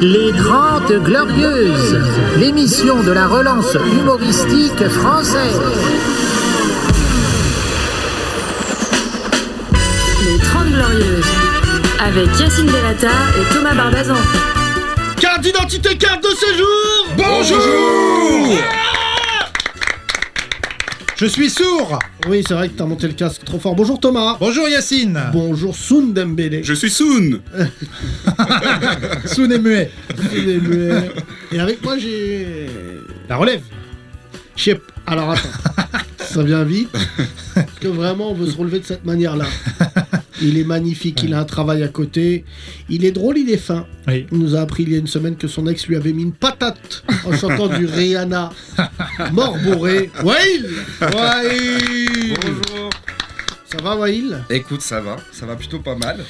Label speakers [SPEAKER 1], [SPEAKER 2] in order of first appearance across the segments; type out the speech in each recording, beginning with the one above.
[SPEAKER 1] Les Grandes Glorieuses, l'émission de la relance humoristique française.
[SPEAKER 2] Les 30 Glorieuses, avec Yacine Delata et Thomas Barbazan.
[SPEAKER 3] Carte d'identité, carte de séjour
[SPEAKER 4] Bonjour
[SPEAKER 3] Je suis sourd
[SPEAKER 5] Oui, c'est vrai que t'as monté le casque trop fort. Bonjour Thomas.
[SPEAKER 3] Bonjour Yacine
[SPEAKER 5] Bonjour Soun Dembélé.
[SPEAKER 4] Je suis Soun
[SPEAKER 3] Soun est muet
[SPEAKER 5] Il est muet. Et avec moi, j'ai.
[SPEAKER 3] La relève
[SPEAKER 5] Je sais p- Alors attends. Ça vient vite. Parce que vraiment, on veut se relever de cette manière-là. Il est magnifique, il a un travail à côté. Il est drôle, il est fin.
[SPEAKER 3] Oui.
[SPEAKER 5] Il nous a appris il y a une semaine que son ex lui avait mis une patate en chantant du Rihanna. Mort bourré. Wail Wail
[SPEAKER 4] Bonjour
[SPEAKER 5] Ça va, Wail
[SPEAKER 4] Écoute, ça va, ça va plutôt pas mal.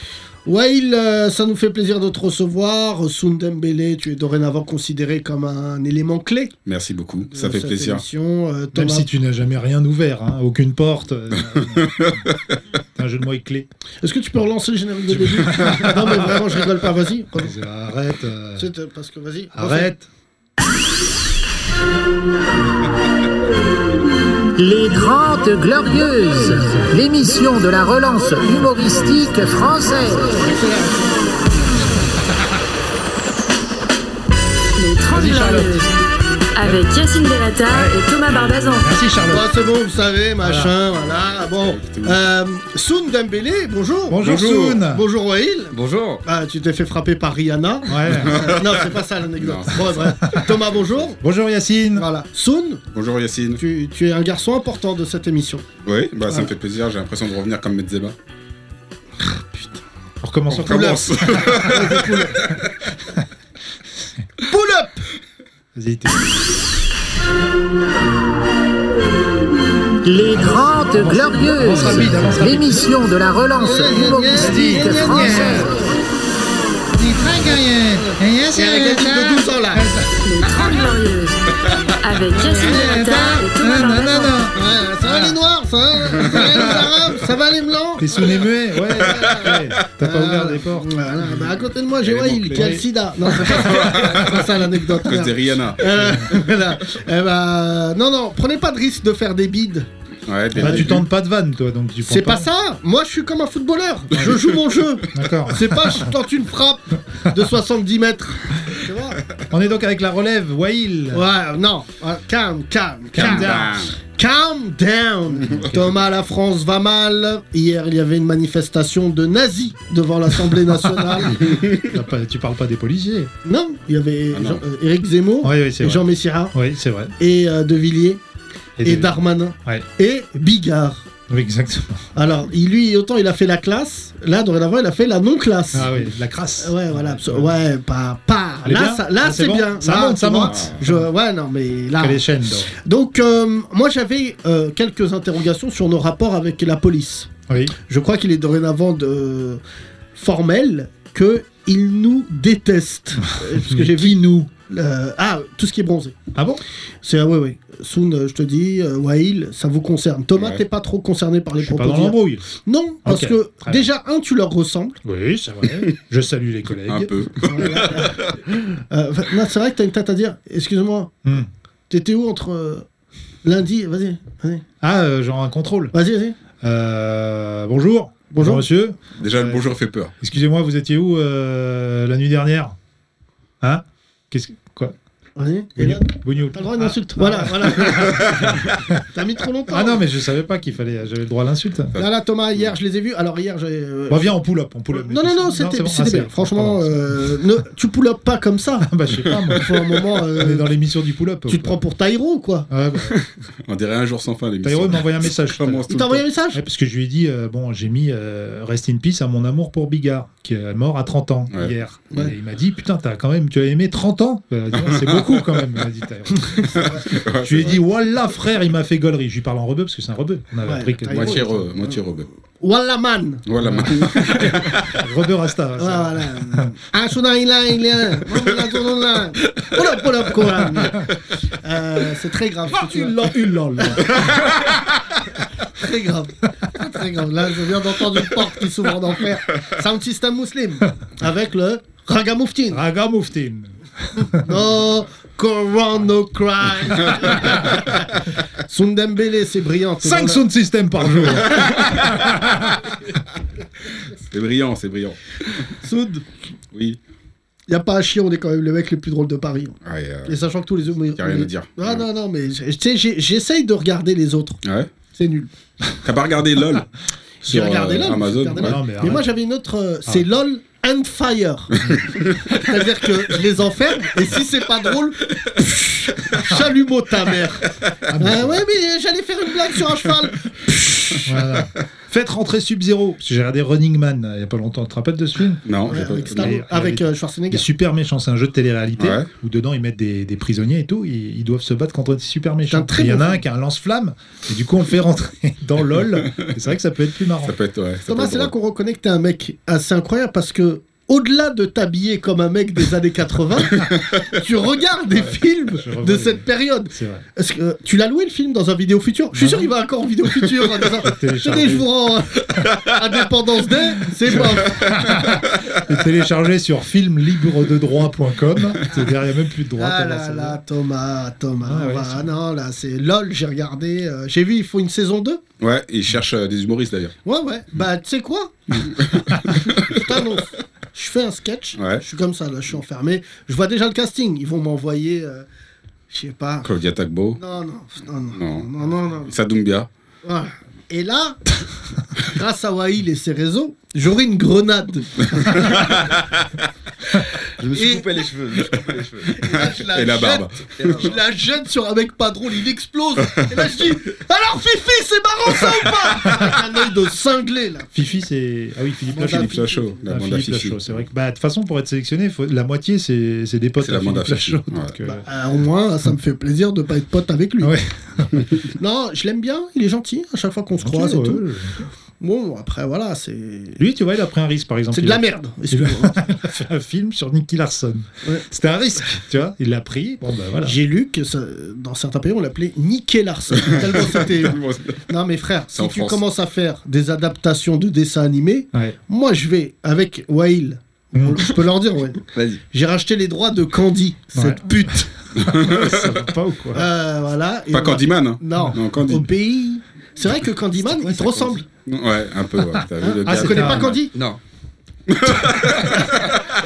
[SPEAKER 5] Wail, euh, ça nous fait plaisir de te recevoir. Sundembele, tu es dorénavant considéré comme un élément clé
[SPEAKER 4] Merci beaucoup,
[SPEAKER 5] de
[SPEAKER 4] ça fait
[SPEAKER 5] cette
[SPEAKER 4] plaisir.
[SPEAKER 5] émission. Euh,
[SPEAKER 3] Même
[SPEAKER 5] Thomas,
[SPEAKER 3] si tu n'as jamais rien ouvert, hein, aucune porte. euh, C'est un jeu de mots éclés.
[SPEAKER 5] Est-ce que tu peux relancer le générique de début Non, mais vraiment, je rigole pas, vas-y. relance.
[SPEAKER 3] Arrête euh,
[SPEAKER 5] C'est euh, parce que vas-y.
[SPEAKER 3] Arrête
[SPEAKER 1] Les Grandes Glorieuses, l'émission de la relance humoristique française.
[SPEAKER 2] Les 30
[SPEAKER 3] Vas-y, Charlotte.
[SPEAKER 2] Glorieuses, avec Yacine Delata et Thomas Barbazan.
[SPEAKER 3] Merci Charlotte
[SPEAKER 5] Bon, c'est bon, vous savez, machin, voilà. Bon, euh, Soun Dembélé, bonjour.
[SPEAKER 3] Bonjour,
[SPEAKER 4] Bonjour.
[SPEAKER 3] Soun
[SPEAKER 5] Bonjour Wail.
[SPEAKER 4] Bonjour
[SPEAKER 5] Ah, tu t'es fait frapper par Rihanna.
[SPEAKER 3] Ouais.
[SPEAKER 5] Euh, non, c'est pas ça l'anecdote.
[SPEAKER 4] Non.
[SPEAKER 5] Bon, bref. Thomas, bonjour.
[SPEAKER 3] Bonjour Yacine
[SPEAKER 5] Voilà. Soun,
[SPEAKER 4] Bonjour Yacine.
[SPEAKER 5] tu, tu es un garçon important de cette émission.
[SPEAKER 4] Oui, bah ça me fait plaisir, j'ai l'impression de revenir comme Metzeba.
[SPEAKER 3] On recommence
[SPEAKER 4] On
[SPEAKER 3] encore.
[SPEAKER 4] commence
[SPEAKER 5] Pull up
[SPEAKER 3] Vas-y, t'es-
[SPEAKER 1] Les Grandes
[SPEAKER 3] avance
[SPEAKER 1] Glorieuses,
[SPEAKER 3] rapide, avance rapide.
[SPEAKER 1] l'émission de la relance humoristique française.
[SPEAKER 5] C'est la gamine de 12 ans là.
[SPEAKER 2] Les 30 Glorieuses, avec Yacine Delata et Thomas Barbazan.
[SPEAKER 5] Ouais, ça va les noirs, ça va, ça va les arabes, ça va les blancs.
[SPEAKER 3] T'es Soun est muet Ouais, ouais, ouais. T'as pas ouvert des portes
[SPEAKER 5] Voilà, bah, à côté de moi, j'ai
[SPEAKER 4] Elle est
[SPEAKER 5] Wail
[SPEAKER 4] bouclée.
[SPEAKER 5] qui a le sida. Non, c'est pas ça, c'est pas ça l'anecdote.
[SPEAKER 4] à cause des Rihanna.
[SPEAKER 5] Euh, voilà. Eh ben, non, non, prenez pas de risque de faire des bides.
[SPEAKER 4] Ouais, des-
[SPEAKER 3] Bah, tu tentes pas de vanne, toi, donc tu prends
[SPEAKER 5] C'est pas ça. Moi, je suis comme un footballeur. Je joue mon jeu.
[SPEAKER 3] D'accord.
[SPEAKER 5] C'est pas je tente une frappe de 70 mètres. Tu vois
[SPEAKER 3] On est donc avec la relève, Wail
[SPEAKER 5] Ouais, non. Ouais, Calme, calme, calme.
[SPEAKER 3] down.
[SPEAKER 5] Calm down Thomas, la France va mal. Hier, il y avait une manifestation de nazis devant l'Assemblée nationale.
[SPEAKER 3] T'as pas- Tu parles pas des policiers
[SPEAKER 5] non, il y avait
[SPEAKER 4] Ah non.
[SPEAKER 5] Jean- euh, Éric Zemmour
[SPEAKER 3] Oui, oui, c'est
[SPEAKER 5] et
[SPEAKER 3] vrai.
[SPEAKER 5] Jean Messira
[SPEAKER 3] Oui, c'est vrai.
[SPEAKER 5] et euh, De Villiers et,
[SPEAKER 3] des-
[SPEAKER 5] Darmanin
[SPEAKER 3] Ouais.
[SPEAKER 5] et Bigard.
[SPEAKER 3] Oui, exactement.
[SPEAKER 5] Alors, il- lui, autant il a fait la classe, là, dorénavant, il a fait la non-classe.
[SPEAKER 3] Ah oui, de la crasse. Ah,
[SPEAKER 5] Ouais, voilà. abso- Ouais, pas. pas.
[SPEAKER 3] Elle est
[SPEAKER 5] Là,
[SPEAKER 3] bien
[SPEAKER 5] ça- là,
[SPEAKER 3] Ah,
[SPEAKER 5] c'est
[SPEAKER 3] bon
[SPEAKER 5] bien.
[SPEAKER 3] Ça
[SPEAKER 5] Là,
[SPEAKER 3] monte,
[SPEAKER 5] tu
[SPEAKER 3] ça
[SPEAKER 5] vois,
[SPEAKER 3] monte. Ah,
[SPEAKER 5] Je, Ah. ouais, non, mais là.
[SPEAKER 3] Crescendo.
[SPEAKER 5] Donc, euh, moi, j'avais euh, quelques interrogations sur nos rapports avec la police.
[SPEAKER 3] Oui.
[SPEAKER 5] Je crois qu'il est dorénavant de... formel que il nous déteste. Euh, Parce que j'ai vu nous. ah, tout ce qui est bronzé.
[SPEAKER 3] Ah bon
[SPEAKER 5] C'est ah ouais ouais. Soon, euh, je te dis, euh, Wail, ça vous concerne. Thomas,
[SPEAKER 4] Ouais.
[SPEAKER 5] t'es pas trop concerné par les
[SPEAKER 3] Je suis
[SPEAKER 5] propos.
[SPEAKER 3] pas dans
[SPEAKER 5] d'hier.
[SPEAKER 3] l'embrouille.
[SPEAKER 5] Non, parce
[SPEAKER 3] Ok,
[SPEAKER 5] que
[SPEAKER 3] très bien.
[SPEAKER 5] déjà un, tu leur ressembles.
[SPEAKER 3] Oui, c'est vrai. Je salue les collègues.
[SPEAKER 4] Un peu.
[SPEAKER 5] Voilà. Euh, non, c'est vrai que t'as une tête à dire. Excuse-moi,
[SPEAKER 3] Hmm.
[SPEAKER 5] t'étais où entre euh, lundi Vas-y, vas-y,
[SPEAKER 3] Ah, euh, genre un contrôle.
[SPEAKER 5] vas-y, vas-y.
[SPEAKER 3] Euh, bonjour.
[SPEAKER 5] Bonjour.
[SPEAKER 3] monsieur.
[SPEAKER 4] Déjà, le
[SPEAKER 3] Ouais.
[SPEAKER 4] bonjour fait peur.
[SPEAKER 3] Excusez-moi, vous étiez où euh, la nuit dernière Hein Qu'est-ce que. Quoi
[SPEAKER 5] vas-y. Et là,
[SPEAKER 3] Bougnoul. Bougnoul.
[SPEAKER 5] T'as le droit à une
[SPEAKER 3] Ah.
[SPEAKER 5] insulte. voilà, voilà. t'as mis trop longtemps.
[SPEAKER 3] Ah non, mais je savais pas qu'il fallait. J'avais le droit à l'insulte.
[SPEAKER 5] Là, là, Thomas, hier, je les ai vus. Alors, hier, j'ai. euh,
[SPEAKER 3] Bon, viens, on pull up. On pull up.
[SPEAKER 5] non, non, non, c'était
[SPEAKER 3] c'est bon.
[SPEAKER 5] c'était
[SPEAKER 3] Ah, c'est
[SPEAKER 5] bien. Franchement,
[SPEAKER 3] pardon.
[SPEAKER 5] euh, ne, tu pull up pas comme ça.
[SPEAKER 3] Ah, bah, je sais pas, moi.
[SPEAKER 5] Il faut un moment. euh,
[SPEAKER 3] On est dans l'émission du pull-up.
[SPEAKER 5] tu te prends pour Tyro, quoi.
[SPEAKER 3] Ouais, bah,
[SPEAKER 4] On dirait un jour sans fin,
[SPEAKER 3] Taïro
[SPEAKER 4] l'émission.
[SPEAKER 3] m'a envoyé un message. tout à l'heure.
[SPEAKER 4] Commence tout
[SPEAKER 5] Il
[SPEAKER 4] le
[SPEAKER 5] t'a envoyé un
[SPEAKER 4] temps.
[SPEAKER 5] message
[SPEAKER 3] Ouais, parce que je lui ai dit, euh, bon, j'ai mis euh, Rest in Peace à mon amour pour Bigard, qui est mort à 30 ans
[SPEAKER 4] Ouais.
[SPEAKER 3] hier.
[SPEAKER 5] Ouais.
[SPEAKER 3] Et il m'a dit, putain, t'as quand même, tu as aimé 30 ans Euh, dis donc, C'est beaucoup quand même, il m'a dit Taïro. Je lui ai dit, voilà frère, il m'a fait gaulerie. Je lui parle en rebeu, parce que c'est un rebeu. On avait
[SPEAKER 5] Ouais,
[SPEAKER 3] appris que
[SPEAKER 5] Taïro,
[SPEAKER 4] Moitié re, moitié rebeu.
[SPEAKER 5] Wallah man
[SPEAKER 3] Ah,
[SPEAKER 4] Voilà, ma-
[SPEAKER 3] rebeu rasta.
[SPEAKER 5] Ouais,
[SPEAKER 3] ça.
[SPEAKER 5] voilà. Ah, Ashuna ila ila. Mamula zunula. Pull up, pull up, Koran. Euh, C'est très grave.
[SPEAKER 3] Ah,
[SPEAKER 5] ce que tu as.
[SPEAKER 3] Hullan, hullan, hullan.
[SPEAKER 5] Très grave. Très grave. Là, je viens d'entendre une porte qui s'ouvre en enfer. Sound system muslim. Avec le. Ragamuffin.
[SPEAKER 3] Raga Mouftin.
[SPEAKER 5] Non, Corona Cry. Sundembele, c'est brillant.
[SPEAKER 3] 5 sound system par jour.
[SPEAKER 4] C'est brillant, c'est brillant.
[SPEAKER 5] Sound.
[SPEAKER 4] Oui.
[SPEAKER 5] Y a pas à chier, on est quand même les mecs les plus drôles de Paris. hein.
[SPEAKER 4] Ah, et, euh,
[SPEAKER 5] Et sachant que tous les autres.
[SPEAKER 4] Y a rien à dire.
[SPEAKER 5] Non, non, non, mais tu sais, j'ai- j'essaye de regarder les autres.
[SPEAKER 4] Ouais.
[SPEAKER 5] C'est nul.
[SPEAKER 4] T'as pas regardé LOL
[SPEAKER 5] J'ai
[SPEAKER 4] sur,
[SPEAKER 5] regardé
[SPEAKER 4] euh,
[SPEAKER 5] LOL.
[SPEAKER 4] Amazon
[SPEAKER 5] j'ai regardé LOL.
[SPEAKER 3] ouais. Non, mais
[SPEAKER 5] mais
[SPEAKER 3] arrête.
[SPEAKER 5] moi j'avais une autre. euh, c'est LOL and Fire. C'est-à-dire que je les enferme et si c'est pas drôle, chalumeau ta mère. Ah ouais, mais j'allais faire une blague sur un cheval.
[SPEAKER 3] Voilà. Faites rentrer Sub-Zero. Parce que j'ai regardé Running Man euh, il y a pas longtemps. Tu te rappelles de ce film
[SPEAKER 4] Non, j'ai
[SPEAKER 5] Ouais,
[SPEAKER 4] pas
[SPEAKER 5] avec Star-
[SPEAKER 3] il y a-
[SPEAKER 5] avec, euh,
[SPEAKER 3] Il est
[SPEAKER 5] Schwarzenegger.
[SPEAKER 3] super méchant, c'est un jeu de télé-réalité
[SPEAKER 4] Ouais.
[SPEAKER 3] où dedans ils mettent des, des prisonniers et tout, ils, ils doivent se battre contre des super
[SPEAKER 5] C'est
[SPEAKER 3] méchants.
[SPEAKER 5] un très
[SPEAKER 3] Et Il y en
[SPEAKER 5] bon
[SPEAKER 3] a un
[SPEAKER 5] film.
[SPEAKER 3] qui a un lance-flamme et du coup on le fait rentrer dans LOL. Et C'est vrai que ça peut être plus marrant.
[SPEAKER 4] Ça peut être, ouais. ça
[SPEAKER 5] Thomas,
[SPEAKER 4] peut
[SPEAKER 5] c'est
[SPEAKER 4] être
[SPEAKER 5] là
[SPEAKER 4] drôle.
[SPEAKER 5] qu'on reconnaît que t'es un mec assez incroyable parce que. Au-delà de t'habiller comme un mec des années 80, tu regardes des films
[SPEAKER 3] je revois
[SPEAKER 5] de
[SPEAKER 3] les-
[SPEAKER 5] cette période.
[SPEAKER 3] C'est vrai.
[SPEAKER 5] Est-ce que euh, tu l'as loué le film dans un vidéo futur Je suis sûr qu'il va encore en vidéo futur. en disant,
[SPEAKER 3] Téléchargé.
[SPEAKER 5] Tenez, je vous rends euh, Indépendance Day, c'est bon.
[SPEAKER 3] Et téléchargé sur filmlibrededroit.com. C'est-à-dire il n'y a même plus de droit.
[SPEAKER 5] Ah
[SPEAKER 3] tellement
[SPEAKER 5] là
[SPEAKER 3] c'est-
[SPEAKER 5] là, Thomas, Thomas.
[SPEAKER 3] Ah ouais,
[SPEAKER 5] voilà,
[SPEAKER 3] c'est-
[SPEAKER 5] non, là, c'est LOL, j'ai regardé. euh, j'ai vu, il faut une saison 2.
[SPEAKER 4] Ouais, ils cherchent euh, des humoristes d'ailleurs.
[SPEAKER 5] Ouais, ouais. Bah, tu sais quoi Je t'annonce. Je fais un sketch.
[SPEAKER 4] Ouais.
[SPEAKER 5] Je suis comme ça, là, je suis enfermé. Je vois déjà le casting. Ils vont m'envoyer, euh, je sais pas.
[SPEAKER 4] Claudia Tagbo,
[SPEAKER 5] Non, non, non, non,
[SPEAKER 4] Non.
[SPEAKER 5] non, non, non.
[SPEAKER 4] Sadumbia.
[SPEAKER 5] Voilà. Et là, grâce à Wail et ses réseaux, j'aurai une grenade.
[SPEAKER 6] Je me suis
[SPEAKER 5] Et-
[SPEAKER 6] coupé les cheveux. je me suis coupé les cheveux.
[SPEAKER 5] Et, là, je
[SPEAKER 4] Et la
[SPEAKER 5] jette-
[SPEAKER 4] barbe.
[SPEAKER 6] Et là,
[SPEAKER 5] Je la jette sur un mec pas drôle, il explose. Et là, je dis Alors, Fifi, c'est marrant ça ou pas Avec un œil de cinglé, là.
[SPEAKER 3] Fifi, c'est. Ah oui, Philippe
[SPEAKER 5] Bande à
[SPEAKER 3] Lachaud.
[SPEAKER 4] Philippe Lachaud, la
[SPEAKER 3] Ah,
[SPEAKER 4] bande à
[SPEAKER 3] Philippe
[SPEAKER 4] Fifi.
[SPEAKER 3] Lachaud, c'est vrai que bah, de toute façon, pour être sélectionné, faut- la moitié, c'est c'est des potes
[SPEAKER 4] C'est la
[SPEAKER 3] à
[SPEAKER 4] bande à
[SPEAKER 3] Philippe
[SPEAKER 4] Fifi,
[SPEAKER 3] Lachaud.
[SPEAKER 4] ouais.
[SPEAKER 3] donc, euh,
[SPEAKER 5] Bah, euh, au moins, ça me fait plaisir de pas être pote avec lui.
[SPEAKER 3] Ouais.
[SPEAKER 5] non, je l'aime bien, il est gentil à chaque fois qu'on se
[SPEAKER 3] ok,
[SPEAKER 5] croise et
[SPEAKER 3] ouais.
[SPEAKER 5] tout. Bon, après, voilà, c'est.
[SPEAKER 3] Lui, tu vois, il a pris un risque, par exemple.
[SPEAKER 5] C'est de
[SPEAKER 3] Il a-
[SPEAKER 5] la merde. excuse-moi.
[SPEAKER 3] a fait un film sur Nicky Larson.
[SPEAKER 5] Ouais.
[SPEAKER 3] C'était un risque, tu vois. Il l'a pris. Bon, bah voilà.
[SPEAKER 5] J'ai lu que ça- dans certains pays, on l'appelait Nicky Larson. Tellement c'était. Non, mais frère,
[SPEAKER 4] C'est
[SPEAKER 5] si
[SPEAKER 4] en
[SPEAKER 5] tu
[SPEAKER 4] France.
[SPEAKER 5] commences à faire des adaptations de dessins animés,
[SPEAKER 3] Ouais.
[SPEAKER 5] moi je vais avec Wail.
[SPEAKER 3] Mm.
[SPEAKER 5] Je peux leur dire, ouais.
[SPEAKER 6] Vas-y.
[SPEAKER 5] J'ai racheté les droits de Candy, cette pute.
[SPEAKER 3] ça va pas ou quoi
[SPEAKER 5] Euh, voilà. Et
[SPEAKER 4] Pas
[SPEAKER 5] on-
[SPEAKER 4] Candyman, hein
[SPEAKER 5] Non,
[SPEAKER 4] Non, Candy.
[SPEAKER 5] au pays. C'est vrai que Candyman, il te ressemble.
[SPEAKER 4] Non, Ouais, un peu, ouais. T'as vu le
[SPEAKER 3] Ah,
[SPEAKER 4] gars
[SPEAKER 3] c'est
[SPEAKER 5] Tu connais
[SPEAKER 3] un-
[SPEAKER 5] pas Candy
[SPEAKER 6] Non.
[SPEAKER 3] Ah,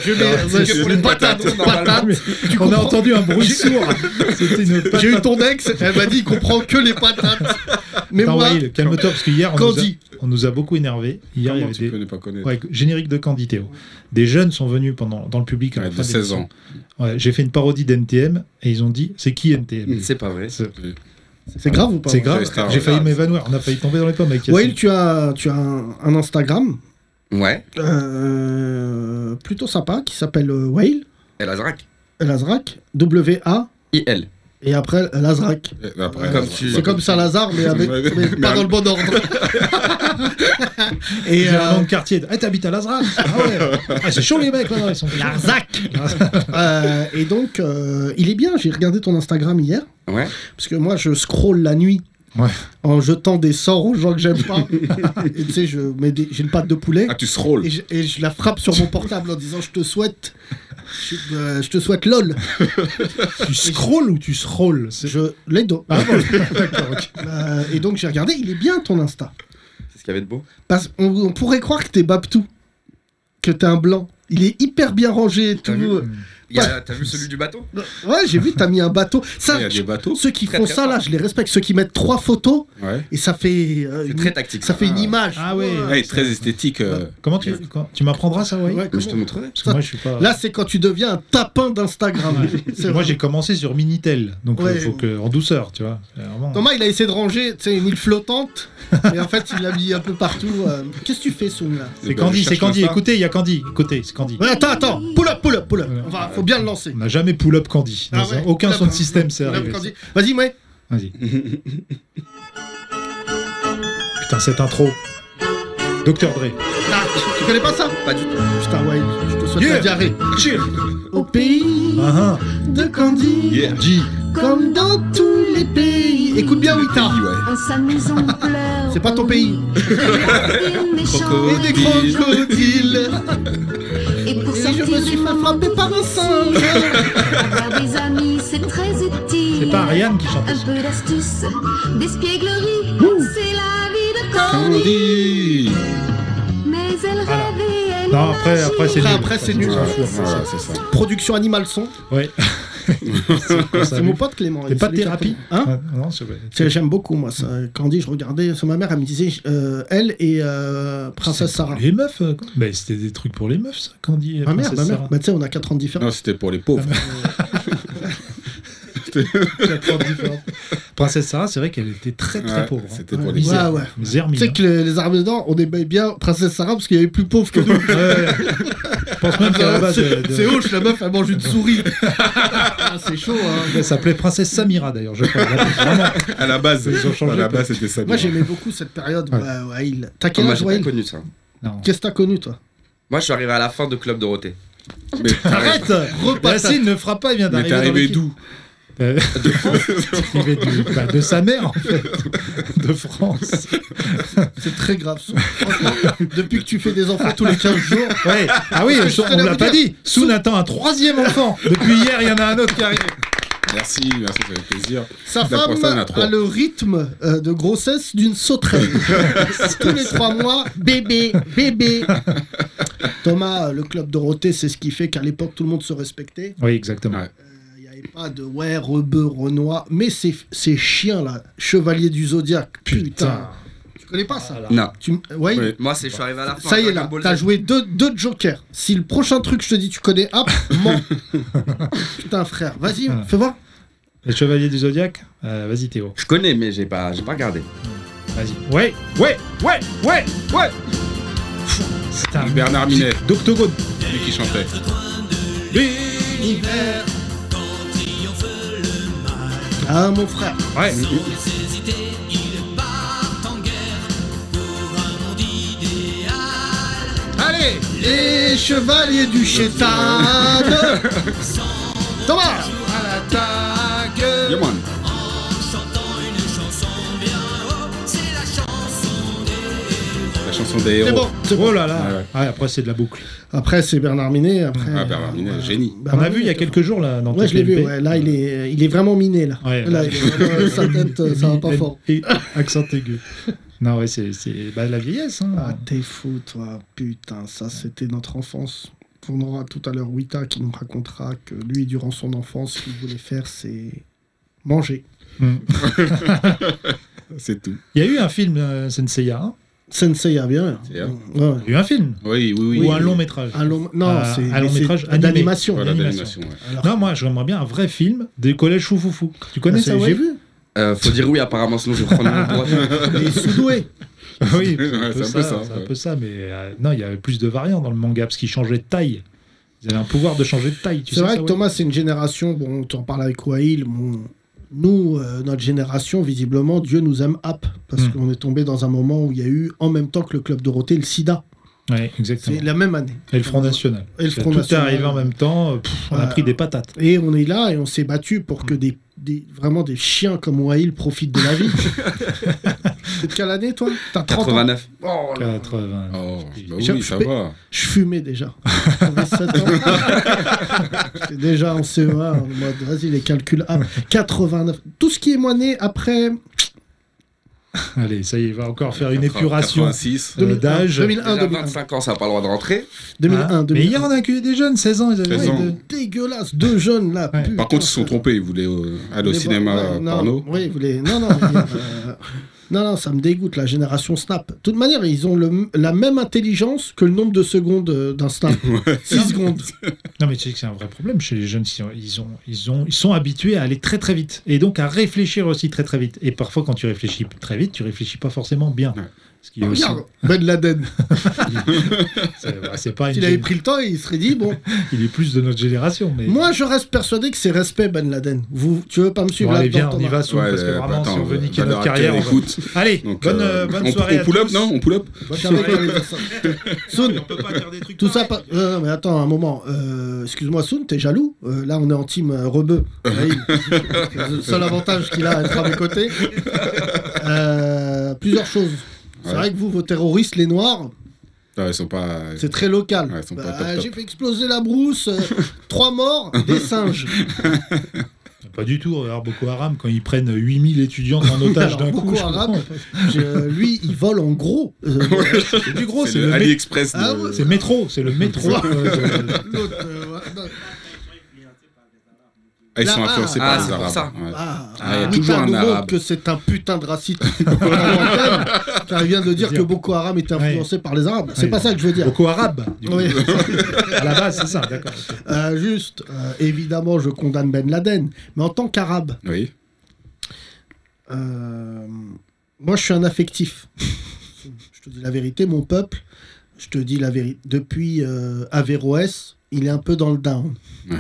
[SPEAKER 5] Je mets
[SPEAKER 3] c'est
[SPEAKER 5] ouais,
[SPEAKER 3] que pour
[SPEAKER 5] une
[SPEAKER 3] les
[SPEAKER 5] patate.
[SPEAKER 6] patates,
[SPEAKER 5] une patate.
[SPEAKER 3] Mais on a entendu un bruit sourd. C'était une
[SPEAKER 5] J'ai eu ton ex, elle m'a dit il comprend que les patates. Mais
[SPEAKER 3] Attends,
[SPEAKER 5] moi,
[SPEAKER 3] Wael, calme-toi parce que hier on, nous a,
[SPEAKER 5] Candy.
[SPEAKER 3] on nous a beaucoup énervé. Hier, il y
[SPEAKER 4] Comment
[SPEAKER 3] avait
[SPEAKER 4] tu
[SPEAKER 3] des
[SPEAKER 4] peux ne pas connaître
[SPEAKER 3] ouais, générique de Candy Théo. Des jeunes sont venus pendant dans le public à la
[SPEAKER 4] Ouais,
[SPEAKER 3] fin
[SPEAKER 4] de
[SPEAKER 3] des
[SPEAKER 4] 16 ans.
[SPEAKER 3] émissions. Ouais, J'ai fait une parodie d'NTM et ils ont dit c'est qui
[SPEAKER 5] Hmm.
[SPEAKER 3] NTM
[SPEAKER 6] C'est pas vrai.
[SPEAKER 5] c'est grave ou pas
[SPEAKER 3] C'est
[SPEAKER 5] ouais
[SPEAKER 3] grave.
[SPEAKER 4] c'est Star,
[SPEAKER 3] J'ai
[SPEAKER 4] ouais.
[SPEAKER 3] failli m'évanouir. On a failli tomber dans les pommes avec Yacine.
[SPEAKER 5] Wael, tu as, tu as un, un Instagram
[SPEAKER 6] Ouais.
[SPEAKER 5] euh, plutôt sympa qui s'appelle euh, Wael,
[SPEAKER 6] El Azrak.
[SPEAKER 5] Lazrak, W-A,
[SPEAKER 6] IL.
[SPEAKER 5] et après euh, Lazrak.
[SPEAKER 4] Et après,
[SPEAKER 6] Comme
[SPEAKER 4] ouais,
[SPEAKER 6] tu-
[SPEAKER 4] ouais.
[SPEAKER 5] C'est comme ça Lazare, mais, avec,
[SPEAKER 4] Ouais,
[SPEAKER 5] mais
[SPEAKER 4] mais
[SPEAKER 5] pas
[SPEAKER 4] un-
[SPEAKER 5] dans le bon ordre. Et
[SPEAKER 3] J'ai un
[SPEAKER 5] euh,
[SPEAKER 3] nom de quartier. Ah, t'habites à Lazara Ah ouais. Ah, c'est chaud les mecs là. non, ils sont chauds.
[SPEAKER 5] Larzac Euh, Et donc, euh, il est bien. J'ai regardé ton Instagram hier,
[SPEAKER 6] Ouais.
[SPEAKER 5] parce que moi, je scroll la nuit.
[SPEAKER 3] Ouais.
[SPEAKER 5] En jetant des sorts aux gens que j'aime pas. et tu sais, je mets des- j'ai une patte de poulet.
[SPEAKER 4] Ah, tu scrolls
[SPEAKER 5] Et je, et je la frappe sur mon portable en disant je te souhaite, je, euh, je te souhaite lol.
[SPEAKER 3] Tu scrolls ou tu scrolls C'est-
[SPEAKER 5] Je les dos.
[SPEAKER 3] Ah bon, d'accord, ok.
[SPEAKER 5] Euh, et donc j'ai regardé, il est bien ton Insta.
[SPEAKER 6] C'est ce qu'il y avait de beau.
[SPEAKER 5] Parce on, on pourrait croire que t'es Babtou, que t'es un blanc. Il est hyper bien rangé et tout.
[SPEAKER 6] T'as vu
[SPEAKER 5] Euh,
[SPEAKER 6] Il y a- T'as vu celui du bateau
[SPEAKER 5] Ouais, j'ai vu, t'as mis un bateau. Ça,
[SPEAKER 4] Il y a
[SPEAKER 5] je-
[SPEAKER 4] des bateaux.
[SPEAKER 5] ceux qui
[SPEAKER 6] Très,
[SPEAKER 5] font
[SPEAKER 6] très
[SPEAKER 5] ça
[SPEAKER 6] fort.
[SPEAKER 5] là, je les respecte. Ceux qui mettent trois photos
[SPEAKER 4] Ouais.
[SPEAKER 5] et ça fait, euh,
[SPEAKER 6] C'est
[SPEAKER 5] une-
[SPEAKER 6] très tactique.
[SPEAKER 5] ça fait une
[SPEAKER 4] Ah.
[SPEAKER 5] image.
[SPEAKER 3] Ah ouais.
[SPEAKER 4] Ouais, très esthétique. euh,
[SPEAKER 3] Comment tu, quand- tu m'apprendras ça, Wael
[SPEAKER 5] Ouais, comment-
[SPEAKER 4] je te montrerai.
[SPEAKER 3] Parce que moi, je suis pas.
[SPEAKER 5] Là, c'est quand tu deviens un tapin d'Instagram. C'est
[SPEAKER 3] Moi,
[SPEAKER 5] vrai.
[SPEAKER 3] j'ai commencé sur Minitel, donc il
[SPEAKER 5] Ouais.
[SPEAKER 3] faut que en douceur, tu vois. C'est vraiment-
[SPEAKER 5] Thomas, il a essayé de ranger tu sais, une île flottante, mais en fait, il l'a mis un peu partout. euh. Qu'est-ce que tu fais, Soum, là
[SPEAKER 3] C'est Candy,
[SPEAKER 4] Eh ben, je
[SPEAKER 3] c'est
[SPEAKER 4] cherche
[SPEAKER 3] Candy.
[SPEAKER 4] l'instar.
[SPEAKER 3] Écoutez, il y a Candy. Écoutez, c'est Candy.
[SPEAKER 5] Ouais, Attends, attends, pull up, pull up, pull up.
[SPEAKER 3] Voilà.
[SPEAKER 5] On va- faut bien le lancer.
[SPEAKER 3] On n'a jamais pull up Candy.
[SPEAKER 5] Ah
[SPEAKER 3] Dans
[SPEAKER 5] ouais,
[SPEAKER 3] un- Aucun
[SPEAKER 5] pull up,
[SPEAKER 3] son de
[SPEAKER 5] hein.
[SPEAKER 3] système, c'est
[SPEAKER 5] Pull up
[SPEAKER 3] arrivé.
[SPEAKER 5] quand on dit- Vas-y, ouais.
[SPEAKER 3] Vas-y. Putain, cette intro. Docteur Dre.
[SPEAKER 5] Ah, tu connais pas ça
[SPEAKER 6] Pas du tout.
[SPEAKER 5] Putain, ouais, je te souhaite
[SPEAKER 3] Yeah.
[SPEAKER 5] la diarrhée. Au pays
[SPEAKER 3] Ah, ah.
[SPEAKER 5] de Candy,
[SPEAKER 4] Yeah.
[SPEAKER 3] G.
[SPEAKER 5] comme dans tous les les pays. Écoute bien, Wita.
[SPEAKER 4] Pays, ouais.
[SPEAKER 7] On s'amuse, on pleure.
[SPEAKER 5] C'est pas ton
[SPEAKER 7] on
[SPEAKER 5] pays.
[SPEAKER 7] rit. Des méchants.
[SPEAKER 5] Et des crocodiles.
[SPEAKER 7] Et pour
[SPEAKER 5] Et je
[SPEAKER 7] sortir
[SPEAKER 5] me
[SPEAKER 7] des
[SPEAKER 5] suis fait
[SPEAKER 7] moments
[SPEAKER 5] frapper par un singe.
[SPEAKER 7] Avoir des amis, c'est très utile.
[SPEAKER 3] C'est pas Ariane qui chante
[SPEAKER 7] Un
[SPEAKER 3] ça.
[SPEAKER 7] peu d'astuce, d'espièglerie, c'est la vie de Candy.
[SPEAKER 4] Candy
[SPEAKER 7] Mais elle
[SPEAKER 3] Voilà.
[SPEAKER 7] rêve et elle
[SPEAKER 3] Non, après, après c'est
[SPEAKER 5] Après,
[SPEAKER 3] nul.
[SPEAKER 5] après, c'est
[SPEAKER 3] On
[SPEAKER 5] nul.
[SPEAKER 3] s'en fout.
[SPEAKER 4] Voilà, c'est ça.
[SPEAKER 5] Production Animal Son.
[SPEAKER 3] Ouais.
[SPEAKER 5] C'est mon pote Clément.
[SPEAKER 3] C'est
[SPEAKER 5] il
[SPEAKER 3] pas
[SPEAKER 5] celui qui a
[SPEAKER 3] thérapie.
[SPEAKER 5] fait- Hein
[SPEAKER 3] Ouais, Non, c'est vrai.
[SPEAKER 5] Parce que J'aime beaucoup, moi, ça. Candy, je regardais. sur ma mère, elle me disait, euh, elle et euh, Princesse
[SPEAKER 3] C'est
[SPEAKER 5] Sarah.
[SPEAKER 3] pour Les meufs, euh, quoi. Mais c'était des trucs pour les meufs, ça, Candy. et
[SPEAKER 4] Ah,
[SPEAKER 5] Ma mère,
[SPEAKER 3] euh, Princesse
[SPEAKER 5] ma mère.
[SPEAKER 3] Sarah.
[SPEAKER 5] Bah, tu sais, on a 4 ans de différence.
[SPEAKER 4] Non, c'était pour les pauvres.
[SPEAKER 3] Quatre ans différents. Princesse Sarah, c'est vrai qu'elle était très très
[SPEAKER 4] Ouais,
[SPEAKER 3] pauvre. hein.
[SPEAKER 4] C'était pour
[SPEAKER 3] Ouais,
[SPEAKER 4] les
[SPEAKER 5] Ouais,
[SPEAKER 3] misère.
[SPEAKER 5] ouais.
[SPEAKER 3] Misère,
[SPEAKER 5] Tu
[SPEAKER 3] mine,
[SPEAKER 5] sais que les, les armes d'or, on aimait bien Princesse Sarah parce qu'il y avait plus pauvre que nous.
[SPEAKER 3] hein. Ouais, ouais. Je pense même qu'à la base, euh,
[SPEAKER 5] C'est
[SPEAKER 3] de-
[SPEAKER 5] c'est hoche, la meuf, elle mange une souris. Ah, c'est chaud, hein.
[SPEAKER 3] elle s'appelait Princesse Samira d'ailleurs, je crois. Vraiment.
[SPEAKER 4] À la base,
[SPEAKER 3] Ils ont changé,
[SPEAKER 4] à la
[SPEAKER 3] quoi.
[SPEAKER 4] base c'était ça.
[SPEAKER 5] Moi,
[SPEAKER 4] bien.
[SPEAKER 5] j'aimais beaucoup cette période.
[SPEAKER 3] Ouais.
[SPEAKER 5] Bah, Wael. T'as
[SPEAKER 6] Ah,
[SPEAKER 5] quel
[SPEAKER 6] moi,
[SPEAKER 5] âge,
[SPEAKER 6] j'ai pas
[SPEAKER 5] Wael
[SPEAKER 6] connu ça.
[SPEAKER 3] Non.
[SPEAKER 5] Qu'est-ce que t'as connu, toi
[SPEAKER 6] Moi, je suis arrivé à la fin de Club Dorothée.
[SPEAKER 4] Mais t'arrêtes
[SPEAKER 3] Arrête Yacine ne fera pas, il vient
[SPEAKER 4] Mais
[SPEAKER 3] d'arriver.
[SPEAKER 4] t'es arrivé
[SPEAKER 3] dans l'équipe.
[SPEAKER 4] d'où
[SPEAKER 3] Euh, De France Il est du- bah, De sa mère, en fait. De France.
[SPEAKER 5] C'est très grave, ça. Franchement, depuis que tu fais des enfants tous les 15 jours,
[SPEAKER 3] Ouais. Ah oui,
[SPEAKER 5] Parce que je
[SPEAKER 3] on
[SPEAKER 5] tenais à
[SPEAKER 3] ne l'a
[SPEAKER 5] vous
[SPEAKER 3] pas
[SPEAKER 5] dire-
[SPEAKER 3] dit. Soun attend un troisième enfant. Depuis hier, il y en a un autre qui arrive.
[SPEAKER 4] Merci, merci, ça fait plaisir.
[SPEAKER 5] sa
[SPEAKER 4] D'après
[SPEAKER 5] femme
[SPEAKER 4] ça, il y en a trois.
[SPEAKER 5] a le rythme euh, de grossesse d'une sauterelle. tous les trois mois, bébé, bébé. Thomas, le club Dorothée, c'est ce qui fait qu'à l'époque, tout le monde se respectait.
[SPEAKER 3] Oui, exactement.
[SPEAKER 4] Ouais.
[SPEAKER 5] Il n'y avait pas de ouais, rebeu, renois, mais ces, ces chiens-là, chevaliers du zodiaque, putain.
[SPEAKER 3] Putain.
[SPEAKER 5] Tu connais pas ça
[SPEAKER 4] Non.
[SPEAKER 5] tu, m- ouais,
[SPEAKER 4] Ouais.
[SPEAKER 6] Euh, Moi, c'est je suis arrivé à la fin.
[SPEAKER 5] Ça y est,
[SPEAKER 6] Dragon
[SPEAKER 5] là,
[SPEAKER 6] Ball
[SPEAKER 5] t'as
[SPEAKER 6] Z.
[SPEAKER 5] joué deux, deux jokers. Si le prochain truc, je te dis, tu connais, hop, mens. putain, frère, vas-y,
[SPEAKER 3] Voilà.
[SPEAKER 5] fais voir.
[SPEAKER 3] Les Chevaliers du Zodiaque Euh, Vas-y, Théo.
[SPEAKER 6] Je connais, mais j'ai pas, j'ai pas regardé.
[SPEAKER 3] Vas-y. Ouais, ouais, ouais, ouais, ouais. C'est un
[SPEAKER 4] Bernard Minet,
[SPEAKER 3] d'octogone.
[SPEAKER 4] lui qui chantait.
[SPEAKER 5] Ah, mon frère.
[SPEAKER 3] Ouais.
[SPEAKER 5] Allez, les chevaliers du chétan. Thomas
[SPEAKER 4] Yeah, man. La chanson des héros.
[SPEAKER 5] C'est bon. c'est bon.
[SPEAKER 3] Oh là là.
[SPEAKER 4] Ouais,
[SPEAKER 3] Ouais, après, c'est de la boucle.
[SPEAKER 5] Après, c'est Bernard Minet. Après,
[SPEAKER 4] Ah, Bernard Minet,
[SPEAKER 5] voilà.
[SPEAKER 4] génie.
[SPEAKER 3] On a
[SPEAKER 5] Bernard
[SPEAKER 3] vu il y a
[SPEAKER 5] Minet,
[SPEAKER 3] quelques jours, là, dans ton
[SPEAKER 5] Ouais, je l'ai vu,
[SPEAKER 3] PLP.
[SPEAKER 5] ouais. Là, il est, euh, il est vraiment miné, là.
[SPEAKER 3] Ouais,
[SPEAKER 5] là, il est vraiment- sa tête, euh, ça va pas fort.
[SPEAKER 3] Et accent aigu. Non, ouais, c'est c'est- bah, la vieillesse. Hein.
[SPEAKER 5] Ah, t'es fou, toi. Putain, ça, c'était notre enfance. On aura tout à l'heure Wita qui nous racontera que lui, durant son enfance, ce qu'il voulait faire, c'est manger.
[SPEAKER 3] Bah,
[SPEAKER 4] C'est tout.
[SPEAKER 3] Il y a eu un film euh, Senseiya. hein.
[SPEAKER 5] Sensei a bien.
[SPEAKER 4] C'est bien.
[SPEAKER 5] Ouais.
[SPEAKER 3] Il y a eu un film.
[SPEAKER 4] Oui, oui, oui.
[SPEAKER 3] Ou un long métrage.
[SPEAKER 5] Un long... Non,
[SPEAKER 3] Euh,
[SPEAKER 5] c'est
[SPEAKER 3] un long
[SPEAKER 5] c'est
[SPEAKER 3] métrage animé.
[SPEAKER 5] d'animation.
[SPEAKER 4] Voilà,
[SPEAKER 3] L'animation.
[SPEAKER 4] d'animation. ouais.
[SPEAKER 5] Alors-
[SPEAKER 3] Non, moi, j'aimerais bien un vrai film des collèges choufoufou. Tu connais
[SPEAKER 5] Ah,
[SPEAKER 3] ça,
[SPEAKER 5] c'est-
[SPEAKER 3] ouais
[SPEAKER 5] J'ai vu.
[SPEAKER 6] Euh, faut dire oui, apparemment, sinon je vais prendre mon droit.
[SPEAKER 5] Les Soudoués.
[SPEAKER 3] Oui, c'est
[SPEAKER 4] Ouais,
[SPEAKER 3] un peu ça. c'est un
[SPEAKER 4] ouais.
[SPEAKER 3] peu ça, mais euh, non, il y avait plus de variants dans le manga parce qu'ils changeaient de taille. Ils avaient un pouvoir de changer de taille. Tu
[SPEAKER 5] C'est
[SPEAKER 3] sais
[SPEAKER 5] vrai
[SPEAKER 3] ça,
[SPEAKER 5] que
[SPEAKER 3] ouais
[SPEAKER 5] Thomas, c'est une génération. Bon, on t'en parle avec Wail. Bon, nous, euh, notre génération, visiblement, Dieu nous aime app. Parce
[SPEAKER 3] Mm.
[SPEAKER 5] qu'on est tombé dans un moment où il y a eu, en même temps que le Club Dorothée, le sida.
[SPEAKER 3] Ouais, exactement.
[SPEAKER 5] C'est la même année.
[SPEAKER 3] Et le Front National.
[SPEAKER 5] Et le Front
[SPEAKER 3] Tout est
[SPEAKER 5] National.
[SPEAKER 3] arrivé en même temps. euh, pff, on a
[SPEAKER 5] Voilà.
[SPEAKER 3] pris des patates.
[SPEAKER 5] Et on est là et on s'est battu pour que des, des- vraiment des chiens comme Wail profitent de la vie. C'est de quelle année, toi T'as 30 ans
[SPEAKER 6] 89.
[SPEAKER 3] 80.
[SPEAKER 4] Oh, bah
[SPEAKER 5] Je-
[SPEAKER 4] oui,
[SPEAKER 5] je
[SPEAKER 4] ça
[SPEAKER 5] fais-
[SPEAKER 4] va.
[SPEAKER 5] Je fumais déjà. J'avais 7 ans. J'étais déjà en CE1, en mode, vas-y, les calculs A. 89. Tout ce qui est moi né après
[SPEAKER 3] Allez, ça y est, il va encore faire une épuration
[SPEAKER 4] 86.
[SPEAKER 3] euh, d'âge.
[SPEAKER 5] 2001,
[SPEAKER 6] Déjà
[SPEAKER 5] 2001,
[SPEAKER 6] 25 ans, ça n'a pas le droit de rentrer.
[SPEAKER 3] Hein
[SPEAKER 5] 2001,
[SPEAKER 3] Mais
[SPEAKER 5] 2001.
[SPEAKER 3] hier, on a accueilli des jeunes, 16 ans. Ils avaient
[SPEAKER 4] 16 ans.
[SPEAKER 3] de-
[SPEAKER 5] Dégueulasse, deux jeunes là.
[SPEAKER 3] Ouais.
[SPEAKER 5] putain,
[SPEAKER 4] Euh, Par contre, ils se sont
[SPEAKER 5] frère.
[SPEAKER 4] trompés. Ils voulaient euh, aller au
[SPEAKER 5] Les
[SPEAKER 4] cinéma
[SPEAKER 5] voir-
[SPEAKER 4] euh,
[SPEAKER 5] non,
[SPEAKER 4] porno.
[SPEAKER 5] Oui, vous les- Non, non, je veux dire, euh, non, non, ça me dégoûte, la génération Snap. De toute manière, ils ont le, la même intelligence que le nombre de secondes euh, d'un Snap. 6 secondes.
[SPEAKER 3] Non, mais tu sais que c'est un vrai problème chez les jeunes. Ils, ont, ils, ont, ils, ont- ils sont habitués à aller très très vite et donc à réfléchir aussi très très vite. Et parfois, quand tu réfléchis très vite, tu réfléchis pas forcément bien.
[SPEAKER 4] Ouais.
[SPEAKER 3] Parce qu'il y a aussi-
[SPEAKER 5] Regarde, Ben Laden.
[SPEAKER 3] c'est- bah, C'est pas une
[SPEAKER 5] S'il avait
[SPEAKER 3] gén-
[SPEAKER 5] pris le temps, il serait dit bon,
[SPEAKER 3] Il est plus de notre génération. Mais...
[SPEAKER 5] moi je reste persuadé que c'est respect Ben Laden. Vous, tu veux pas me
[SPEAKER 3] Bon,
[SPEAKER 5] suivre là
[SPEAKER 3] allez, viens,
[SPEAKER 5] dedans
[SPEAKER 3] on y va, Soum,
[SPEAKER 4] Ouais,
[SPEAKER 3] parce que
[SPEAKER 4] euh,
[SPEAKER 3] vraiment,
[SPEAKER 4] bah,
[SPEAKER 3] si on
[SPEAKER 4] attends,
[SPEAKER 3] veut niquer
[SPEAKER 4] Valeur
[SPEAKER 3] notre
[SPEAKER 4] actuelle,
[SPEAKER 3] carrière. on va-
[SPEAKER 4] écoute.
[SPEAKER 3] Allez,
[SPEAKER 4] Donc,
[SPEAKER 3] bonne,
[SPEAKER 4] euh,
[SPEAKER 3] euh, bonne
[SPEAKER 4] on,
[SPEAKER 3] soirée.
[SPEAKER 4] on pull
[SPEAKER 3] à
[SPEAKER 4] up,
[SPEAKER 3] tous.
[SPEAKER 4] non On pull up
[SPEAKER 3] Bonne
[SPEAKER 5] Regardez
[SPEAKER 3] soirée.
[SPEAKER 5] comment il fait ça. Soun, tout ça, pas- euh, mais attends un moment. euh, Excuse-moi, Soun, t'es jaloux Euh, Là, on est en team euh, rebeu. Ouais, il- c'est le seul avantage qu'il a à être à mes côtés. Euh, plusieurs choses. C'est
[SPEAKER 4] Ouais.
[SPEAKER 5] vrai que vous, vos terroristes, les noirs,
[SPEAKER 4] Non, ils sont pas.
[SPEAKER 5] c'est très local.
[SPEAKER 4] Ouais, ils sont pas
[SPEAKER 5] Bah,
[SPEAKER 4] top, top.
[SPEAKER 5] J'ai fait exploser la brousse, euh, trois morts, des singes.
[SPEAKER 3] Pas du tout. euh, Alors, Boko Haram, quand ils prennent 8000 étudiants en otage
[SPEAKER 5] Alors,
[SPEAKER 3] d'un coup.
[SPEAKER 5] Boko
[SPEAKER 3] je
[SPEAKER 5] Haram,
[SPEAKER 3] comprends.
[SPEAKER 5] je- lui, il vole en gros. Euh,
[SPEAKER 3] C'est du gros,
[SPEAKER 4] C'est
[SPEAKER 3] c'est
[SPEAKER 4] le
[SPEAKER 3] le mé-
[SPEAKER 4] AliExpress. de-
[SPEAKER 5] Ah ouais.
[SPEAKER 3] c'est métro. C'est le métro. euh, de-
[SPEAKER 5] l'autre, euh, ouais, non.
[SPEAKER 4] Ah, ils
[SPEAKER 5] Là, ah,
[SPEAKER 4] sont influencés
[SPEAKER 6] ah,
[SPEAKER 4] par les
[SPEAKER 6] c'est pour ça.
[SPEAKER 4] Arabes. ouais.
[SPEAKER 5] Ah,
[SPEAKER 4] Ah, il y a
[SPEAKER 5] dites
[SPEAKER 4] toujours
[SPEAKER 5] à
[SPEAKER 4] un
[SPEAKER 5] nouveau
[SPEAKER 4] arabe.
[SPEAKER 5] que c'est un putain de raciste. car il vient de dire que Boko Haram était influencé par les Arabes. C'est
[SPEAKER 3] Ouais.
[SPEAKER 5] pas ça que je veux dire.
[SPEAKER 3] Boko Haram. du coup.
[SPEAKER 5] Oui.
[SPEAKER 3] À la base, c'est ça, d'accord.
[SPEAKER 5] Euh, juste, euh, évidemment, je condamne Ben Laden, mais en tant qu'arabe,
[SPEAKER 4] Oui.
[SPEAKER 5] euh, moi, je suis un affectif. je te dis la vérité, mon peuple, je te dis la vérité. Depuis euh, Averroès, il est un peu dans le down.
[SPEAKER 4] Ouais.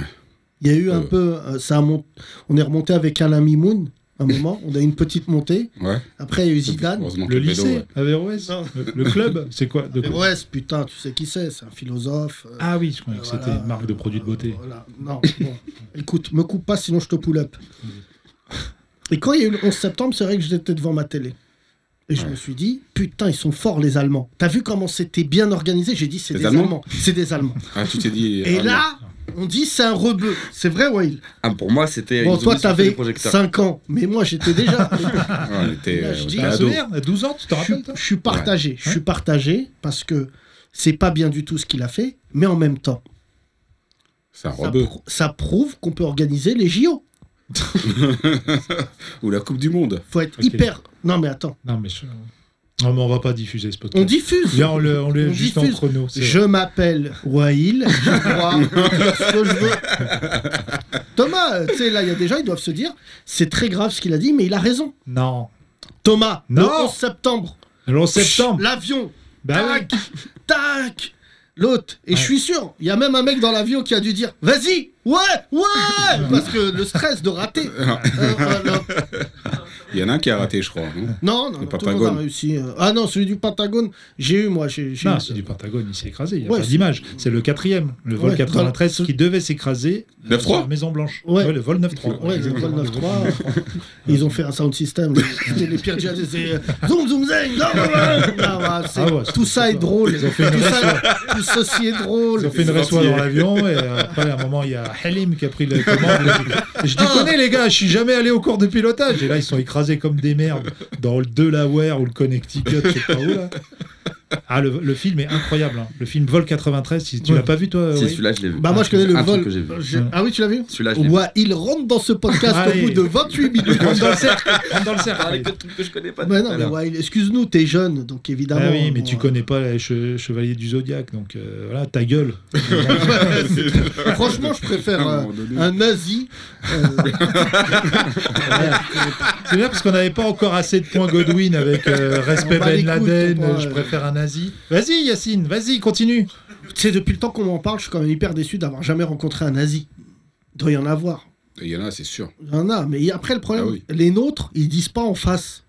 [SPEAKER 5] Il y a eu un
[SPEAKER 4] Ouais.
[SPEAKER 5] peu, euh, ça a mont- on est remonté avec Alain Mimoun. Un moment, on a eu une petite montée.
[SPEAKER 4] Ouais.
[SPEAKER 5] Après, il y a eu Zidane.
[SPEAKER 4] Heureusement que
[SPEAKER 3] Le
[SPEAKER 4] vélo,
[SPEAKER 3] lycée,
[SPEAKER 4] ouais.
[SPEAKER 3] Averroès,
[SPEAKER 5] Non.
[SPEAKER 3] le, le club, c'est quoi de quoi
[SPEAKER 5] Ouais, ce putain, tu sais qui c'est, c'est un philosophe. euh,
[SPEAKER 3] Ah oui, je croyais que c'était
[SPEAKER 5] voilà,
[SPEAKER 3] une marque de produits de beauté.
[SPEAKER 5] euh, voilà. Non, bon. Écoute, me coupe pas, sinon je te pull up. Et quand il y a eu le 11 septembre, c'est vrai que j'étais devant ma télé. Et je me suis dit, putain, ils sont forts les Allemands. T'as vu comment c'était bien organisé J'ai dit, c'est
[SPEAKER 4] Les
[SPEAKER 5] des
[SPEAKER 4] Allemands
[SPEAKER 5] Allemands. C'est des Allemands.
[SPEAKER 4] Ah, tu t'es dit.
[SPEAKER 5] Et
[SPEAKER 4] ah,
[SPEAKER 5] là, on dit, c'est un rebeu. C'est vrai, Wail
[SPEAKER 6] Ah, pour moi, c'était.
[SPEAKER 5] Bon,
[SPEAKER 6] ils ont
[SPEAKER 5] toi,
[SPEAKER 6] mis sur tous les
[SPEAKER 5] t'avais
[SPEAKER 6] projecteurs.
[SPEAKER 5] 5 ans, mais moi, j'étais déjà.
[SPEAKER 4] non. Ouais, on était,
[SPEAKER 5] Là, je
[SPEAKER 4] on
[SPEAKER 5] dis,
[SPEAKER 4] était
[SPEAKER 5] Ah,
[SPEAKER 3] Ah,
[SPEAKER 4] ado.
[SPEAKER 3] merde, à 12 ans, tu t'en
[SPEAKER 5] Je
[SPEAKER 3] rappelles
[SPEAKER 5] suis-
[SPEAKER 3] toi
[SPEAKER 5] je suis partagé. Je suis partagé parce que c'est pas bien du tout ce qu'il a fait, mais en même temps.
[SPEAKER 4] C'est un
[SPEAKER 5] Ça,
[SPEAKER 4] rebeu.
[SPEAKER 5] prou- ça prouve qu'on peut organiser les JO.
[SPEAKER 4] Ou la Coupe du Monde.
[SPEAKER 5] Faut être
[SPEAKER 3] Ok.
[SPEAKER 5] hyper. Non mais attends,
[SPEAKER 3] Non, mais je- Non, mais on va pas diffuser ce podcast.
[SPEAKER 5] on diffuse.
[SPEAKER 3] Viens, on le, on le
[SPEAKER 5] On
[SPEAKER 3] juste
[SPEAKER 5] diffuse.
[SPEAKER 3] en chrono. c'est-
[SPEAKER 5] Je m'appelle Wail, je crois dire ce que je veux. Thomas, euh, tu sais, là, il y a des gens, ils doivent se dire, c'est très grave ce qu'il a dit, mais il a raison.
[SPEAKER 3] Non.
[SPEAKER 5] Thomas, le
[SPEAKER 3] Non.
[SPEAKER 5] 11 septembre,
[SPEAKER 3] Le 11 septembre.
[SPEAKER 5] l'avion,
[SPEAKER 3] Bah ouais.
[SPEAKER 5] tac, tac, l'autre. Et je suis sûr, il y a même un mec dans l'avion qui a dû dire, vas-y, ouais, ouais, parce que le stress de rater. Euh, voilà.
[SPEAKER 4] Il y en a un qui a raté, je crois.
[SPEAKER 5] Non,
[SPEAKER 4] non
[SPEAKER 5] non,
[SPEAKER 4] Le
[SPEAKER 5] non, tout le monde a
[SPEAKER 4] Pentagone.
[SPEAKER 5] réussi. euh. Ah non, celui du Pentagone, j'ai eu moi. J'ai, j'ai
[SPEAKER 3] Non,
[SPEAKER 5] eu-
[SPEAKER 3] c'est du Pentagone, il s'est écrasé. Il n'y a
[SPEAKER 5] Ouais,
[SPEAKER 3] pas
[SPEAKER 5] c'est-
[SPEAKER 3] d'image. C'est le quatrième, le vol
[SPEAKER 5] Ouais,
[SPEAKER 3] 93,
[SPEAKER 5] dans-
[SPEAKER 3] qui devait s'écraser euh,
[SPEAKER 4] 9-3.
[SPEAKER 3] sur la Maison-Blanche.
[SPEAKER 5] Ouais.
[SPEAKER 3] le vol 9-3.
[SPEAKER 5] Ouais, ils ont fait le
[SPEAKER 3] Exactement.
[SPEAKER 5] 9-3. Ils ont fait un sound system. C'était les pires djihadistes. C'est euh, zoom, zoom, zing. non, non, non. Ah, bah, c'est-
[SPEAKER 3] Ah ouais,
[SPEAKER 5] tout
[SPEAKER 3] c'est-
[SPEAKER 5] ça est drôle.
[SPEAKER 3] Ils ont fait une
[SPEAKER 5] tout, ça, tout ceci est drôle.
[SPEAKER 3] Ils ont fait une
[SPEAKER 4] C'est
[SPEAKER 3] reçoit
[SPEAKER 4] gentil.
[SPEAKER 3] dans l'avion et euh, après, à un moment, il y a Halim qui a pris le commande. Je déconnais, les gars, je suis jamais allé au cours de pilotage. Et là, ils sont écrasés comme des merdes dans le Delaware ou le Connecticut, je sais pas où. Là. Ah, le, le film est incroyable. hein. Le film Vol 93, si tu l'as pas vu, toi
[SPEAKER 6] Si,
[SPEAKER 3] oui
[SPEAKER 6] celui-là, je l'ai vu.
[SPEAKER 5] Bah, moi, je connais le
[SPEAKER 6] Un truc
[SPEAKER 5] vol.
[SPEAKER 6] que j'ai vu.
[SPEAKER 5] Je- Ah oui, tu l'as vu
[SPEAKER 6] Celui-là, je l'ai vu.
[SPEAKER 5] Ouais, il rentre dans ce podcast au
[SPEAKER 3] Hein. Allez.
[SPEAKER 5] bout de 28 minutes.
[SPEAKER 3] Rentre dans le cercle. Rentre dans le cercle.
[SPEAKER 6] Parler que de trucs que je connais pas.
[SPEAKER 5] Mais
[SPEAKER 6] depuis
[SPEAKER 5] non,
[SPEAKER 6] tout à
[SPEAKER 5] mais
[SPEAKER 6] l'heure.
[SPEAKER 5] ouais, excuse-nous, t'es jeune, donc évidemment. euh,
[SPEAKER 3] Ah oui, mais
[SPEAKER 5] bon,
[SPEAKER 3] tu connais pas les che- chevaliers du zodiaque, donc euh, voilà, ta gueule.
[SPEAKER 5] euh, Franchement, je préfère
[SPEAKER 4] À un
[SPEAKER 5] euh,
[SPEAKER 4] moment donné.
[SPEAKER 5] un nazi. euh,
[SPEAKER 3] C'est bien parce qu'on n'avait pas encore assez de points Godwin avec euh, Respect
[SPEAKER 5] On bat les
[SPEAKER 3] Ben Laden,
[SPEAKER 5] couilles, ton
[SPEAKER 3] euh, je
[SPEAKER 5] poing,
[SPEAKER 3] préfère un nazi. Vas-y Yacine, vas-y, continue.
[SPEAKER 5] Tu sais, depuis le temps qu'on en parle, je suis quand même hyper déçu d'avoir jamais rencontré un nazi. Il doit y en avoir.
[SPEAKER 4] Il y en a, c'est sûr.
[SPEAKER 5] Il y en a, mais après, le problème,
[SPEAKER 4] Ah oui.
[SPEAKER 5] les nôtres, ils disent pas en face.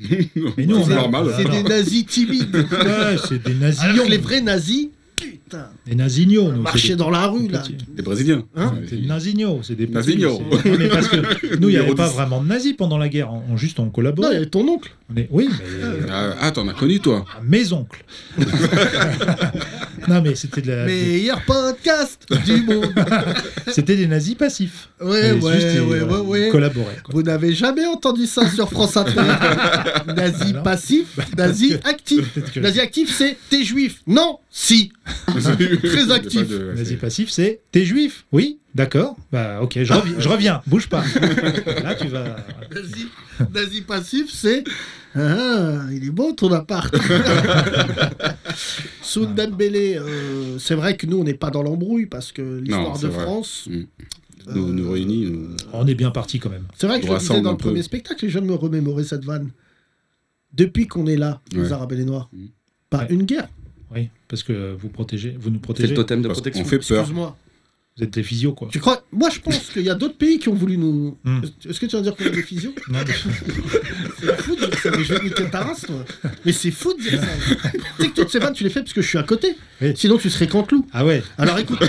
[SPEAKER 3] Mais nous,
[SPEAKER 4] c'est
[SPEAKER 3] on a-
[SPEAKER 4] normal.
[SPEAKER 5] C'est
[SPEAKER 3] non.
[SPEAKER 5] des nazis timides.
[SPEAKER 3] Ouais, c'est des
[SPEAKER 5] Alors
[SPEAKER 3] nazillons.
[SPEAKER 5] que les vrais nazis, putain,
[SPEAKER 3] Des nazignons. nous, c'est
[SPEAKER 5] marchaient
[SPEAKER 3] des-
[SPEAKER 5] dans la
[SPEAKER 3] des
[SPEAKER 5] rue, là.
[SPEAKER 3] petits-
[SPEAKER 4] Des Brésiliens.
[SPEAKER 5] Hein
[SPEAKER 4] Ouais,
[SPEAKER 3] C'est des nazignons, c'est des petits,
[SPEAKER 4] Nazignons.
[SPEAKER 3] c'est- Mais parce que nous, il n'y avait
[SPEAKER 4] Numéro
[SPEAKER 3] pas
[SPEAKER 4] 10.
[SPEAKER 3] vraiment de nazis pendant la guerre. On, on- juste, on
[SPEAKER 5] Non, il y
[SPEAKER 3] collaborait.
[SPEAKER 5] avait ton oncle.
[SPEAKER 3] On est- oui, mais
[SPEAKER 4] Ah, ah, t'en as connu, toi
[SPEAKER 3] à mes oncles. non, mais c'était de la- des-
[SPEAKER 5] Meilleur podcast du monde.
[SPEAKER 3] c'était des nazis passifs.
[SPEAKER 5] Ouais,
[SPEAKER 3] Mais
[SPEAKER 5] ouais,
[SPEAKER 3] juste, ils-
[SPEAKER 5] ouais,
[SPEAKER 3] voilà,
[SPEAKER 5] ouais,
[SPEAKER 3] ils
[SPEAKER 5] ouais.
[SPEAKER 3] collaboraient. quoi.
[SPEAKER 5] Vous n'avez jamais entendu ça sur France Inter. nazi
[SPEAKER 3] Alors
[SPEAKER 5] passif, nazi actif.
[SPEAKER 3] Peut-être Bah, que-
[SPEAKER 5] Nazi actif, c'est t'es juif. Non, si. Très
[SPEAKER 4] Il y a
[SPEAKER 5] actif.
[SPEAKER 4] pas de- ouais,
[SPEAKER 3] Nazi
[SPEAKER 4] c'est-
[SPEAKER 3] passif, c'est t'es juif Oui, d'accord. Bah ok, je, reviens- je reviens, bouge pas. Là tu vas.
[SPEAKER 5] Nazi, nazi passif, c'est. Ah, il est beau ton appart. Sous Dembélé, euh, c'est vrai que nous, on n'est pas dans l'embrouille parce que
[SPEAKER 4] Non,
[SPEAKER 5] l'histoire
[SPEAKER 4] c'est
[SPEAKER 5] de
[SPEAKER 4] vrai.
[SPEAKER 5] France.
[SPEAKER 4] Nous, nous réunis. nous-
[SPEAKER 3] On est bien parti quand même.
[SPEAKER 5] C'est vrai que
[SPEAKER 4] On
[SPEAKER 5] je le disais
[SPEAKER 4] rassemble
[SPEAKER 5] dans
[SPEAKER 4] un
[SPEAKER 5] le
[SPEAKER 4] peu.
[SPEAKER 5] premier spectacle et je viens de me remémorer cette vanne. depuis qu'on est là, les
[SPEAKER 4] Ouais.
[SPEAKER 5] Arabes et les Noirs,
[SPEAKER 4] Mhm.
[SPEAKER 5] pas
[SPEAKER 3] Ouais.
[SPEAKER 5] une guerre.
[SPEAKER 3] Oui, parce que vous protégez, vous nous
[SPEAKER 6] C'est
[SPEAKER 3] protégez.
[SPEAKER 6] le totem de
[SPEAKER 4] Parce qu'on
[SPEAKER 6] protection.
[SPEAKER 4] fait peur.
[SPEAKER 5] Excuse-moi.
[SPEAKER 3] Vous êtes des physios, quoi.
[SPEAKER 5] Tu crois Moi, je pense qu'il y a d'autres pays qui ont voulu nous.
[SPEAKER 3] Hmm.
[SPEAKER 5] Est-ce que tu vas dire qu'on est des physios
[SPEAKER 3] Non, mais-
[SPEAKER 5] C'est fou de dire ça, mais je vais te niquer ta race, toi. Mais c'est fou de dire ça. tu sais que toutes ces vannes, tu les fais parce que je suis à côté.
[SPEAKER 3] Oui.
[SPEAKER 5] Sinon, tu serais Canteloup.
[SPEAKER 3] Ah ouais,
[SPEAKER 5] Alors écoute,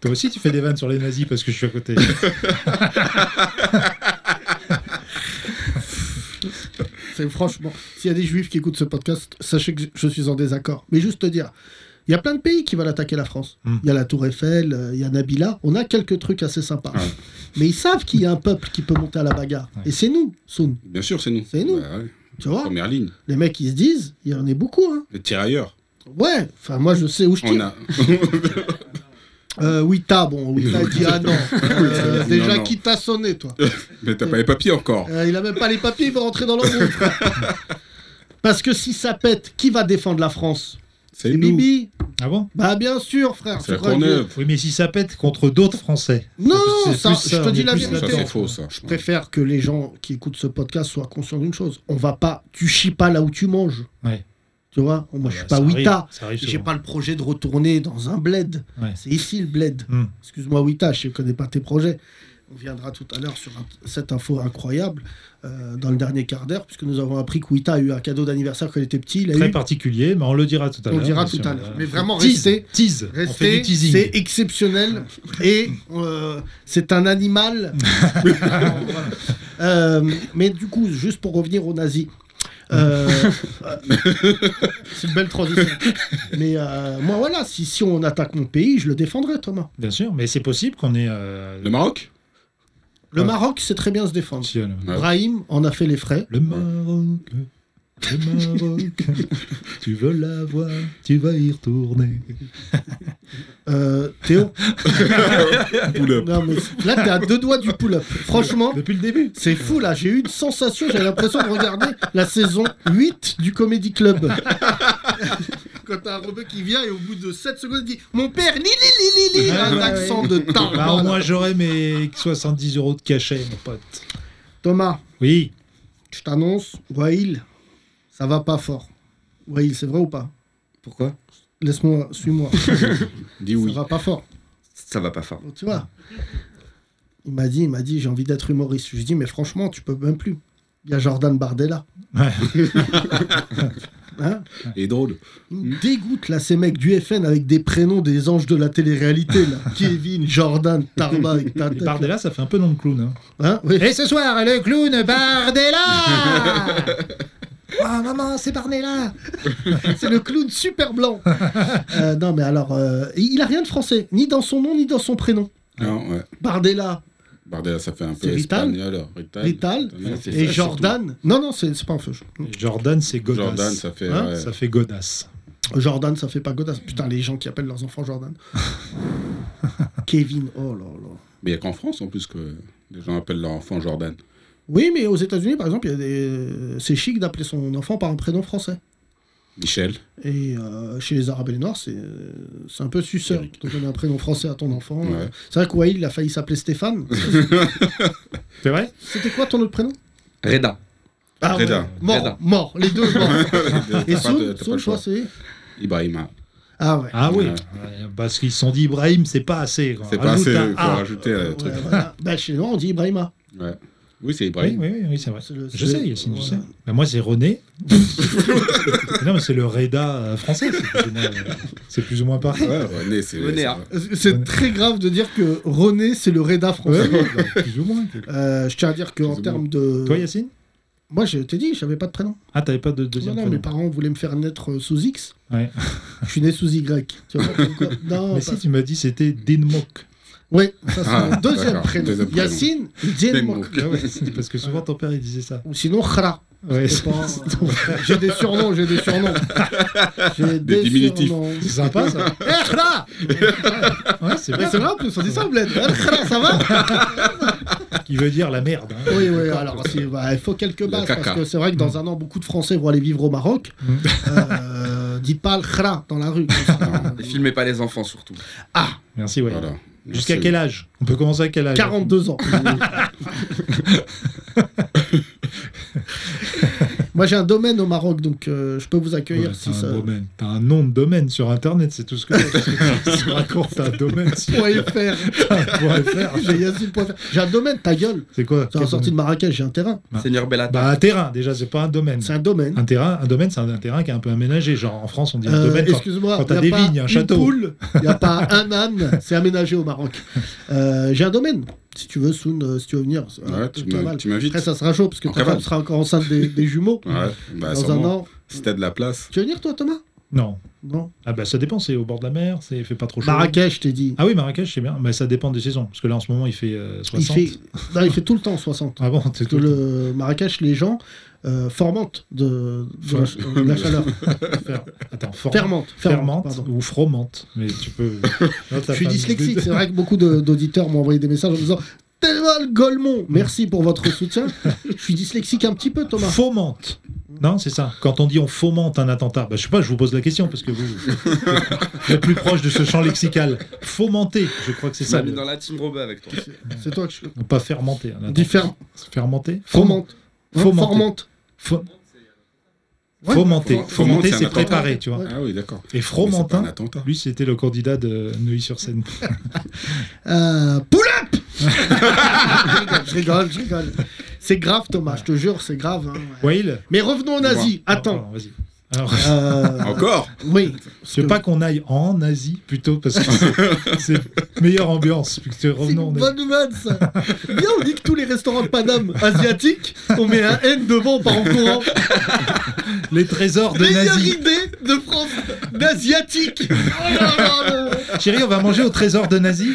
[SPEAKER 3] toi aussi tu fais des vannes sur les nazis parce que je suis à côté.
[SPEAKER 5] c'est- franchement, s'il y a des juifs qui écoutent ce podcast, sachez que je suis en désaccord. Mais juste te dire, il y a plein de pays qui veulent attaquer la France. Il
[SPEAKER 3] Hmm.
[SPEAKER 5] y a la Tour Eiffel, euh, il y a Nabila. On a quelques trucs assez sympas. Mais ils savent qu'il y a un peuple qui peut monter à la bagarre. Et c'est nous, Soun.
[SPEAKER 4] Bien sûr, c'est nous.
[SPEAKER 5] C'est nous.
[SPEAKER 4] Bah ouais.
[SPEAKER 5] Tu vois
[SPEAKER 4] Première ligne.
[SPEAKER 5] Les mecs, ils se disent, il y en a beaucoup. Hein.
[SPEAKER 4] Le tirailleur.
[SPEAKER 5] Ouais, enfin, moi, je sais où je
[SPEAKER 4] On
[SPEAKER 5] tire.
[SPEAKER 4] a.
[SPEAKER 5] Euh, Wita, bon, Wita dit ah non. Euh,
[SPEAKER 4] Non,
[SPEAKER 5] déjà,
[SPEAKER 4] non.
[SPEAKER 5] qui t'a sonné, toi
[SPEAKER 4] Mais t'as pas les papiers encore.
[SPEAKER 5] Euh, Il a même pas les papiers, il veut rentrer dans l'embrouille. Parce que si ça pète, qui va défendre la France
[SPEAKER 4] C'est
[SPEAKER 5] C'est
[SPEAKER 4] nous.
[SPEAKER 5] Bibi
[SPEAKER 3] Ah bon
[SPEAKER 5] Bah, bien sûr, frère.
[SPEAKER 4] C'est
[SPEAKER 5] tu
[SPEAKER 4] la
[SPEAKER 5] crois que-
[SPEAKER 4] Courneuve.
[SPEAKER 3] Oui, mais si ça pète contre d'autres Français.
[SPEAKER 5] Non,
[SPEAKER 3] C'est plus
[SPEAKER 5] ça,
[SPEAKER 3] ça,
[SPEAKER 5] je te
[SPEAKER 3] on
[SPEAKER 5] dis
[SPEAKER 3] est
[SPEAKER 5] la
[SPEAKER 3] plus
[SPEAKER 4] Ça,
[SPEAKER 5] vérité.
[SPEAKER 4] c'est faux, ça.
[SPEAKER 5] Je préfère que les gens qui écoutent ce podcast soient conscients d'une chose. On va pas, tu chies pas là où tu manges.
[SPEAKER 3] Ouais. Ah bah,
[SPEAKER 5] Tu vois, moi je suis
[SPEAKER 3] Ça
[SPEAKER 5] pas
[SPEAKER 3] arrive,
[SPEAKER 5] Wita.
[SPEAKER 3] Ça arrive
[SPEAKER 5] J'ai
[SPEAKER 3] souvent.
[SPEAKER 5] pas le projet de retourner dans un bled.
[SPEAKER 3] hein. Ouais.
[SPEAKER 5] C'est ici le bled.
[SPEAKER 3] Hmm.
[SPEAKER 5] Excuse-moi, Wita, je connais pas tes projets. On viendra tout à l'heure sur un- cette info incroyable euh, dans le dernier quart d'heure, puisque nous avons appris que Wita a eu un cadeau d'anniversaire quand il était petit. Il a
[SPEAKER 3] Très
[SPEAKER 5] eu-
[SPEAKER 3] particulier, mais on le dira tout à
[SPEAKER 5] on
[SPEAKER 3] l'heure.
[SPEAKER 5] le dira
[SPEAKER 3] bien
[SPEAKER 5] tout
[SPEAKER 3] sûr.
[SPEAKER 5] à l'heure.
[SPEAKER 3] Euh,
[SPEAKER 5] Mais vraiment,
[SPEAKER 3] tease,
[SPEAKER 5] restez.
[SPEAKER 3] Tease. On fait
[SPEAKER 5] Restez,
[SPEAKER 3] du teasing.
[SPEAKER 5] c'est exceptionnel et euh, c'est un animal. Voilà. Euh, mais du coup, juste pour revenir aux nazis, euh, euh, c'est une belle transition. Mais euh, moi, voilà, si, si on attaque mon pays, je le défendrai, Thomas.
[SPEAKER 3] Bien sûr, mais c'est possible qu'on ait. euh,
[SPEAKER 4] Le Maroc
[SPEAKER 5] Le
[SPEAKER 3] Ouais.
[SPEAKER 5] Maroc sait très bien se défendre.
[SPEAKER 3] si, euh, le-
[SPEAKER 4] Ouais.
[SPEAKER 5] Brahim en a fait les frais.
[SPEAKER 3] Le Maroc, le Maroc, tu veux la voir, tu vas y retourner.
[SPEAKER 5] Euh, Théo,
[SPEAKER 4] Boule.
[SPEAKER 5] Ah, non, mais là, t'es à deux doigts du pull-up. Franchement,
[SPEAKER 3] Depuis le début.
[SPEAKER 5] C'est fou là, j'ai eu une sensation, j'avais l'impression de regarder la saison 8 du Comedy Club. Quand t'as un robot qui vient et au bout de 7 secondes il dit Mon père, li li li li li
[SPEAKER 3] Ouais,
[SPEAKER 5] Un
[SPEAKER 3] ouais,
[SPEAKER 5] accent de tard.
[SPEAKER 3] Bah, au moins, j'aurais mes 70 euros de cachet, mon pote.
[SPEAKER 5] Thomas,
[SPEAKER 3] Oui.
[SPEAKER 5] je t'annonce, Wail, ça va pas fort. Wail, c'est vrai ou pas
[SPEAKER 6] Pourquoi
[SPEAKER 5] Laisse-moi, suis-moi.
[SPEAKER 4] Dis
[SPEAKER 5] ça
[SPEAKER 4] oui.
[SPEAKER 5] va pas fort.
[SPEAKER 6] Ça va pas fort.
[SPEAKER 5] Bon, tu vois Il m'a dit, il m'a dit, j'ai envie d'être humoriste. Je lui dis, mais franchement, tu peux même plus. Il y a Jordan Bardella.
[SPEAKER 3] Ouais.
[SPEAKER 5] Hein
[SPEAKER 4] Et drôle.
[SPEAKER 5] Ils me dégoûtent là ces mecs du FN avec des prénoms des anges de la télé-réalité là. Kevin, Jordan, Tarba avec ta tête, là.
[SPEAKER 3] Bardella, ça fait un peu nom de clown. hein.
[SPEAKER 5] Hein Oui.
[SPEAKER 3] Et ce soir, le clown Bardella Ah maman, c'est Bardella
[SPEAKER 5] C'est le clown super blanc. Euh, non mais alors, euh, il a rien de français, ni dans son nom ni dans son prénom.
[SPEAKER 4] Non, ouais.
[SPEAKER 5] Bardella
[SPEAKER 4] Bardella, ça fait un peu
[SPEAKER 5] C'est Rital
[SPEAKER 4] espagnol. Rital.
[SPEAKER 5] Rital.
[SPEAKER 4] Non, c'est
[SPEAKER 5] et
[SPEAKER 4] ça,
[SPEAKER 5] Jordan. Non non, c'est c'est pas un feu.
[SPEAKER 3] Jordan, c'est
[SPEAKER 4] surtout.
[SPEAKER 3] Godas.
[SPEAKER 4] Jordan, ça fait.
[SPEAKER 5] Hein,
[SPEAKER 4] ouais.
[SPEAKER 3] Ça fait Godas.
[SPEAKER 5] Jordan, ça fait pas godasse. Putain, les gens qui appellent leurs enfants Jordan. Kevin, oh là là.
[SPEAKER 4] Mais il n'y a qu'en France, en plus, que les gens appellent leur enfant Jordan.
[SPEAKER 5] Oui, mais aux États-Unis, par exemple, il y a des... euh, c'est chic d'appeler son enfant par un prénom français.
[SPEAKER 4] Michel.
[SPEAKER 5] Et euh, chez les Arabes et les Noirs, c'est euh, c'est un peu suceur. Donc on a un prénom français à ton enfant.
[SPEAKER 4] Ouais.
[SPEAKER 5] Euh, C'est vrai que Wail, il a failli s'appeler Stéphane.
[SPEAKER 3] C'est vrai
[SPEAKER 5] C'était quoi ton autre prénom
[SPEAKER 6] Reda.
[SPEAKER 5] ah, ouais.
[SPEAKER 4] Reda.
[SPEAKER 5] Mort,
[SPEAKER 6] Reda.
[SPEAKER 5] mort, les deux morts. Ah, et
[SPEAKER 4] T'as pas de-
[SPEAKER 5] Soul,
[SPEAKER 4] t'as pas
[SPEAKER 5] Soul,
[SPEAKER 4] le
[SPEAKER 5] je crois,
[SPEAKER 4] choix.
[SPEAKER 5] c'est.
[SPEAKER 4] Ibrahima.
[SPEAKER 5] Ah ouais.
[SPEAKER 3] Ah oui,
[SPEAKER 4] Ouais.
[SPEAKER 3] Ouais, parce qu'ils se sont dit Ibrahim, c'est pas assez. quoi.
[SPEAKER 5] Ah,
[SPEAKER 4] C'est pas
[SPEAKER 3] Rajoute
[SPEAKER 4] assez.
[SPEAKER 3] un
[SPEAKER 4] Il faut
[SPEAKER 3] A.
[SPEAKER 4] rajouter
[SPEAKER 5] Ouais,
[SPEAKER 4] Ah, le truc.
[SPEAKER 5] voilà. bah, chez les Noirs, on dit Ibrahima.
[SPEAKER 4] Ouais. Oui, c'est
[SPEAKER 3] Oui,
[SPEAKER 4] Ibrahim.
[SPEAKER 3] oui, oui, oui, c'est vrai.
[SPEAKER 5] C'est le-
[SPEAKER 3] Je
[SPEAKER 5] c'est-
[SPEAKER 3] sais, Yacine, je
[SPEAKER 5] ouais.
[SPEAKER 3] sais. Mais moi, c'est René. non, mais c'est le Reda euh, français. c'est plus ou moins, euh, C'est plus ou moins pareil.
[SPEAKER 4] Ouais, René, c'est.
[SPEAKER 6] René,
[SPEAKER 4] c'est-
[SPEAKER 6] hein.
[SPEAKER 5] C'est très grave de dire que René, c'est le Reda
[SPEAKER 3] Ouais,
[SPEAKER 5] français.
[SPEAKER 3] ouais, bah, plus ou moins.
[SPEAKER 5] Euh, je tiens à dire qu'en
[SPEAKER 4] Excusez-moi.
[SPEAKER 5] termes de.
[SPEAKER 3] Toi, Yacine
[SPEAKER 5] Moi, je t'ai dit, j'avais pas de prénom.
[SPEAKER 3] Ah, t'avais pas de deuxième
[SPEAKER 5] non, non, mes
[SPEAKER 3] prénom.
[SPEAKER 5] parents voulaient me faire naître euh, sous X.
[SPEAKER 3] Ouais.
[SPEAKER 5] Je suis né sous Y. Tu vois, comme quoi. Non,
[SPEAKER 3] Mais
[SPEAKER 5] pas- Mm.
[SPEAKER 3] si, tu m'as dit c'était Dinmok.
[SPEAKER 5] Oui, ça c'est
[SPEAKER 4] Ah,
[SPEAKER 5] mon deuxième
[SPEAKER 4] d'accord,
[SPEAKER 5] prénom.
[SPEAKER 4] deuxième prénom.
[SPEAKER 5] Yacine Djenmok.
[SPEAKER 4] Denmok.
[SPEAKER 3] Ah ouais, c'est parce que souvent, ton père, il disait ça.
[SPEAKER 5] Ou sinon Khra.
[SPEAKER 3] Ouais,
[SPEAKER 5] C'est
[SPEAKER 3] c'est
[SPEAKER 5] pas- euh, J'ai des surnoms, j'ai des surnoms. J'ai
[SPEAKER 4] Des diminutifs.
[SPEAKER 5] surnoms.
[SPEAKER 3] c'est sympa, ça.
[SPEAKER 5] Eh Khra
[SPEAKER 3] Ouais, c'est
[SPEAKER 5] Mais
[SPEAKER 3] bien.
[SPEAKER 5] c'est vrai en plus, on dit ça au bled. Eh, Khra, ça va
[SPEAKER 3] Qui veut dire la merde. hein.
[SPEAKER 5] Oui, oui, alors c'est- bah, il faut quelques bases parce
[SPEAKER 4] caca.
[SPEAKER 5] que c'est vrai que dans un an, beaucoup de Français vont aller vivre au Maroc.
[SPEAKER 3] Mm.
[SPEAKER 5] Euh, dites pas le Khra dans la rue. comme ça.
[SPEAKER 6] Et filmez pas les enfants surtout.
[SPEAKER 5] Ah,
[SPEAKER 3] Merci, ouais.
[SPEAKER 4] Voilà.
[SPEAKER 3] Jusqu'à
[SPEAKER 4] Merci.
[SPEAKER 3] quel âge On peut commencer à quel âge
[SPEAKER 5] 42 ans. Moi, j'ai un domaine au Maroc, donc euh, je peux vous accueillir
[SPEAKER 3] Ouais,
[SPEAKER 5] si
[SPEAKER 3] t'as
[SPEAKER 5] ça.
[SPEAKER 3] un domaine. T'as un nom de domaine sur Internet, c'est tout ce que t'as. Tu racontes, t'as un domaine sur
[SPEAKER 5] Point .fr.
[SPEAKER 3] .fr.
[SPEAKER 5] J'ai Yassine.fr. J'ai un domaine, ta gueule.
[SPEAKER 3] C'est quoi
[SPEAKER 5] C'est
[SPEAKER 3] quel
[SPEAKER 5] sortie de Marrakech, j'ai un terrain.
[SPEAKER 3] Bah.
[SPEAKER 6] Seigneur
[SPEAKER 3] domaine
[SPEAKER 6] Bellata.
[SPEAKER 3] Bah, un terrain, déjà, c'est pas un domaine.
[SPEAKER 5] C'est un domaine.
[SPEAKER 3] Un terrain, un domaine, c'est un, un terrain qui est un peu aménagé. Genre, en France, on dit un
[SPEAKER 5] Euh,
[SPEAKER 3] domaine quand,
[SPEAKER 5] Excuse-moi,
[SPEAKER 3] quand t'as
[SPEAKER 5] y a
[SPEAKER 3] des
[SPEAKER 5] pas
[SPEAKER 3] vignes, un
[SPEAKER 5] une
[SPEAKER 3] château.
[SPEAKER 5] poule, Il n'y a pas un âne, c'est aménagé au Maroc. Euh, j'ai un domaine, si tu veux, Soun, euh, si tu veux venir. c'est-
[SPEAKER 4] Ouais, tu
[SPEAKER 5] c'est pas
[SPEAKER 4] m'in-
[SPEAKER 5] mal.
[SPEAKER 4] tu m'invites.
[SPEAKER 5] Après, ça sera chaud, parce que
[SPEAKER 4] En
[SPEAKER 5] ta femme
[SPEAKER 4] cavale.
[SPEAKER 5] sera encore enceinte des, des jumeaux.
[SPEAKER 4] Ouais, bah,
[SPEAKER 5] dans un
[SPEAKER 4] sûrement.
[SPEAKER 5] an.
[SPEAKER 4] Si t'as de la place.
[SPEAKER 5] Tu veux venir, toi, Thomas
[SPEAKER 3] Non.
[SPEAKER 5] Non.
[SPEAKER 3] Ah, bah, ça dépend, c'est au bord de la mer, c'est il fait pas trop chaud.
[SPEAKER 5] Marrakech, je t'ai dit.
[SPEAKER 3] Ah oui, Marrakech, c'est bien. Mais ça dépend des saisons. Parce que là, en ce moment, il fait euh,
[SPEAKER 5] Il
[SPEAKER 3] 60.
[SPEAKER 5] fait, non, il fait tout le temps 60.
[SPEAKER 3] Ah bon, c'est
[SPEAKER 5] Parce que
[SPEAKER 3] tout. Le...
[SPEAKER 5] le Marrakech, les gens euh, formentent de, de la-
[SPEAKER 4] Fer-
[SPEAKER 5] de la, chaleur.
[SPEAKER 3] fer- Attends, forme-
[SPEAKER 5] Fermente. Fermente.
[SPEAKER 3] fermente
[SPEAKER 5] pardon.
[SPEAKER 3] ou fromente. Mais tu peux. Là, t'as
[SPEAKER 5] Je suis
[SPEAKER 3] pas-
[SPEAKER 5] dyslexique. C'est vrai que beaucoup de- d'auditeurs m'ont envoyé des messages en me disant Tellement le Golemont, merci pour votre soutien. Je suis dyslexique un petit peu, Thomas.
[SPEAKER 3] Fomente. Non, c'est ça. Quand on dit on fomente un attentat, bah, je sais pas, je vous pose la question parce que vous, vous êtes plus proche de ce champ lexical. Fomenter, je crois que c'est
[SPEAKER 6] Tu m'as
[SPEAKER 3] ça.
[SPEAKER 6] mis
[SPEAKER 3] le-
[SPEAKER 6] dans la team Robin avec toi.
[SPEAKER 5] C'est toi que je.
[SPEAKER 3] non, Pas fermenter. un
[SPEAKER 5] On
[SPEAKER 3] attentat.
[SPEAKER 5] dit fer-
[SPEAKER 3] Fermenter.
[SPEAKER 5] Fomente. Hein,
[SPEAKER 3] Fomenter.
[SPEAKER 5] Formente.
[SPEAKER 3] Fo-
[SPEAKER 5] Ouais.
[SPEAKER 3] Fomenter.
[SPEAKER 4] Fomenter,
[SPEAKER 3] Fomenter,
[SPEAKER 4] c'est un
[SPEAKER 3] c'est
[SPEAKER 4] attentat.
[SPEAKER 3] préparer, tu vois.
[SPEAKER 5] Ouais.
[SPEAKER 4] Ah oui, d'accord.
[SPEAKER 3] Et
[SPEAKER 4] Mais c'est pas un
[SPEAKER 3] Fromentin,
[SPEAKER 4] attentat.
[SPEAKER 3] lui, c'était le candidat de Neuilly-sur-Seine.
[SPEAKER 5] Euh, pull up Je rigole, je rigole. C'est grave, Thomas, je te jure, c'est grave. hein, ouais.
[SPEAKER 3] Wail
[SPEAKER 5] Mais revenons en Asie. Attends.
[SPEAKER 3] Pardon, Vas-y. Alors,
[SPEAKER 5] Euh,
[SPEAKER 4] Encore
[SPEAKER 5] Oui.
[SPEAKER 3] je veux pas qu'on aille en Asie plutôt parce que c'est- c'est meilleure ambiance. Puis que tu
[SPEAKER 5] C'est
[SPEAKER 3] revenons
[SPEAKER 5] une
[SPEAKER 3] en
[SPEAKER 5] bonne vanne, ça. Viens, on dit que tous les restaurants de Paname asiatiques, on met un N devant, on part en courant.
[SPEAKER 3] Asie. Les trésors de
[SPEAKER 5] Meilleure
[SPEAKER 3] Nazi.
[SPEAKER 5] idée de France d'asiatique. Oh là là là.
[SPEAKER 3] Chérie, on va manger au trésor de Nazi.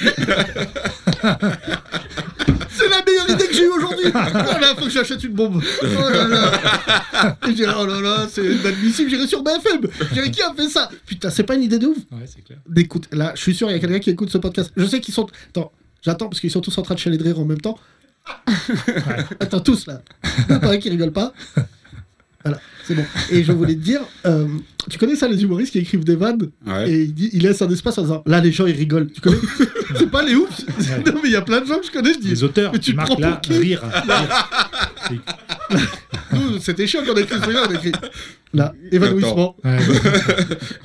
[SPEAKER 5] C'est la meilleure idée que j'ai eue aujourd'hui. Oh là, faut que j'achète une bombe. Oh là là. Et j'ai dit, oh là là, c'est inadmissible. J'irai sur BFM. J'irai qui a fait ça Putain, c'est pas une idée de ouf.
[SPEAKER 3] Ouais, c'est clair.
[SPEAKER 5] d'écoute. Là, je suis sûr, il y a quelqu'un qui écoute ce podcast. Je sais qu'ils sont. Attends, j'attends parce qu'ils sont tous en train de chialer de rire en même temps. Attends, tous là. Il y en a un qui rigole pas. Voilà, c'est bon. Et je voulais te dire, euh, tu connais ça, les humoristes qui écrivent des vannes
[SPEAKER 4] Ouais.
[SPEAKER 5] et ils, disent- ils laissent un espace en disant là, les gens ils rigolent. Tu connais C'est pas les oups. Non, mais il y a plein de gens que je connais, je dis.
[SPEAKER 3] Les auteurs,
[SPEAKER 5] Mais
[SPEAKER 3] tu
[SPEAKER 5] tu te
[SPEAKER 3] marques
[SPEAKER 5] prends
[SPEAKER 3] là,
[SPEAKER 5] pour qui
[SPEAKER 3] rire.
[SPEAKER 5] Nous, C'était chiant qu'on a écrit ce truc-là, on a écrit. Là, évanouissement.
[SPEAKER 3] Ouais.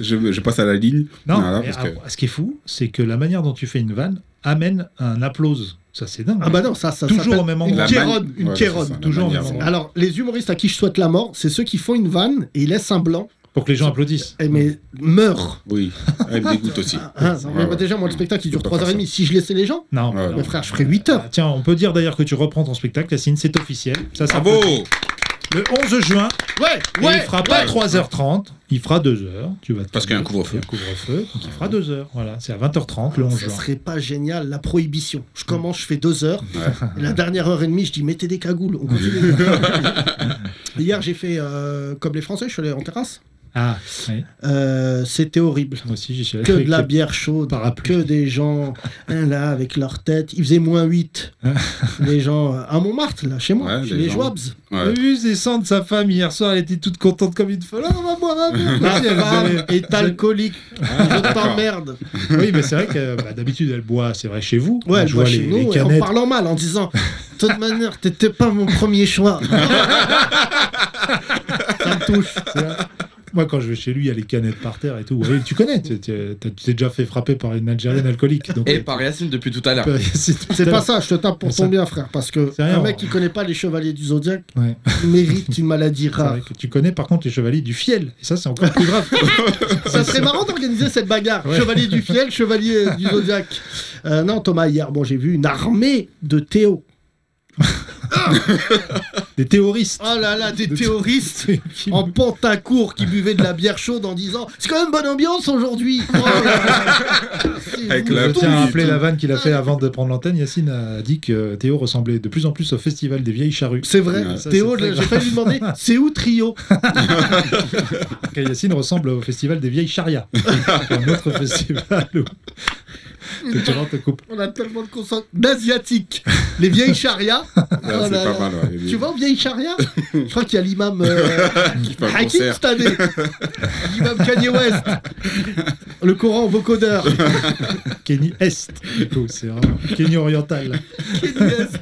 [SPEAKER 4] Je, je passe à la ligne.
[SPEAKER 3] Non,
[SPEAKER 4] Voilà,
[SPEAKER 3] mais
[SPEAKER 4] parce que-
[SPEAKER 3] alors, ce qui est fou, c'est que la manière dont tu fais une vanne amène un applause. Ça, c'est dingue.
[SPEAKER 5] Ah bah non, ça, ça
[SPEAKER 3] Toujours
[SPEAKER 5] s'appelle
[SPEAKER 3] au même
[SPEAKER 5] Une
[SPEAKER 3] endroit.
[SPEAKER 4] La
[SPEAKER 5] kéronne,
[SPEAKER 4] man-
[SPEAKER 5] une
[SPEAKER 4] Ouais, c'est ça,
[SPEAKER 5] kéronne.
[SPEAKER 4] la
[SPEAKER 3] toujours en
[SPEAKER 4] manière-
[SPEAKER 3] même endroit.
[SPEAKER 5] Alors, les humoristes à qui je souhaite la mort, c'est ceux qui font une vanne et ils laissent un blanc,
[SPEAKER 3] Pour que les gens applaudissent.
[SPEAKER 5] et Eh, mais meurent.
[SPEAKER 4] Oui, elle me dégoûte aussi.
[SPEAKER 5] Ah, non, mais
[SPEAKER 4] Ouais, ouais.
[SPEAKER 5] déjà, moi, le spectacle, il
[SPEAKER 4] Faut
[SPEAKER 5] dure
[SPEAKER 4] pas
[SPEAKER 5] 3h30.
[SPEAKER 4] faire
[SPEAKER 5] Si je laissais les gens,
[SPEAKER 3] Non.
[SPEAKER 4] Ouais,
[SPEAKER 3] non.
[SPEAKER 5] mais frère, je ferais 8
[SPEAKER 3] Ah,
[SPEAKER 5] heures.
[SPEAKER 3] tiens, on peut dire d'ailleurs que tu reprends ton spectacle, Yacine, c'est officiel. Ça, ça
[SPEAKER 4] Bravo
[SPEAKER 3] Le 11 juin,
[SPEAKER 5] Ouais,
[SPEAKER 3] et il fera pas 3h30, il fera 2h. Tu vas te
[SPEAKER 4] Parce qu'il y a un
[SPEAKER 3] Il
[SPEAKER 4] couvre-feu.
[SPEAKER 3] y a un couvre-feu, donc il fera 2h. Voilà, c'est à 20h30 le 11
[SPEAKER 5] Ah, Ça
[SPEAKER 3] juin.
[SPEAKER 5] serait pas génial, la prohibition.
[SPEAKER 4] Mm.
[SPEAKER 5] Je commence, je fais 2 heures. Et la dernière heure et demie, je dis, mettez des cagoules, on continue. Hier, j'ai fait, euh, comme les Français, je suis allé en terrasse.
[SPEAKER 3] Ah, oui,
[SPEAKER 5] Euh, C'était horrible.
[SPEAKER 3] moi aussi j'y suis allé.
[SPEAKER 5] Que
[SPEAKER 3] avec
[SPEAKER 5] de la
[SPEAKER 3] les-
[SPEAKER 5] bière chaude,
[SPEAKER 3] parapluie.
[SPEAKER 5] que des gens hein, là avec leur tête. Il faisait moins 8. les gens euh, à Montmartre, là, chez moi,
[SPEAKER 4] Ouais,
[SPEAKER 5] chez
[SPEAKER 4] les
[SPEAKER 5] les
[SPEAKER 4] gens.
[SPEAKER 5] Joabs.
[SPEAKER 4] Ouais.
[SPEAKER 3] J'ai vu descendre sa femme hier soir, elle était toute contente comme une folle. Ah, on va boire un verre.
[SPEAKER 5] Ma
[SPEAKER 3] Merci, elle
[SPEAKER 5] femme
[SPEAKER 3] avait-
[SPEAKER 5] est alcoolique.
[SPEAKER 4] Ah,
[SPEAKER 5] Je t'emmerde.
[SPEAKER 3] Oui, mais c'est vrai que bah, d'habitude elle boit, c'est vrai, chez vous. On
[SPEAKER 5] Ouais, elle
[SPEAKER 3] voit
[SPEAKER 5] voit chez
[SPEAKER 3] les, les
[SPEAKER 5] nous et en
[SPEAKER 3] canettes.
[SPEAKER 5] parlant mal, en disant De toute manière, t'étais pas mon premier choix. Ça me touche.
[SPEAKER 3] C'est vrai. Moi, quand je vais chez lui, il y a les canettes par terre et tout. Ouais, tu connais, tu tu- t'as- tu t'es déjà fait frapper par une Algérienne alcoolique. Donc, euh,
[SPEAKER 6] Et par Yacine depuis tout à
[SPEAKER 3] Bah,
[SPEAKER 6] l'heure.
[SPEAKER 5] C'est
[SPEAKER 3] c'est
[SPEAKER 5] pas ça, je te tape pour
[SPEAKER 3] Ça-
[SPEAKER 5] ton bien, frère. Parce que
[SPEAKER 3] C'est rien,
[SPEAKER 5] un mec
[SPEAKER 3] on-
[SPEAKER 5] qui connaît pas les chevaliers du zodiaque
[SPEAKER 3] Ouais.
[SPEAKER 5] mérite une maladie
[SPEAKER 3] C'est
[SPEAKER 5] rare.
[SPEAKER 3] vrai que tu connais par contre les chevaliers du fiel. Et ça, c'est encore plus grave.
[SPEAKER 5] Ça serait marrant d'organiser cette bagarre.
[SPEAKER 3] Ouais.
[SPEAKER 5] Chevalier du fiel, chevalier euh, du zodiaque. Euh, non, Thomas, hier, bon, j'ai vu une armée de Théo.
[SPEAKER 3] Des théoristes.
[SPEAKER 5] Oh là là, des théoristes en pantacourt qui buvaient de la bière chaude en disant C'est quand même bonne ambiance aujourd'hui. Oh là là. C'est
[SPEAKER 4] Avec
[SPEAKER 5] vous.
[SPEAKER 4] la
[SPEAKER 3] Je tiens à rappeler
[SPEAKER 4] tout.
[SPEAKER 3] la vanne qu'il a fait avant de prendre l'antenne. Yacine a dit que Théo ressemblait de plus en plus au festival des vieilles charrues.
[SPEAKER 5] C'est vrai,
[SPEAKER 4] Ouais,
[SPEAKER 3] ça,
[SPEAKER 5] Théo,
[SPEAKER 3] c'est très
[SPEAKER 5] j'ai
[SPEAKER 3] grave.
[SPEAKER 5] failli lui demander C'est où Trio
[SPEAKER 3] Parce que Yacine ressemble au festival des vieilles charias. un autre festival où que tu rentres au couple.
[SPEAKER 5] On a tellement de consonnes d'asiatiques. Les vieilles charias.
[SPEAKER 4] Là,
[SPEAKER 5] Oh
[SPEAKER 4] c'est
[SPEAKER 5] là
[SPEAKER 4] pas
[SPEAKER 5] là.
[SPEAKER 4] mal. ouais.
[SPEAKER 5] Tu vas aux vieilles charias Je crois qu'il y a l'imam. euh,
[SPEAKER 4] Qui fait un
[SPEAKER 5] Hakim
[SPEAKER 4] concert.
[SPEAKER 5] cette année L'imam Kanye West Le Coran au vocodeur
[SPEAKER 3] Kenny Est, du coup, c'est vraiment Kenny oriental.
[SPEAKER 5] Kanye West.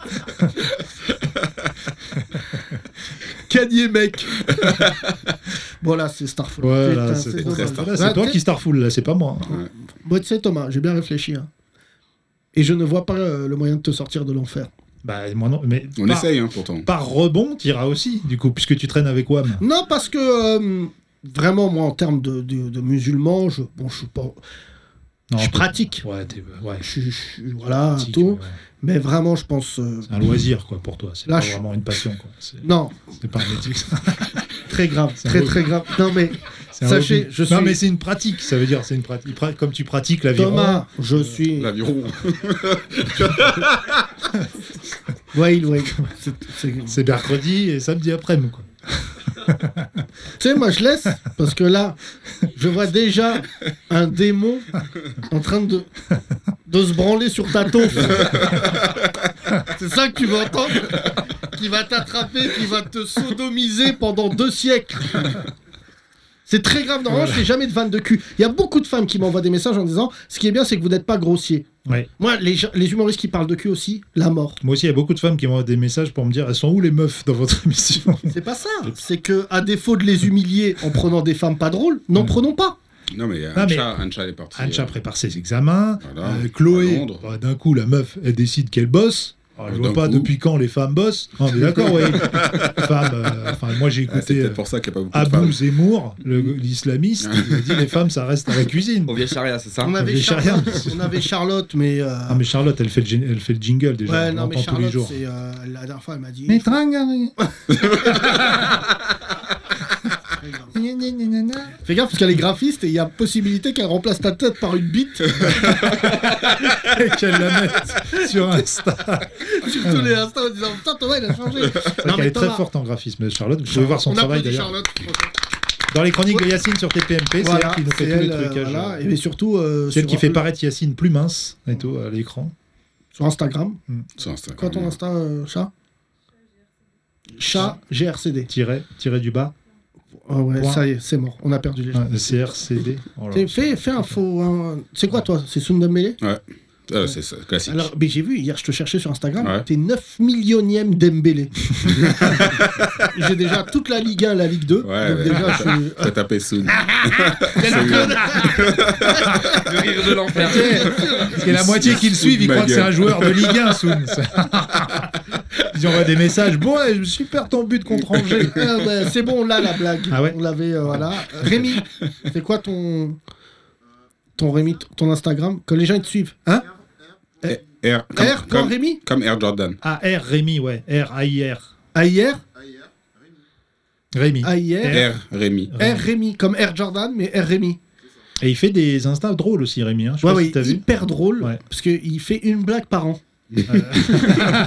[SPEAKER 5] gagné, mec. bon, là, c'est Starfall.
[SPEAKER 3] Ouais,
[SPEAKER 5] Putain,
[SPEAKER 3] là,
[SPEAKER 5] c'est hein.
[SPEAKER 3] c'est
[SPEAKER 5] Bah, dommage.
[SPEAKER 3] Là, c'est toi qui starfoule, là, c'est pas moi. hein.
[SPEAKER 5] Bon, tu sais, Thomas, j'ai bien réfléchi. hein. Et je ne vois pas euh, le moyen de te sortir de l'enfer.
[SPEAKER 3] Bah, moi non, mais
[SPEAKER 4] On
[SPEAKER 3] par,
[SPEAKER 4] essaye, hein, pourtant.
[SPEAKER 3] par rebond, t'iras aussi, du coup, puisque tu traînes avec Wam.
[SPEAKER 5] Non, parce que euh, vraiment, moi, en termes de, de, de musulmans, je, bon, je suis pas.
[SPEAKER 3] Non,
[SPEAKER 5] je
[SPEAKER 3] t'es-
[SPEAKER 5] pratique.
[SPEAKER 3] Ouais, t'es- ouais,
[SPEAKER 5] Je, je- je- voilà,
[SPEAKER 3] pratique,
[SPEAKER 5] tout.
[SPEAKER 3] ouais.
[SPEAKER 5] Mais vraiment, je pense. euh,
[SPEAKER 3] C'est un loisir, quoi, pour toi. C'est
[SPEAKER 5] Là,
[SPEAKER 3] pas
[SPEAKER 5] je-
[SPEAKER 3] vraiment une passion, quoi. C'est
[SPEAKER 5] Non,
[SPEAKER 3] c'est pas un métier.
[SPEAKER 5] très grave,
[SPEAKER 3] C'est un
[SPEAKER 5] très
[SPEAKER 3] hobby.
[SPEAKER 5] très grave. Non, mais
[SPEAKER 3] C'est un
[SPEAKER 5] Sachez,
[SPEAKER 3] hobby.
[SPEAKER 5] je
[SPEAKER 3] Non,
[SPEAKER 5] suis-
[SPEAKER 3] mais c'est une pratique, ça veut dire, c'est une pratique. pra- Comme tu pratiques l'aviron.
[SPEAKER 5] Thomas, je suis.
[SPEAKER 4] L'aviron.
[SPEAKER 5] Ouais, il- ouais. C'est- c'est- Tu
[SPEAKER 3] C'est mercredi et samedi après-midi, quoi.
[SPEAKER 5] sais, moi, je laisse, parce que là, je vois déjà un démon en train de, de se branler sur ta taupe. C'est ça que tu vas entendre Qui va t'attraper, qui va te sodomiser pendant deux siècles. C'est très grave, normalement, je fais jamais de vanne de cul. Il y a beaucoup de femmes qui m'envoient des messages en disant Ce qui est bien, c'est que vous n'êtes pas grossier.
[SPEAKER 3] Ouais.
[SPEAKER 5] Moi, les, gens- les humoristes qui parlent de cul aussi, la mort.
[SPEAKER 3] Moi aussi, il y a beaucoup de femmes qui m'envoient des messages pour me dire elles sont où les meufs dans votre émission
[SPEAKER 5] C'est pas ça. C'est que à défaut de les humilier en prenant des femmes pas drôles, n'en prenons pas.
[SPEAKER 4] Non, mais
[SPEAKER 3] Non, mais-
[SPEAKER 4] Ancha, Ancha est parti. euh,
[SPEAKER 3] Ancha prépare ses examens.
[SPEAKER 4] Voilà,
[SPEAKER 3] Euh,
[SPEAKER 4] à
[SPEAKER 3] Chloé,
[SPEAKER 4] Londres.
[SPEAKER 3] bah, d'un coup, la meuf, elle décide qu'elle bosse. Alors, je
[SPEAKER 4] D'un
[SPEAKER 3] vois pas
[SPEAKER 4] coup.
[SPEAKER 3] depuis quand les femmes bossent. Non, mais d'accord, oui. Femmes, euh, enfin, moi, j'ai
[SPEAKER 4] Ah, c'est
[SPEAKER 3] écouté
[SPEAKER 4] peut-être pour ça qu'il n'y a pas beaucoup de
[SPEAKER 3] Abou
[SPEAKER 4] femmes.
[SPEAKER 3] Zemmour, le- l'islamiste. Il a dit les femmes, ça reste à la cuisine.
[SPEAKER 6] Au vieil charia, c'est ça
[SPEAKER 5] On avait
[SPEAKER 3] les
[SPEAKER 5] Charlotte,
[SPEAKER 3] Charlottes.
[SPEAKER 5] on avait Charlotte mais, euh,
[SPEAKER 3] Hein, Ah, mais Charlotte, elle fait le, gin- elle fait le jingle déjà.
[SPEAKER 5] ouais,
[SPEAKER 3] on
[SPEAKER 5] non, mais
[SPEAKER 3] l'entend tous les
[SPEAKER 5] Charlotte,
[SPEAKER 3] jours.
[SPEAKER 5] c'est euh, la dernière fois elle m'a dit.
[SPEAKER 3] Mais tringue,
[SPEAKER 5] Fais gaffe. Fais gaffe parce qu'elle est graphiste et il y a possibilité qu'elle remplace ta tête par une bite.
[SPEAKER 3] et qu'elle la mette sur Insta.
[SPEAKER 5] sur tous les instants en disant putain Thomas il a changé.
[SPEAKER 3] Elle est très forte en graphisme, Charlotte. Vous pouvez voir son
[SPEAKER 5] on
[SPEAKER 3] travail
[SPEAKER 5] applaudit
[SPEAKER 3] d'ailleurs.
[SPEAKER 5] Charlotte.
[SPEAKER 3] Dans les chroniques de Yacine sur TPMP, c'est elle
[SPEAKER 5] Voilà,
[SPEAKER 3] qui nous
[SPEAKER 5] c'est
[SPEAKER 3] fait tous les
[SPEAKER 5] elle, euh,
[SPEAKER 3] trucages.
[SPEAKER 5] voilà,
[SPEAKER 3] euh,
[SPEAKER 5] et mais surtout euh,
[SPEAKER 3] Celle
[SPEAKER 5] sur,
[SPEAKER 3] qui fait paraître Yacine plus mince et tout à l'écran.
[SPEAKER 5] sur Instagram.
[SPEAKER 4] Sur Instagram.
[SPEAKER 5] Quoi ton Insta euh, chat Chat GRCD.
[SPEAKER 3] Tiré, tiré du bas.
[SPEAKER 5] Ah ouais,
[SPEAKER 3] Point.
[SPEAKER 5] ça y est, c'est mort. On a perdu les gens.
[SPEAKER 3] Ah, CRCD. Oh là
[SPEAKER 5] T'es-
[SPEAKER 3] là.
[SPEAKER 5] Fais, fais un faux. un- C'est quoi toi C'est Sundam Melee
[SPEAKER 4] Ouais. Ah, c'est ça, classique.
[SPEAKER 5] Alors, mais j'ai vu, hier je te cherchais sur Instagram,
[SPEAKER 4] Ouais.
[SPEAKER 5] t'es 9 millionième d'Embélé. j'ai déjà toute la Ligue 1, la Ligue 2.
[SPEAKER 4] Ouais,
[SPEAKER 5] donc
[SPEAKER 4] ouais.
[SPEAKER 5] déjà, je suis-
[SPEAKER 4] T'as tapé Soon.
[SPEAKER 6] Le rire de l'enfer.
[SPEAKER 3] Parce qu'il y a la moitié qui le suivent, ils
[SPEAKER 4] Ma
[SPEAKER 3] croient que c'est
[SPEAKER 4] gueule.
[SPEAKER 3] un joueur de Ligue 1, Soon. ils envoient des messages. Bon, ouais, super ton but contre Angers.
[SPEAKER 5] Ah ouais, c'est bon, on l'a la blague.
[SPEAKER 3] Ah ouais
[SPEAKER 5] on l'avait, euh, voilà. Euh, Rémi, c'est quoi ton. Ton Rémi, ton Instagram Que les gens ils te suivent. Hein
[SPEAKER 4] R. Comme,
[SPEAKER 5] R, quand
[SPEAKER 4] comme,
[SPEAKER 5] Rémi
[SPEAKER 4] comme R. Jordan.
[SPEAKER 3] Ah, R, Rémi, ouais. R, A-I-R.
[SPEAKER 5] AIR
[SPEAKER 3] Rémi.
[SPEAKER 5] Ah. AIR
[SPEAKER 4] R. Rémi.
[SPEAKER 5] R Rémi, comme R Jordan, mais R Rémi.
[SPEAKER 3] Et il fait des instants drôles aussi, Rémi. Hein. Je sais
[SPEAKER 5] Ouais,
[SPEAKER 3] pas
[SPEAKER 5] ouais,
[SPEAKER 3] si t'as vu.
[SPEAKER 5] hyper drôle,
[SPEAKER 3] Ouais.
[SPEAKER 5] parce qu'il fait une blague par an. Euh,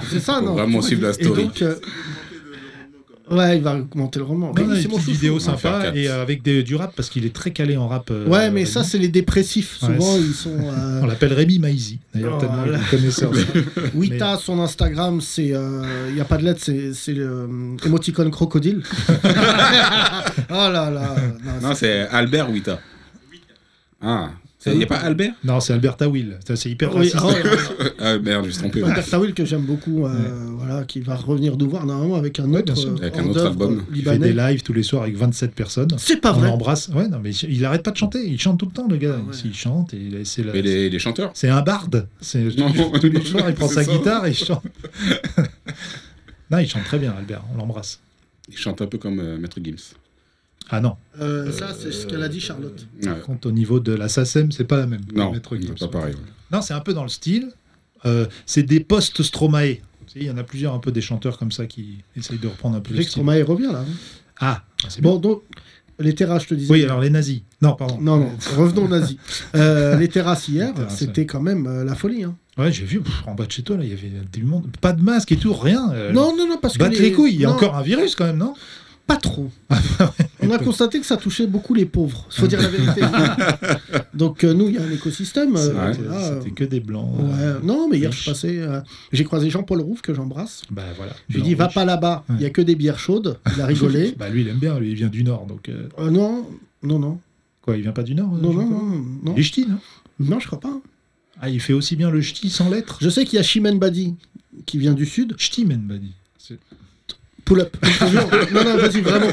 [SPEAKER 5] c'est ça,
[SPEAKER 4] Faut
[SPEAKER 5] non
[SPEAKER 4] vraiment suivre la
[SPEAKER 5] Et
[SPEAKER 4] story.
[SPEAKER 5] donc, euh, Ouais, il va augmenter le roman.
[SPEAKER 3] Non, non,
[SPEAKER 5] c'est
[SPEAKER 3] une
[SPEAKER 5] mon
[SPEAKER 3] petite
[SPEAKER 5] chouchou.
[SPEAKER 3] vidéo
[SPEAKER 4] va faire
[SPEAKER 3] sympa
[SPEAKER 4] quatre.
[SPEAKER 3] et euh, avec des- du rap parce qu'il est très calé en rap. euh,
[SPEAKER 5] Ouais, mais ça,
[SPEAKER 3] Rémi.
[SPEAKER 5] c'est les dépressifs.
[SPEAKER 3] Ouais,
[SPEAKER 5] Souvent,
[SPEAKER 3] c'est-
[SPEAKER 5] ils sont. euh,
[SPEAKER 3] On l'appelle Rémi Maïzi. D'ailleurs,
[SPEAKER 5] Oh
[SPEAKER 3] tellement il
[SPEAKER 5] là.
[SPEAKER 3] est connaisseur. ça.
[SPEAKER 5] Wita, son Instagram, c'est. euh, Il n'y a pas de lettre, c'est c'est le euh, émoticône crocodile. oh là là. non,
[SPEAKER 4] Non, c'est Albert Wita. Ah. Il n'y a pas Albert
[SPEAKER 3] Non, c'est Alberta Will. Ça, C'est hyper
[SPEAKER 5] Oui,
[SPEAKER 3] raciste.
[SPEAKER 5] oh, là là.
[SPEAKER 4] Ah, merde, je me suis trompé.
[SPEAKER 5] Albert Tawil que j'aime beaucoup, euh, voilà, qui va revenir nous voir normalement avec un autre,
[SPEAKER 3] bien sûr.
[SPEAKER 5] euh,
[SPEAKER 4] Avec un
[SPEAKER 5] hors
[SPEAKER 4] autre
[SPEAKER 5] d'œuvre, euh,
[SPEAKER 4] album.
[SPEAKER 3] Il fait
[SPEAKER 5] libanais.
[SPEAKER 3] des lives tous les soirs avec 27 personnes.
[SPEAKER 5] C'est pas
[SPEAKER 3] On
[SPEAKER 5] vrai. Ah
[SPEAKER 3] l'embrasse. Ouais, non, mais il arrête pas de chanter. Il chante tout le temps, le gars. Il chante. Et c'est la-
[SPEAKER 4] Ah, Mais les, les chanteurs
[SPEAKER 3] C'est un barde. C'est-
[SPEAKER 4] Non,
[SPEAKER 3] tous les soirs, il prend
[SPEAKER 4] c'est
[SPEAKER 3] sa
[SPEAKER 4] ça.
[SPEAKER 3] guitare et il chante. non, il chante très bien, Albert. On l'embrasse.
[SPEAKER 4] Ils chantent un peu comme euh, Maître Gims.
[SPEAKER 3] Ah non.
[SPEAKER 5] Euh, ça, c'est ce qu'elle a dit, Charlotte.
[SPEAKER 4] Ouais.
[SPEAKER 3] Par contre, au niveau de la SACEM, c'est pas la même.
[SPEAKER 4] Ah, Non,
[SPEAKER 3] Maître Gims.
[SPEAKER 4] c'est pas pareil. ouais.
[SPEAKER 3] Non, c'est un peu dans le style. Euh, c'est des postes Stromae. Tu sais, Il y en a plusieurs, un peu des chanteurs comme ça qui essayent de reprendre
[SPEAKER 5] Euh,
[SPEAKER 3] un peu le style.
[SPEAKER 5] L'extremae revient là. hein.
[SPEAKER 3] Ah, c'est bon.
[SPEAKER 5] Bon, donc, les terrasses, je te disais.
[SPEAKER 3] Oui, alors les nazis. Non, pardon.
[SPEAKER 5] Non, non, revenons aux nazis. Euh, les terrasses hier,
[SPEAKER 3] Les terrasses,
[SPEAKER 5] c'était quand même euh, la folie. hein.
[SPEAKER 3] Ouais, j'ai vu pff, en bas de chez toi, là, il y avait du monde. Pas de masque et tout, rien. Euh,
[SPEAKER 5] Non, non, non, parce que.
[SPEAKER 3] Battre les couilles, il y a
[SPEAKER 5] non,
[SPEAKER 3] encore un virus quand même, non
[SPEAKER 5] Pas trop. On a constaté que ça touchait beaucoup les pauvres. Faut dire la vérité. Donc, euh, nous, il y a un écosystème. euh,
[SPEAKER 3] C'est vrai que
[SPEAKER 5] voilà, euh,
[SPEAKER 3] C'était que des blancs. euh,
[SPEAKER 5] ouais. Non, mais hier,
[SPEAKER 3] riche.
[SPEAKER 5] je passais. euh, J'ai croisé Jean-Paul Rouve, que j'embrasse.
[SPEAKER 3] Bah voilà.
[SPEAKER 5] Je lui ai dit, va
[SPEAKER 3] Blanc,
[SPEAKER 5] pas là-bas, il y a que des bières chaudes. Il a rigolé.
[SPEAKER 3] riche. Bah lui, il aime bien, lui, il vient du Nord. Donc, euh,
[SPEAKER 5] Euh, non, non, non.
[SPEAKER 3] quoi, il vient pas du Nord euh,
[SPEAKER 5] Non, non,
[SPEAKER 3] Jean-Paul
[SPEAKER 5] non, non.
[SPEAKER 3] Il est ch'ti, non
[SPEAKER 5] Non, je crois pas. hein.
[SPEAKER 3] Ah, il fait aussi bien le ch'ti sans lettres
[SPEAKER 5] Je sais qu'il y a Chimène Badi qui vient du Sud.
[SPEAKER 3] Ch'ti, man, Badi.
[SPEAKER 5] Pull-up. Je te jure. non, non, vas-y, vraiment.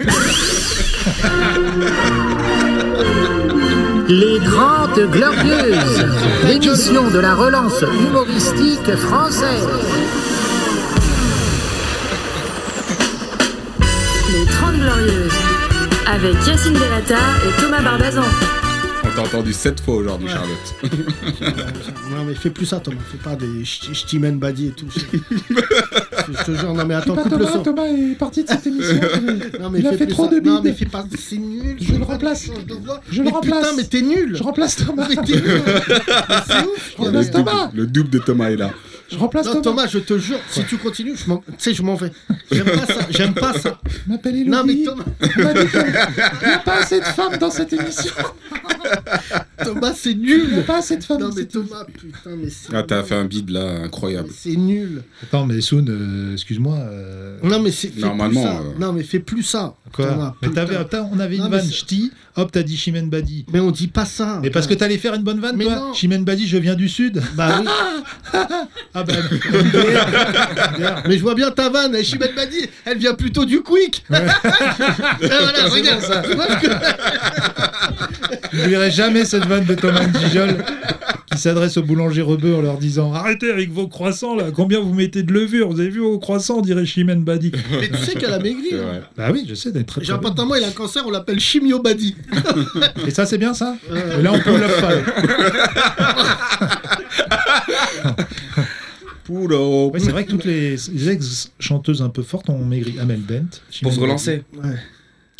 [SPEAKER 1] Les Grandes Glorieuses, l'émission de la relance humoristique française.
[SPEAKER 2] Les 30 Glorieuses. Avec Yacine Delata et Thomas Barbazan.
[SPEAKER 4] On t'a entendu sept fois aujourd'hui, Charlotte.
[SPEAKER 5] Non, mais fais plus ça, Thomas. Fais pas des Shtimen Badi et tout. Je je te jure, non, mais attends, coupe le son.
[SPEAKER 3] est parti de cette émission.
[SPEAKER 5] Non, mais
[SPEAKER 3] Il a
[SPEAKER 5] fais
[SPEAKER 3] fait
[SPEAKER 5] plus
[SPEAKER 3] trop
[SPEAKER 5] ça.
[SPEAKER 3] de
[SPEAKER 5] Non,
[SPEAKER 3] bides.
[SPEAKER 5] mais fais pas. C'est nul.
[SPEAKER 3] Je le remplace. Je le
[SPEAKER 5] Mais
[SPEAKER 3] remplace.
[SPEAKER 5] Putain, mais t'es nul.
[SPEAKER 3] remplace Thomas.
[SPEAKER 5] Mais t'es nul. Mais C'est ouf.
[SPEAKER 3] Je
[SPEAKER 5] quoi.
[SPEAKER 3] remplace
[SPEAKER 4] double,
[SPEAKER 3] Thomas.
[SPEAKER 4] le double de Thomas est là.
[SPEAKER 3] Je remplace
[SPEAKER 5] Non, Thomas, je te jure, si tu continues, je m'en- tu sais, je m'en vais. J'aime pas ça. J'aime pas ça.
[SPEAKER 3] Je m'appelle
[SPEAKER 5] Non, mais Thomas,
[SPEAKER 3] On m'a dit qu'il n'y a pas assez de femmes dans cette émission.
[SPEAKER 5] Thomas, c'est nul.
[SPEAKER 3] pas assez de femmes
[SPEAKER 5] Non, mais Thomas, putain, mais c'est.
[SPEAKER 4] Ah, t'as fait un bide là, incroyable.
[SPEAKER 5] C'est nul.
[SPEAKER 3] Attends, mais Soun, euh, excuse-moi. euh,
[SPEAKER 5] Non, mais c'est. fais plus
[SPEAKER 4] Normalement,
[SPEAKER 5] ça.
[SPEAKER 4] euh.
[SPEAKER 5] Non, mais fais plus ça. Thomas,
[SPEAKER 3] Quoi Mais
[SPEAKER 5] putain.
[SPEAKER 3] t'avais- attends, on avait
[SPEAKER 5] Non,
[SPEAKER 3] une
[SPEAKER 5] mais
[SPEAKER 3] vanne
[SPEAKER 5] c'est-
[SPEAKER 3] ch'ti, hop, t'as dit Chimène Badi.
[SPEAKER 5] Mais on dit pas ça.
[SPEAKER 3] Mais parce que t'allais faire une bonne vanne,
[SPEAKER 5] Mais
[SPEAKER 3] toi
[SPEAKER 5] non.
[SPEAKER 3] Chimène Badi, je viens du Sud
[SPEAKER 5] Bah oui.
[SPEAKER 3] Ah bah, une bière, une bière.
[SPEAKER 5] Mais je vois bien ta vanne, et Chimène m'a dit, elle vient plutôt du quick. Ah, voilà, regarde ça. Tu vois ce que-
[SPEAKER 3] J'oublierai jamais cette vanne de Thomas Dijol qui s'adresse aux boulangers rebeux en leur disant Arrêtez avec vos croissants là, combien vous mettez de levure Vous avez vu vos croissants, dirait Chimène Badi.
[SPEAKER 5] Mais tu sais qu'elle a maigri.
[SPEAKER 4] C'est
[SPEAKER 5] hein.
[SPEAKER 4] vrai.
[SPEAKER 3] Bah oui, je sais d'être très
[SPEAKER 5] J'ai
[SPEAKER 3] très
[SPEAKER 5] un pote à moi, il a un cancer, on l'appelle Chimio Badi.
[SPEAKER 3] Et ça, c'est bien ça
[SPEAKER 5] Euh.
[SPEAKER 3] Et là, on peut le faire.
[SPEAKER 4] Poudre.
[SPEAKER 3] Ouais, c'est vrai que toutes les les ex-chanteuses un peu fortes ont maigri. Amel Bent. Chimène
[SPEAKER 6] Pour se
[SPEAKER 3] Badi.
[SPEAKER 6] relancer.
[SPEAKER 5] Ouais.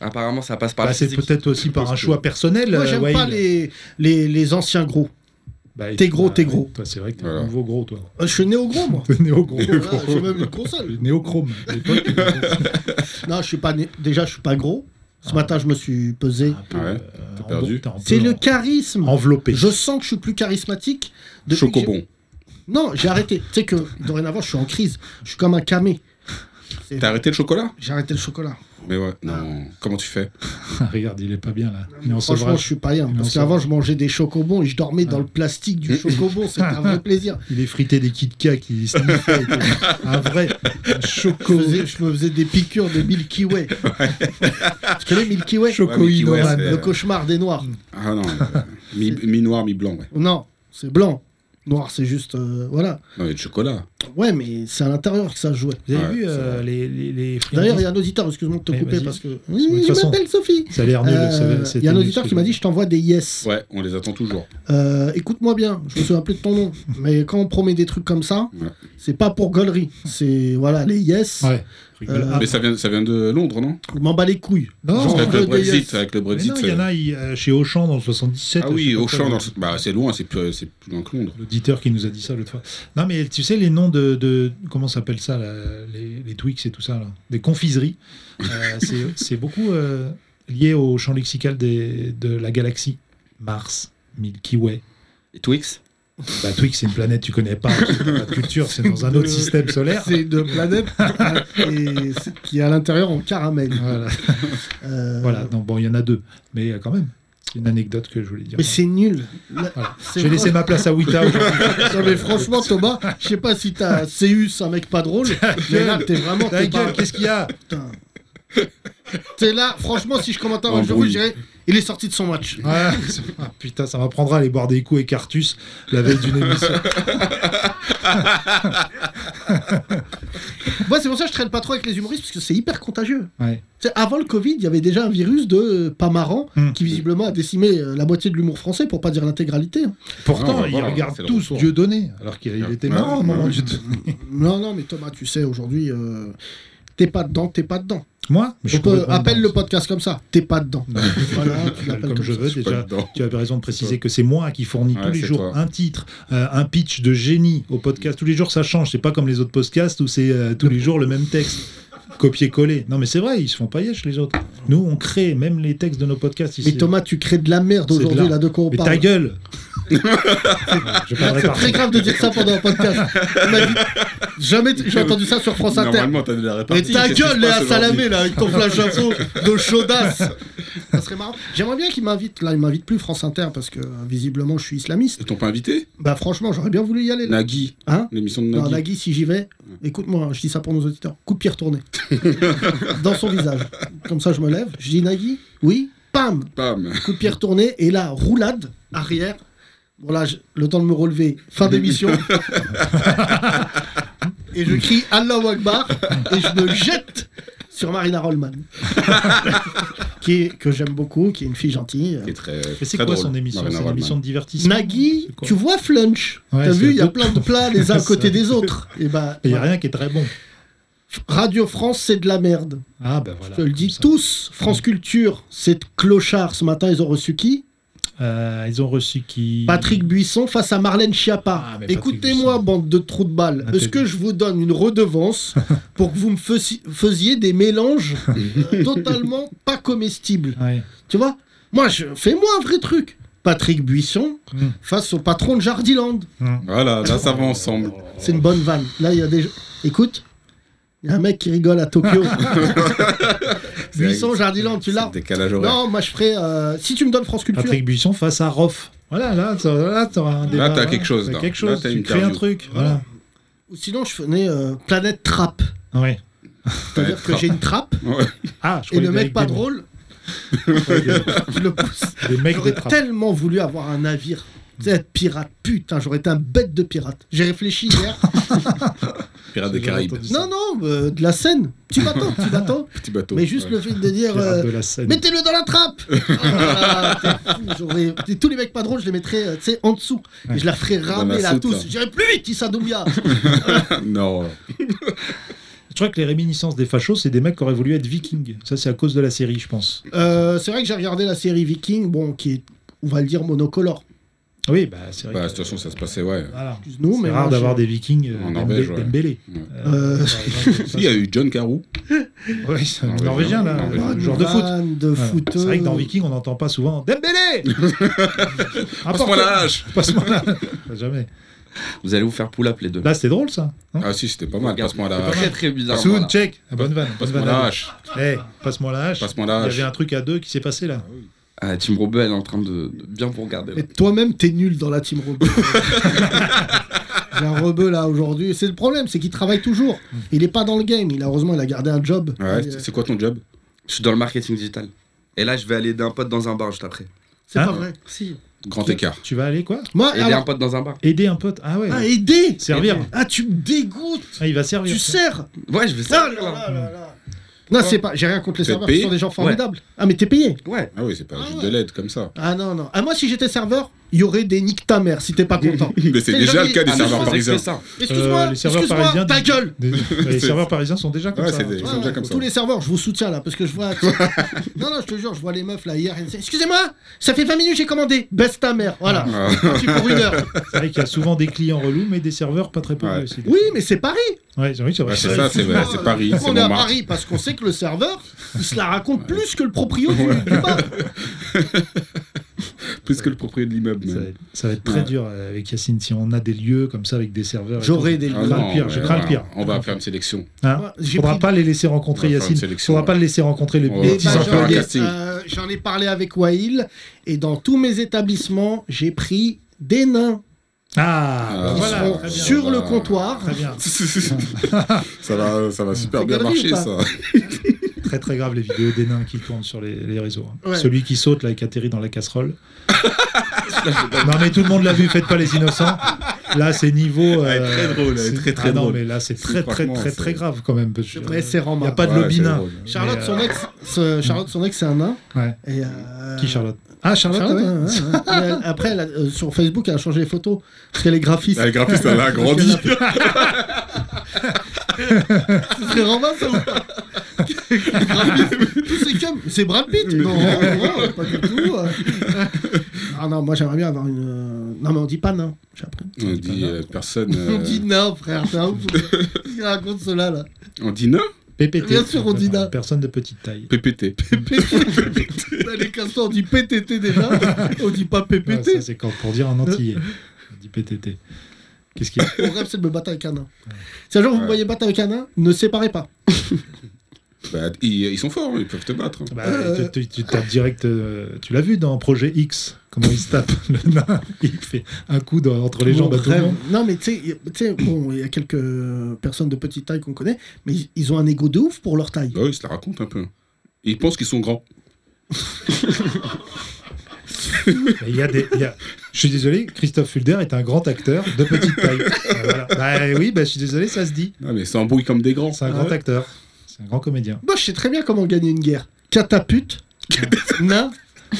[SPEAKER 6] Apparemment, ça passe par
[SPEAKER 3] Bah,
[SPEAKER 6] la
[SPEAKER 3] c'est
[SPEAKER 6] physique.
[SPEAKER 3] peut-être aussi par un choix personnel.
[SPEAKER 5] Moi,
[SPEAKER 3] euh,
[SPEAKER 5] j'aime
[SPEAKER 3] Wael.
[SPEAKER 5] pas les, les, les anciens gros.
[SPEAKER 3] Bah, et-
[SPEAKER 5] T'es gros,
[SPEAKER 3] bah,
[SPEAKER 5] t'es gros.
[SPEAKER 3] Toi, c'est vrai que t'es
[SPEAKER 4] Voilà.
[SPEAKER 3] un nouveau gros, toi.
[SPEAKER 5] Euh, Je suis néo gros, moi.
[SPEAKER 3] T'es néo-gros.
[SPEAKER 5] Voilà, J'ai même une console.
[SPEAKER 3] Néochrome. à l'époque.
[SPEAKER 5] Non, je suis pas né- déjà, je suis pas gros.
[SPEAKER 3] Ah.
[SPEAKER 5] Ce matin, je me suis pesé.
[SPEAKER 4] Ah Ouais,
[SPEAKER 3] Euh, en-
[SPEAKER 4] perdu.
[SPEAKER 3] t'es un peu
[SPEAKER 5] C'est le
[SPEAKER 3] en-
[SPEAKER 5] charisme.
[SPEAKER 3] Enveloppé.
[SPEAKER 5] Je sens que je suis plus charismatique. depuis que j'ai-
[SPEAKER 4] Chocobon.
[SPEAKER 5] Non, j'ai arrêté. Tu sais que dorénavant, je suis en crise. Je suis comme un camé.
[SPEAKER 4] T'as arrêté le chocolat
[SPEAKER 5] J'ai arrêté le chocolat.
[SPEAKER 4] Mais ouais, non. Comment tu fais
[SPEAKER 3] Regarde, il est pas bien là. Il est en
[SPEAKER 5] Ah, Franchement,
[SPEAKER 3] sevrage.
[SPEAKER 5] je suis pas rien.
[SPEAKER 3] Mais on
[SPEAKER 5] Parce
[SPEAKER 3] saura.
[SPEAKER 5] qu'avant, je mangeais des chocobons et je dormais dans le
[SPEAKER 3] Ah.
[SPEAKER 5] plastique du chocobon. C'était un vrai plaisir.
[SPEAKER 3] Il est frité des Kit Kat qui sniffait. et tout. un vrai
[SPEAKER 5] Je,
[SPEAKER 3] choco.
[SPEAKER 5] faisais- je me faisais des piqûres de Milky Way. Tu connais Milky Way
[SPEAKER 3] Choco
[SPEAKER 4] Ouais, Milky Way,
[SPEAKER 5] Man,
[SPEAKER 4] c'est-
[SPEAKER 5] Le cauchemar des noirs.
[SPEAKER 3] Mm.
[SPEAKER 4] Ah non. euh, mi- Mi-noir, mi-blanc, ouais.
[SPEAKER 5] Non, c'est blanc. Noir, c'est juste. euh, voilà.
[SPEAKER 4] Non, mais de chocolat.
[SPEAKER 5] Ouais, mais c'est à l'intérieur que ça se jouait.
[SPEAKER 3] Vous avez
[SPEAKER 4] Ouais,
[SPEAKER 3] vu
[SPEAKER 4] c'est
[SPEAKER 3] euh, les, les, les
[SPEAKER 5] D'ailleurs, il y
[SPEAKER 3] friandises
[SPEAKER 5] a un auditeur, excuse-moi de te
[SPEAKER 3] Mais
[SPEAKER 5] couper
[SPEAKER 3] vas-y.
[SPEAKER 5] parce que.
[SPEAKER 3] de toute
[SPEAKER 5] Oui, je
[SPEAKER 3] façon.
[SPEAKER 5] m'appelle Sophie.
[SPEAKER 3] Ça a l'air nul. ça-
[SPEAKER 5] Euh,
[SPEAKER 3] c'était
[SPEAKER 5] Il y a un
[SPEAKER 3] nul,
[SPEAKER 5] auditeur qui
[SPEAKER 3] excuse-moi.
[SPEAKER 5] m'a dit Je t'envoie des yes.
[SPEAKER 4] Ouais, on les attend toujours.
[SPEAKER 5] Euh, Écoute-moi bien, je me souviens plus de ton nom, mais quand on promet des trucs comme ça,
[SPEAKER 4] Ouais.
[SPEAKER 5] c'est pas pour gaulerie. C'est voilà, les yes,
[SPEAKER 3] Ouais.
[SPEAKER 5] Euh,
[SPEAKER 3] Ah,
[SPEAKER 4] Mais ça vient, ça vient de Londres, non
[SPEAKER 5] je m'en bats les couilles.
[SPEAKER 3] Non,
[SPEAKER 5] J'en
[SPEAKER 3] Oh,
[SPEAKER 4] Avec
[SPEAKER 5] veux
[SPEAKER 4] le
[SPEAKER 5] des
[SPEAKER 4] Brexit.
[SPEAKER 5] yes.
[SPEAKER 4] Avec le
[SPEAKER 3] mais
[SPEAKER 4] Brexit.
[SPEAKER 3] non, il y en a il- euh, chez Auchan dans le 77.
[SPEAKER 4] Ah
[SPEAKER 3] je sais
[SPEAKER 4] oui,
[SPEAKER 3] pas
[SPEAKER 4] Auchan,
[SPEAKER 3] quoi,
[SPEAKER 4] dans... bah, c'est loin, c'est plus, c'est plus loin que Londres.
[SPEAKER 3] L'auditeur qui nous a dit ça l'autre fois. Non, mais tu sais, les noms de. de- comment s'appelle ça, là, les, les Twix et tout ça, là, des confiseries, euh, c'est- c'est beaucoup euh, lié au champ lexical des- de la galaxie. Mars, Milky Way.
[SPEAKER 6] Et Twix
[SPEAKER 3] Bah, Twix, c'est une planète, tu connais pas, tu n'as pas de culture, c'est dans un autre système solaire.
[SPEAKER 5] C'est de planète et c'est- qui est à l'intérieur en caramel.
[SPEAKER 3] Voilà,
[SPEAKER 5] Euh,
[SPEAKER 3] voilà. Non, bon, il y en a deux, mais euh, quand même, c'est une anecdote que je voulais dire.
[SPEAKER 5] Mais c'est nul. Là,
[SPEAKER 3] Voilà.
[SPEAKER 5] c'est
[SPEAKER 3] J'ai laissé
[SPEAKER 5] vrai.
[SPEAKER 3] ma place à Wita. aujourd'hui.
[SPEAKER 5] Non, mais franchement, Thomas, je sais pas si t'as Céus, un mec pas drôle, mais là, t'es vraiment.
[SPEAKER 3] Ta
[SPEAKER 5] T'es pas-
[SPEAKER 3] gueule, qu'est-ce qu'il y a
[SPEAKER 5] putain. T'es là, franchement, si je commente un match de
[SPEAKER 4] Embrouille.
[SPEAKER 5] foot, je dirais il est sorti de son match.
[SPEAKER 3] Ah, c'est- ah, putain, ça m'apprendra à aller boire des coups et Cartus la veille d'une émission.
[SPEAKER 5] Moi, c'est pour ça que je traîne pas trop avec les humoristes, parce que c'est hyper contagieux.
[SPEAKER 3] Ouais.
[SPEAKER 5] Tu sais, avant le Covid, il y avait déjà un virus de euh, pas marrant
[SPEAKER 3] Hmm.
[SPEAKER 5] qui visiblement a décimé euh, la moitié de l'humour français, pour pas dire l'intégralité. hein.
[SPEAKER 3] Pourtant,
[SPEAKER 4] Ah, bah
[SPEAKER 3] ils
[SPEAKER 4] voilà, c'est
[SPEAKER 3] regardent
[SPEAKER 4] le
[SPEAKER 3] tous
[SPEAKER 4] retour.
[SPEAKER 3] Dieu donné, alors qu'il il était
[SPEAKER 4] Ouais,
[SPEAKER 3] marrant au moment
[SPEAKER 4] ouais.
[SPEAKER 3] du tout.
[SPEAKER 5] Non, non, mais Thomas, tu sais, aujourd'hui, euh, t'es pas dedans, t'es pas dedans.
[SPEAKER 3] Moi, je suis
[SPEAKER 5] On peut-
[SPEAKER 3] complètement
[SPEAKER 5] appelle le
[SPEAKER 3] dedans.
[SPEAKER 5] podcast comme ça, t'es pas dedans.
[SPEAKER 3] Non.
[SPEAKER 5] Voilà, tu
[SPEAKER 3] Je
[SPEAKER 5] l'appelles
[SPEAKER 3] l'appelle comme je
[SPEAKER 5] ça.
[SPEAKER 3] veux
[SPEAKER 4] suis pas
[SPEAKER 3] déjà.
[SPEAKER 4] dedans.
[SPEAKER 3] Tu avais raison de préciser que c'est moi qui fournis
[SPEAKER 4] Ouais,
[SPEAKER 3] tous les
[SPEAKER 4] c'est
[SPEAKER 3] jours
[SPEAKER 4] toi.
[SPEAKER 3] un titre, euh, un pitch de génie au podcast. Tous les jours ça change, c'est pas comme les autres podcasts où c'est euh, tous les jours le même texte. Copier-coller. Non mais c'est vrai, ils se font paillèche les autres. Nous on crée même les textes de nos podcasts ici.
[SPEAKER 5] Mais Thomas, tu crées de la merde
[SPEAKER 3] C'est de
[SPEAKER 5] aujourd'hui,
[SPEAKER 3] l'art.
[SPEAKER 5] là, de quoi on
[SPEAKER 3] Mais
[SPEAKER 5] parle.
[SPEAKER 3] ta gueule Je parlerai
[SPEAKER 5] C'est
[SPEAKER 3] pas.
[SPEAKER 5] très grave de dire ça pendant un podcast. On m'a dit- Jamais t- j'ai entendu ça sur France Inter.
[SPEAKER 4] Normalement, t'as de la
[SPEAKER 5] Mais
[SPEAKER 4] répartie.
[SPEAKER 5] ta
[SPEAKER 4] qu'est-ce qui se
[SPEAKER 5] gueule, Léa
[SPEAKER 4] passe aujourd'hui
[SPEAKER 5] Salamé, là, avec ton flash info de chaudasse. Ça serait marrant. J'aimerais bien qu'il m'invite. Là, il m'invite plus France Inter parce que euh, visiblement, je suis islamiste.
[SPEAKER 4] Ils t'ont pas invité
[SPEAKER 5] Bah, franchement, j'aurais bien voulu y aller. Là.
[SPEAKER 4] Nagui,
[SPEAKER 5] Hein
[SPEAKER 4] l'émission de
[SPEAKER 5] Non,
[SPEAKER 4] Nagui.
[SPEAKER 5] Nagui, si j'y vais, écoute-moi, je dis ça pour nos auditeurs. Coup de pied retourné. Dans son visage. Comme ça, je me lève. Je dis Nagui, oui. Pam
[SPEAKER 4] Pam.
[SPEAKER 5] Coup de pied retourné. Et là, roulade arrière. Bon, là, je- le temps de me relever. Fin d'émission. et je crie Allahu Akbar. Et je me jette sur Marina Rollman. qui est- que j'aime beaucoup, qui est une fille gentille. Euh,
[SPEAKER 4] Qui est très.
[SPEAKER 3] Mais c'est
[SPEAKER 4] très
[SPEAKER 3] quoi
[SPEAKER 4] drôle,
[SPEAKER 3] son émission
[SPEAKER 4] Marina
[SPEAKER 3] C'est une
[SPEAKER 4] Rollman.
[SPEAKER 3] émission de divertissement
[SPEAKER 5] Nagui,
[SPEAKER 3] C'est quoi
[SPEAKER 5] tu vois Flunch.
[SPEAKER 3] Ouais,
[SPEAKER 5] T'as
[SPEAKER 3] c'est
[SPEAKER 5] vu, il y a
[SPEAKER 3] deux-
[SPEAKER 5] plein de plats les uns à
[SPEAKER 3] C'est
[SPEAKER 5] côté
[SPEAKER 3] ça.
[SPEAKER 5] des autres. Et bah,
[SPEAKER 3] Il n'y a rien qui est très bon.
[SPEAKER 5] Radio France, c'est de la merde.
[SPEAKER 3] Ah, bah voilà.
[SPEAKER 5] Je le dis
[SPEAKER 3] comme ça.
[SPEAKER 5] tous. France Culture, c'est clochard. Ce matin, ils ont reçu qui
[SPEAKER 3] Euh, ils ont reçu qui
[SPEAKER 5] Patrick Buisson face à Marlène Schiappa.
[SPEAKER 3] Ah, mais Patrick
[SPEAKER 5] Écoutez-moi,
[SPEAKER 3] Buisson.
[SPEAKER 5] bande de trous de balles.
[SPEAKER 3] Ah,
[SPEAKER 5] Est-ce
[SPEAKER 3] t'es-
[SPEAKER 5] que je vous donne une redevance pour que vous me faisi- faisiez des mélanges euh, totalement pas comestibles
[SPEAKER 3] Ouais.
[SPEAKER 5] Tu vois Moi, je fais-moi un vrai truc. Patrick Buisson
[SPEAKER 3] Mm.
[SPEAKER 5] face au patron de Oh, Jardiland.
[SPEAKER 4] Voilà, là ça va ensemble.
[SPEAKER 5] C'est une bonne vanne. Là, il y a des. Écoute, il y a un mec qui rigole à Tokyo. Buisson, Jardiland, tu l'as
[SPEAKER 4] C'est le Décalage horaire.
[SPEAKER 5] Non, moi je ferais. euh, si tu me donnes France Culture.
[SPEAKER 3] Patrick Buisson face à Roff. Voilà, là, t'as- là, t'auras un débat.
[SPEAKER 4] t'as
[SPEAKER 3] voilà.
[SPEAKER 4] quelque chose,
[SPEAKER 3] T'as
[SPEAKER 4] là.
[SPEAKER 3] quelque
[SPEAKER 4] Là,
[SPEAKER 3] chose.
[SPEAKER 4] t'as
[SPEAKER 3] tu
[SPEAKER 4] une
[SPEAKER 3] crées un
[SPEAKER 4] interview.
[SPEAKER 3] truc. Voilà.
[SPEAKER 5] Ou sinon, je ferais euh, Planète Trappe.
[SPEAKER 3] Ouais.
[SPEAKER 5] C'est-à-dire que j'ai une trappe
[SPEAKER 4] Ouais.
[SPEAKER 3] Ah, je
[SPEAKER 5] et
[SPEAKER 3] croyais
[SPEAKER 5] le
[SPEAKER 3] que
[SPEAKER 5] mec
[SPEAKER 3] t'avais
[SPEAKER 5] pas
[SPEAKER 3] des-
[SPEAKER 5] drôle, je le pousse.
[SPEAKER 3] Des mecs
[SPEAKER 5] J'aurais
[SPEAKER 3] de trappe.
[SPEAKER 5] tellement voulu avoir un navire. Tu sais, être pirate, putain, j'aurais été un bête de pirate. J'ai réfléchi hier.
[SPEAKER 4] Pirates des
[SPEAKER 3] J'ai
[SPEAKER 4] Caraïbes.
[SPEAKER 3] entendu ça.
[SPEAKER 5] non, non, euh, de la scène. Petit bateau, petit bateau.
[SPEAKER 4] Petit bateau.
[SPEAKER 5] Mais juste le fait de dire.
[SPEAKER 3] Pirates
[SPEAKER 5] euh,
[SPEAKER 3] de la Seine.
[SPEAKER 5] Mettez-le dans la trappe Ah, t'es fou, j'aurais- t'es- Tous les mecs pas drôles, je les mettrais euh, tu sais, en dessous. Et je la ferais ramer
[SPEAKER 4] la
[SPEAKER 5] là
[SPEAKER 4] soute, là.
[SPEAKER 5] tous. J'irais plus vite, Issa Doumbia
[SPEAKER 4] Non.
[SPEAKER 3] Je crois que les réminiscences des fachos, c'est des mecs qui auraient voulu être vikings. Ça, c'est à cause de la série, je pense.
[SPEAKER 5] Euh, c'est vrai que j'ai regardé la série Viking, bon, qui est, on va le dire, monocolore.
[SPEAKER 3] Oui, bah, c'est vrai.
[SPEAKER 4] Bah, de
[SPEAKER 3] que-
[SPEAKER 4] toute façon, ça se passait, ouais.
[SPEAKER 3] Voilà.
[SPEAKER 5] Excuse-nous, mais
[SPEAKER 3] C'est
[SPEAKER 5] moi,
[SPEAKER 3] rare d'avoir
[SPEAKER 5] je-
[SPEAKER 3] des vikings euh,
[SPEAKER 4] En Norvège,
[SPEAKER 3] d'Embe-
[SPEAKER 4] ouais.
[SPEAKER 3] d'Embélé.
[SPEAKER 4] Ouais.
[SPEAKER 5] Euh,
[SPEAKER 4] Il y a eu John Carreau.
[SPEAKER 3] Ouais, c'est un norvégien,
[SPEAKER 4] Norvégien,
[SPEAKER 3] là,
[SPEAKER 4] Norvégien.
[SPEAKER 3] un joueur de foot.
[SPEAKER 5] Van, de
[SPEAKER 3] Voilà.
[SPEAKER 5] foot.
[SPEAKER 3] C'est vrai que dans
[SPEAKER 5] euh,
[SPEAKER 3] Viking, on n'entend pas souvent Dembélé
[SPEAKER 4] Passe-moi la hache
[SPEAKER 3] Passe-moi là Jamais.
[SPEAKER 6] Vous allez vous faire pull-up les deux.
[SPEAKER 3] Là, c'était drôle, ça. hein
[SPEAKER 4] Ah si, c'était pas mal.
[SPEAKER 6] Regarde,
[SPEAKER 4] Passe-moi la
[SPEAKER 6] c'est Très
[SPEAKER 4] hache.
[SPEAKER 6] très bizarre.
[SPEAKER 3] Soun, check Ah, Bonne vanne. bonne
[SPEAKER 4] Passe-moi
[SPEAKER 3] vanne.
[SPEAKER 4] la hache.
[SPEAKER 3] Eh, passe-moi la hache.
[SPEAKER 4] Passe-moi la
[SPEAKER 3] Il y avait
[SPEAKER 4] hache.
[SPEAKER 3] un truc à deux qui s'est passé, là.
[SPEAKER 6] Ah, Tim Robeux, elle est en train de, de bien vous regarder. là.
[SPEAKER 5] Et toi-même, t'es nul dans la team Rebeu. j'ai un Rebeu là aujourd'hui. C'est le problème, c'est qu'il travaille toujours. Il est pas dans le game. Il, heureusement, il a gardé un job. Il,
[SPEAKER 4] Ouais,
[SPEAKER 5] euh,
[SPEAKER 4] c'est- c'est quoi ton job
[SPEAKER 6] Je suis dans le marketing digital. Et là, je vais aller aider un pote dans un bar juste après.
[SPEAKER 5] c'est
[SPEAKER 3] Hein
[SPEAKER 5] pas vrai.
[SPEAKER 6] Si.
[SPEAKER 4] Grand
[SPEAKER 3] Qui-
[SPEAKER 4] écart.
[SPEAKER 3] Tu vas aller, quoi
[SPEAKER 5] Moi,
[SPEAKER 6] Aider un
[SPEAKER 5] alors,
[SPEAKER 6] pote dans un bar.
[SPEAKER 3] Aider un pote. Ah ouais.
[SPEAKER 5] ah, aider
[SPEAKER 3] Servir.
[SPEAKER 6] aider.
[SPEAKER 5] Ah, tu me dégoûtes
[SPEAKER 3] Ah, il va servir.
[SPEAKER 5] Tu sers
[SPEAKER 6] Ouais, je vais
[SPEAKER 5] Ah
[SPEAKER 6] ça.
[SPEAKER 5] là là là là. Non, c'est pas. J'ai rien contre les
[SPEAKER 4] T'es
[SPEAKER 5] serveurs.
[SPEAKER 4] payé
[SPEAKER 5] Ce sont des gens formidables. Ah, mais t'es payé
[SPEAKER 6] Ouais.
[SPEAKER 4] Ah oui, c'est pas juste
[SPEAKER 5] ouais.
[SPEAKER 4] de l'aide comme ça.
[SPEAKER 5] Ah non, non. Ah, moi, si j'étais serveur, il y aurait des nique ta mère si t'es pas content.
[SPEAKER 4] Mais c'est
[SPEAKER 5] C'est
[SPEAKER 4] déjà
[SPEAKER 5] jamais-
[SPEAKER 4] le cas des
[SPEAKER 5] Ah, mais
[SPEAKER 4] serveurs
[SPEAKER 5] je pensais que
[SPEAKER 4] parisiens.
[SPEAKER 6] C'est ça.
[SPEAKER 5] Excuse-moi,
[SPEAKER 3] Euh, les serveurs
[SPEAKER 5] excuse-moi,
[SPEAKER 3] parisiens-
[SPEAKER 5] ta gueule
[SPEAKER 3] Des- les serveurs parisiens sont déjà comme
[SPEAKER 4] Ouais,
[SPEAKER 3] ça. hein.
[SPEAKER 4] c'est des- Ils sont déjà comme ça.
[SPEAKER 5] Tous les serveurs, je vous soutiens là, parce que je vois. non, non, je te jure, je vois les meufs là hier. elles me disent, Excusez-moi, ça fait 20 minutes j'ai commandé. Baisse ta mère, voilà.
[SPEAKER 4] Ah.
[SPEAKER 5] C'est parti pour une heure.
[SPEAKER 3] C'est vrai qu'il y a souvent des clients relous, mais des serveurs pas très pauvres
[SPEAKER 4] Ouais.
[SPEAKER 3] aussi.
[SPEAKER 5] Oui, mais c'est Paris.
[SPEAKER 3] Ouais, oui, c'est vrai.
[SPEAKER 4] Ouais, c'est ça, c'est vrai, c'est Paris,
[SPEAKER 5] Pourquoi
[SPEAKER 4] c'est
[SPEAKER 5] on est à
[SPEAKER 4] Montmartre.
[SPEAKER 5] Paris parce qu'on sait que le serveur, il se la raconte plus que le proprio du, du bar.
[SPEAKER 4] Plus que le propriétaire de l'immeuble.
[SPEAKER 3] Ça va
[SPEAKER 4] même.
[SPEAKER 3] être, ça va être très
[SPEAKER 4] Ouais.
[SPEAKER 3] dur euh, avec Yacine si on a des lieux comme ça avec des serveurs. et
[SPEAKER 5] J'aurais
[SPEAKER 3] tout.
[SPEAKER 5] des
[SPEAKER 4] Ah
[SPEAKER 3] Je
[SPEAKER 5] lieux.
[SPEAKER 3] crains le
[SPEAKER 4] non,
[SPEAKER 3] pire, je
[SPEAKER 4] ouais,
[SPEAKER 3] crains le
[SPEAKER 4] ouais.
[SPEAKER 3] pire.
[SPEAKER 4] On va faire une sélection.
[SPEAKER 3] Hein
[SPEAKER 5] J'ai
[SPEAKER 3] Faudra
[SPEAKER 5] pris-
[SPEAKER 3] pas les laisser rencontrer
[SPEAKER 4] On va faire une
[SPEAKER 3] Yacine.
[SPEAKER 4] sélection,
[SPEAKER 3] Faudra
[SPEAKER 4] ouais.
[SPEAKER 3] pas les laisser rencontrer les
[SPEAKER 4] On va-
[SPEAKER 5] Et
[SPEAKER 4] Ils
[SPEAKER 3] petits
[SPEAKER 5] ben,
[SPEAKER 4] en
[SPEAKER 5] j'en
[SPEAKER 4] font un
[SPEAKER 5] ai-
[SPEAKER 3] employés.
[SPEAKER 4] casting.
[SPEAKER 5] euh, J'en ai parlé avec Wail et dans tous mes établissements, j'ai pris des nains
[SPEAKER 3] Ah,
[SPEAKER 4] Ah,
[SPEAKER 5] qui
[SPEAKER 3] voilà.
[SPEAKER 5] seront
[SPEAKER 3] très bien.
[SPEAKER 5] sur
[SPEAKER 4] Bah,
[SPEAKER 5] le comptoir.
[SPEAKER 3] Très bien.
[SPEAKER 4] ça va, ça va super
[SPEAKER 5] C'est
[SPEAKER 4] bien
[SPEAKER 5] galerie
[SPEAKER 4] marcher
[SPEAKER 5] ou
[SPEAKER 4] ça.
[SPEAKER 3] Très très grave les vidéos des nains qui tournent sur les, les réseaux. hein.
[SPEAKER 5] Ouais.
[SPEAKER 3] Celui qui saute là et qui atterrit dans la casserole. non mais tout le monde l'a vu, faites pas les innocents. Là c'est niveau. euh,
[SPEAKER 4] Elle est très drôle, elle est
[SPEAKER 3] c'est-
[SPEAKER 4] très, très
[SPEAKER 3] ah, Non
[SPEAKER 4] drôle.
[SPEAKER 3] mais là c'est très très
[SPEAKER 4] franchement,
[SPEAKER 3] très
[SPEAKER 4] c'est-
[SPEAKER 3] très grave quand même. parce que,
[SPEAKER 5] Mais c'est
[SPEAKER 3] Il n'y a
[SPEAKER 5] Romain.
[SPEAKER 3] pas de
[SPEAKER 4] Ouais,
[SPEAKER 3] lobina.
[SPEAKER 4] c'est drôle.
[SPEAKER 5] Charlotte,
[SPEAKER 3] Mais, euh,
[SPEAKER 5] son ex, ce- Charlotte, son ex, c'est un nain.
[SPEAKER 3] Ouais.
[SPEAKER 5] Et euh,
[SPEAKER 3] Qui Charlotte Ah Charlotte,
[SPEAKER 5] Charlotte,
[SPEAKER 3] ouais.
[SPEAKER 5] ouais, ouais, ouais. Mais elle- après, elle a- euh, sur Facebook, elle a changé les photos parce qu'elle est graphiste.
[SPEAKER 4] La Ah, graphiste, elle a grandi.
[SPEAKER 5] Ce serait Romain, ça ou pas Graphiste. Tous ces cums, c'est Brad Pitt Non, non, pas du tout. Ah non, moi j'aimerais bien avoir une. euh, Non, mais on dit pas nain. j'ai appris.
[SPEAKER 4] On dit euh, personne. euh,
[SPEAKER 5] On dit nain, frère. C'est un ouf. Il raconte cela là.
[SPEAKER 4] On dit non
[SPEAKER 3] PPT.
[SPEAKER 5] Bien sûr, on dit nain.
[SPEAKER 3] Personne de petite taille.
[SPEAKER 4] PPT.
[SPEAKER 5] Les castors, on dit PTT déjà. On dit pas
[SPEAKER 3] Ouais, ça,
[SPEAKER 5] PPT.
[SPEAKER 3] c'est quand pour dire en antillais. On dit PTT. Qu'est-ce qu'il y a
[SPEAKER 5] Mon rêve, c'est de me battre avec un nain. Si un jour vous me
[SPEAKER 4] Ouais.
[SPEAKER 5] voyez battre avec un nain, ne séparez pas.
[SPEAKER 4] Bah, ils, ils sont forts, ils peuvent te battre.
[SPEAKER 3] Bah,
[SPEAKER 5] Euh.
[SPEAKER 3] tu, tu- tu tapes direct. euh, tu l'as vu dans Projet X, comment il se tape le nain. Il fait un coup dans- entre les
[SPEAKER 5] Mon
[SPEAKER 3] jambes à tout le
[SPEAKER 5] rêve.
[SPEAKER 3] monde.
[SPEAKER 5] Non, mais tu sais, y- tu sais, bon, il y a quelques euh, personnes de petite taille qu'on connaît, mais ils- ils ont un ego de ouf pour leur taille.
[SPEAKER 4] Bah, oui, ils se la racontent un peu. Ils pensent qu'ils sont grands.
[SPEAKER 3] Mais Il y a des, il y a- Je suis désolé, Christophe Fulder est un grand acteur de petite taille. Ah, voilà. Bah oui, bah, je suis désolé, ça se dit.
[SPEAKER 4] Ah, mais ils s'embrouillent comme des grands.
[SPEAKER 3] C'est un
[SPEAKER 5] Ah
[SPEAKER 3] grand
[SPEAKER 5] ouais.
[SPEAKER 3] acteur. C'est un grand comédien.
[SPEAKER 5] Moi, je sais très bien comment gagner une guerre. Catapulte, nain,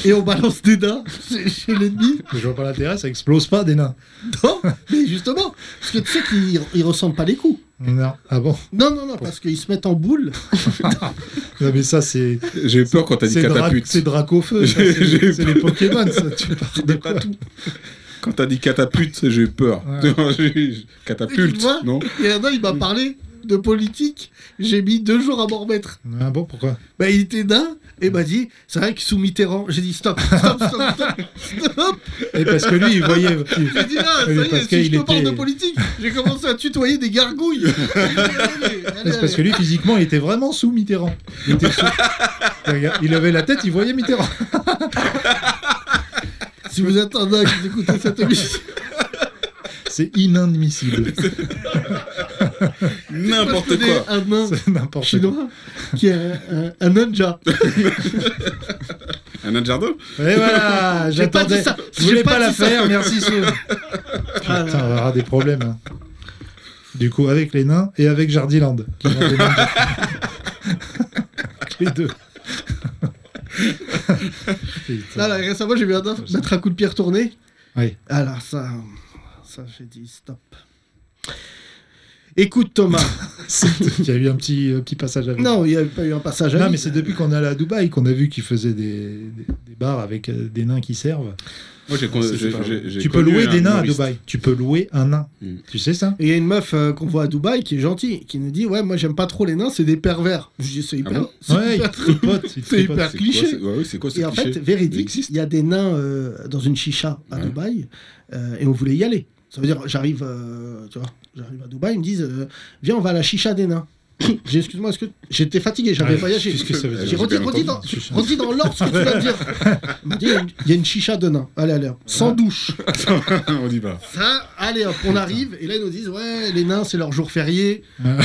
[SPEAKER 5] et on balance des nains chez, chez l'ennemi.
[SPEAKER 3] Mais je vois pas l'intérêt, ça explose pas des nains.
[SPEAKER 5] Non, mais justement, parce que tu sais qu'ils ils ressentent pas les coups.
[SPEAKER 3] Non. Ah bon
[SPEAKER 5] Non, non, non, parce qu'ils se mettent en boule.
[SPEAKER 3] Non, mais ça, c'est.
[SPEAKER 4] J'ai eu peur quand t'as dit
[SPEAKER 3] C'est Dra-
[SPEAKER 4] catapulte.
[SPEAKER 3] c'est Dracofeu. ça,
[SPEAKER 4] J'ai- j'ai
[SPEAKER 3] C'est c'est
[SPEAKER 4] eu
[SPEAKER 3] les Pokémon, ça. Tu parles de quoi
[SPEAKER 4] Quand t'as dit catapulte, j'ai eu peur.
[SPEAKER 3] Ouais.
[SPEAKER 4] Tu vois, j'ai- j'ai-
[SPEAKER 5] Tu
[SPEAKER 4] Catapulte,
[SPEAKER 5] vois
[SPEAKER 4] non
[SPEAKER 5] Il y en a, il m'a parlé de politique. J'ai mis deux jours à m'en remettre.
[SPEAKER 3] Ah bon, pourquoi
[SPEAKER 5] Bah, il était nain et m'a dit c'est vrai que sous Mitterrand j'ai dit stop stop stop stop stop
[SPEAKER 3] Et Eh, parce que lui, il voyait. il-
[SPEAKER 5] j'ai dit ah ça
[SPEAKER 3] Oui,
[SPEAKER 5] y est
[SPEAKER 3] parce
[SPEAKER 5] si
[SPEAKER 3] qu'il
[SPEAKER 5] je te parle
[SPEAKER 3] était-
[SPEAKER 5] de politique j'ai commencé à tutoyer des gargouilles Allez, allez,
[SPEAKER 3] Mais Ah, C'est parce que
[SPEAKER 5] allez.
[SPEAKER 3] lui, physiquement, il était vraiment sous Mitterrand. Il, était sous. Regarde, il avait la tête, il voyait Mitterrand.
[SPEAKER 5] si vous êtes un nain qui écoutez cette émission
[SPEAKER 3] C'est inadmissible.
[SPEAKER 5] moi, je
[SPEAKER 4] N'importe
[SPEAKER 5] connais
[SPEAKER 4] quoi.
[SPEAKER 5] un nain
[SPEAKER 3] C'est n'importe quoi.
[SPEAKER 5] chinois qui est un, un ninja
[SPEAKER 4] Un adjardin
[SPEAKER 3] Et voilà,
[SPEAKER 5] J'ai pas
[SPEAKER 3] j'attendais.
[SPEAKER 5] dit ça.
[SPEAKER 3] Je voulais
[SPEAKER 5] J'ai
[SPEAKER 3] pas,
[SPEAKER 5] pas
[SPEAKER 3] la
[SPEAKER 5] dit ça. Ah.
[SPEAKER 3] faire, merci Sue. Putain, on va avoir des problèmes. hein. Du coup, avec les nains et avec Jardiland. qui vend des ninjas. les deux. Putain.
[SPEAKER 5] là, là, récemment j'ai vu un nain mettre un coup de pierre tourné
[SPEAKER 3] Oui.
[SPEAKER 5] alors ça ça j'ai dit stop écoute Thomas
[SPEAKER 3] Il y a eu un petit, euh, petit passage avec.
[SPEAKER 5] non il n'y avait pas eu un passage à
[SPEAKER 3] Non,
[SPEAKER 5] vide.
[SPEAKER 3] mais c'est depuis qu'on est allé à Dubaï qu'on a vu qu'ils faisaient des, des- des bars avec euh, des nains qui servent.
[SPEAKER 4] Moi, j'ai con-
[SPEAKER 3] C'est
[SPEAKER 4] Euh, j'ai-
[SPEAKER 3] super.
[SPEAKER 4] j'ai- j'ai
[SPEAKER 3] Tu peux
[SPEAKER 4] connu
[SPEAKER 3] louer
[SPEAKER 4] un
[SPEAKER 3] des nains à
[SPEAKER 4] humoriste.
[SPEAKER 3] Dubaï. Tu peux louer un nain.
[SPEAKER 4] Mm.
[SPEAKER 3] Tu sais ça
[SPEAKER 5] Et il y a une meuf euh, qu'on voit à Dubaï qui est gentille, qui nous dit Ouais, moi j'aime pas trop les nains, c'est des pervers. Je dis C'est hyper.
[SPEAKER 4] Ah bon
[SPEAKER 5] c'est
[SPEAKER 3] Ouais, ils
[SPEAKER 5] hyper-
[SPEAKER 3] tripotent. ils
[SPEAKER 5] C'est
[SPEAKER 3] tripotent.
[SPEAKER 5] hyper
[SPEAKER 4] C'est
[SPEAKER 5] cliché.
[SPEAKER 4] quoi, c'est- ouais, ouais, C'est quoi ce
[SPEAKER 5] Et en
[SPEAKER 4] cliché
[SPEAKER 5] fait,
[SPEAKER 4] Il
[SPEAKER 5] véridique,
[SPEAKER 4] existe.
[SPEAKER 5] il y a des nains euh, dans une chicha à
[SPEAKER 4] Ouais.
[SPEAKER 5] Dubaï euh, et on voulait y aller. Ça veut dire, j'arrive euh, tu vois, j'arrive à Dubaï, ils me disent euh, Viens, on va à la chicha des nains. J'ai dit, Excuse-moi, est-ce que j'étais fatigué, j'avais
[SPEAKER 3] Ouais,
[SPEAKER 5] voyagé.
[SPEAKER 3] qu'est-ce que ça veut
[SPEAKER 5] J'ai
[SPEAKER 3] dire
[SPEAKER 5] dit,
[SPEAKER 4] J'ai
[SPEAKER 5] redis,
[SPEAKER 4] bien
[SPEAKER 5] redis dans,
[SPEAKER 4] entendu.
[SPEAKER 5] redis dans l'ordre ce que tu viens de dire. Il m'a dit, Il y a une- il y a une chicha de nains. Allez, allez, hop. sans douche.
[SPEAKER 4] On y va.
[SPEAKER 5] Ça, allez, hop, on arrive. Et là, ils nous disent Ouais, les nains, c'est leur jour férié.
[SPEAKER 3] Ouais.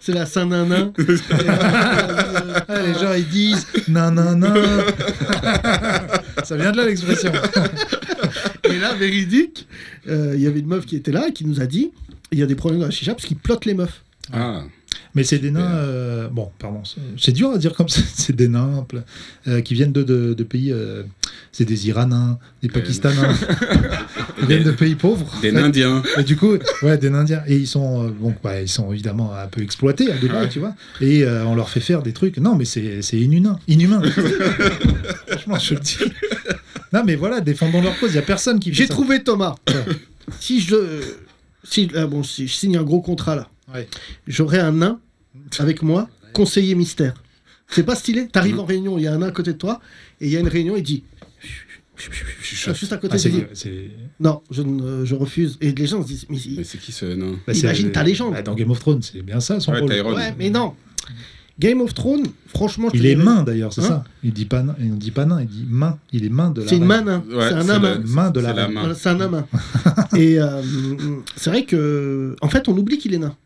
[SPEAKER 5] C'est la Saint-Nanin. Et, euh,
[SPEAKER 3] Ah, les gens ils disent nan nan nan. ça vient de là l'expression.
[SPEAKER 5] et là, véridique, euh, il y avait une meuf qui était là et qui nous a dit il y a des problèmes dans la chicha parce qu'ils plotent les meufs.
[SPEAKER 4] Ah,
[SPEAKER 3] Mais c'est des nains. euh, bon, pardon, c'est- c'est dur à dire comme ça. C'est des nains pl- euh, qui viennent de, de- de pays. euh, c'est des Iraniens, des Pakistanais. Ils viennent de pays pauvres.
[SPEAKER 4] Euh, des
[SPEAKER 3] en fait.
[SPEAKER 4] Indiens.
[SPEAKER 3] Et du coup, ouais, des Indiens. Et ils sont, euh, bon, bah, ils sont évidemment un peu exploités à Dubaï, tu vois. Et euh, on leur fait faire des trucs. Non, mais c'est c'est inhumain. Inhumain. Franchement, je le dis. Non, mais voilà, défendons leur cause. Il n'y a personne qui fait
[SPEAKER 5] J'ai
[SPEAKER 3] ça. Ah,
[SPEAKER 5] trouvé Thomas.
[SPEAKER 3] Ouais.
[SPEAKER 5] si je. Si, ah bon, si je signe un gros contrat là,
[SPEAKER 3] Ouais.
[SPEAKER 5] j'aurai un nain avec moi, conseiller mystère. C'est pas stylé T'arrives en réunion, il y a un nain à côté de toi, et il y a une réunion, il dit
[SPEAKER 4] Chuchote.
[SPEAKER 5] juste à côté
[SPEAKER 3] Ah,
[SPEAKER 5] il
[SPEAKER 3] c'est-
[SPEAKER 5] dit,
[SPEAKER 3] c'est-
[SPEAKER 5] Non, je, ne- euh, je refuse. Et les gens se disent Mais il-
[SPEAKER 4] Mais c'est qui ce nain
[SPEAKER 3] Bah,
[SPEAKER 5] Imagine
[SPEAKER 3] c'est-
[SPEAKER 5] ta légende.
[SPEAKER 3] Bah, dans Game of Thrones, c'est bien ça son
[SPEAKER 4] Ouais,
[SPEAKER 3] rôle.
[SPEAKER 4] Tyrone.
[SPEAKER 5] Ouais, mais non. Game of Thrones, franchement. je te
[SPEAKER 3] Il est
[SPEAKER 5] dirais-
[SPEAKER 3] main d'ailleurs, c'est
[SPEAKER 5] Hein
[SPEAKER 3] ça. Il dit pas, nain- il dit pas nain, il dit main. Il est main de la.
[SPEAKER 5] C'est une main,
[SPEAKER 3] reine.
[SPEAKER 5] nain.
[SPEAKER 4] Ouais,
[SPEAKER 5] c'est un
[SPEAKER 4] c'est
[SPEAKER 5] nain.
[SPEAKER 4] la-
[SPEAKER 5] nain.
[SPEAKER 3] Main de la.
[SPEAKER 4] C'est la
[SPEAKER 3] reine.
[SPEAKER 4] main.
[SPEAKER 5] Voilà, C'est un nain. nain. Et euh, c'est vrai que, en fait, on oublie qu'il est nain.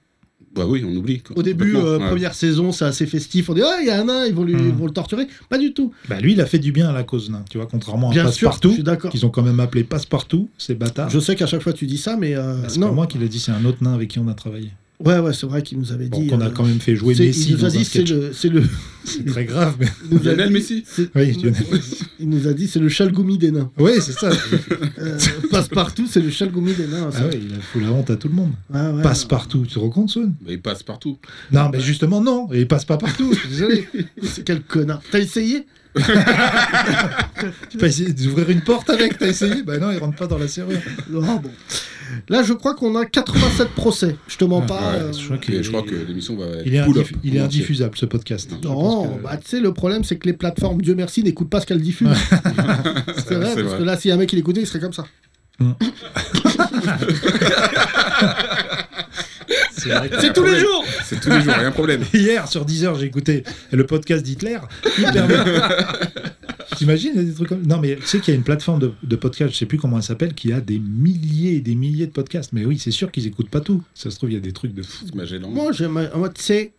[SPEAKER 4] Bah oui, on oublie. quoi.
[SPEAKER 5] Au début,
[SPEAKER 4] Complètement,
[SPEAKER 5] euh,
[SPEAKER 4] ouais.
[SPEAKER 5] première saison, c'est assez festif. On dit, ah, il y a un nain, ils vont, lui,
[SPEAKER 3] Hmm.
[SPEAKER 5] ils vont le torturer. Pas du tout.
[SPEAKER 3] Bah, lui, il a fait du bien à la cause nain. Tu vois, contrairement à
[SPEAKER 5] Bien sûr, je
[SPEAKER 3] Passepartout,
[SPEAKER 5] suis d'accord.
[SPEAKER 3] qu'ils ont quand même appelé Passepartout, ces bâtards.
[SPEAKER 5] Je sais qu'à chaque fois tu dis ça, mais euh,
[SPEAKER 3] Bah, C'est pas
[SPEAKER 5] non.
[SPEAKER 3] moi qui l'ai dit, c'est un autre nain avec qui on a travaillé.
[SPEAKER 5] Ouais, ouais, c'est vrai qu'il nous avait
[SPEAKER 3] Bon,
[SPEAKER 5] dit.
[SPEAKER 3] qu'on a
[SPEAKER 5] euh,
[SPEAKER 3] quand même fait jouer
[SPEAKER 5] c'est-
[SPEAKER 3] Messi
[SPEAKER 5] il nous a
[SPEAKER 3] dans un
[SPEAKER 5] dit, c'est
[SPEAKER 3] sketch.
[SPEAKER 5] le, c'est le.
[SPEAKER 3] C'est très grave. Mais...
[SPEAKER 5] il nous a
[SPEAKER 4] Lionel
[SPEAKER 5] dit-
[SPEAKER 4] Messi
[SPEAKER 5] c'est-
[SPEAKER 3] Oui, Lionel
[SPEAKER 5] Il nous a dit, c'est le chalgoumi des nains. Euh,
[SPEAKER 3] Oui, c'est ça.
[SPEAKER 5] passe partout, c'est le chalgoumi des nains.
[SPEAKER 3] ah ouais, il a foutu la honte à tout le monde.
[SPEAKER 5] Ouais, ouais.
[SPEAKER 3] Passepartout, tu te rends compte, Swan
[SPEAKER 4] Bah, il passe partout.
[SPEAKER 3] Non, mais justement, non. Et il passe pas partout. Je suis désolé.
[SPEAKER 5] C'est quel connard. T'as essayé
[SPEAKER 3] Tu peux essayer d'ouvrir une porte avec, t'as essayé Bah non, il rentre pas dans la serrure.
[SPEAKER 5] Oh, bon. Là, je crois qu'on a 87 procès. Je te mens
[SPEAKER 3] Ah,
[SPEAKER 5] pas.
[SPEAKER 4] ouais,
[SPEAKER 5] euh,
[SPEAKER 3] Je crois
[SPEAKER 4] Et je crois que l'émission va être
[SPEAKER 3] Il est,
[SPEAKER 4] pull up.
[SPEAKER 3] indiff- il est indiffusable ce podcast. Je pense
[SPEAKER 5] Non,
[SPEAKER 3] que-
[SPEAKER 5] bah, tu sais, le problème, c'est que les plateformes, Dieu merci, n'écoutent pas ce qu'elles diffusent. c'est vrai,
[SPEAKER 4] c'est
[SPEAKER 5] parce
[SPEAKER 4] vrai.
[SPEAKER 5] que là, s'il y a un mec qui l'écoutait, il serait comme ça.
[SPEAKER 3] c'est vrai que-
[SPEAKER 5] C'est tous les jours
[SPEAKER 4] C'est tous les jours, rien de problème.
[SPEAKER 3] Hier, sur 10h, j'ai écouté le podcast d'Hitler. Hyper bien. T'imagines, il y a des trucs comme... Non, mais tu sais qu'il y a une plateforme de, de podcast, je sais plus comment elle s'appelle, qui a des milliers et des milliers de podcasts. Mais oui, c'est sûr qu'ils écoutent pas tout. Ça se trouve, il y a des trucs de fou.
[SPEAKER 4] C'est Magellan.
[SPEAKER 5] Moi, j'aime. Moi, tu sais.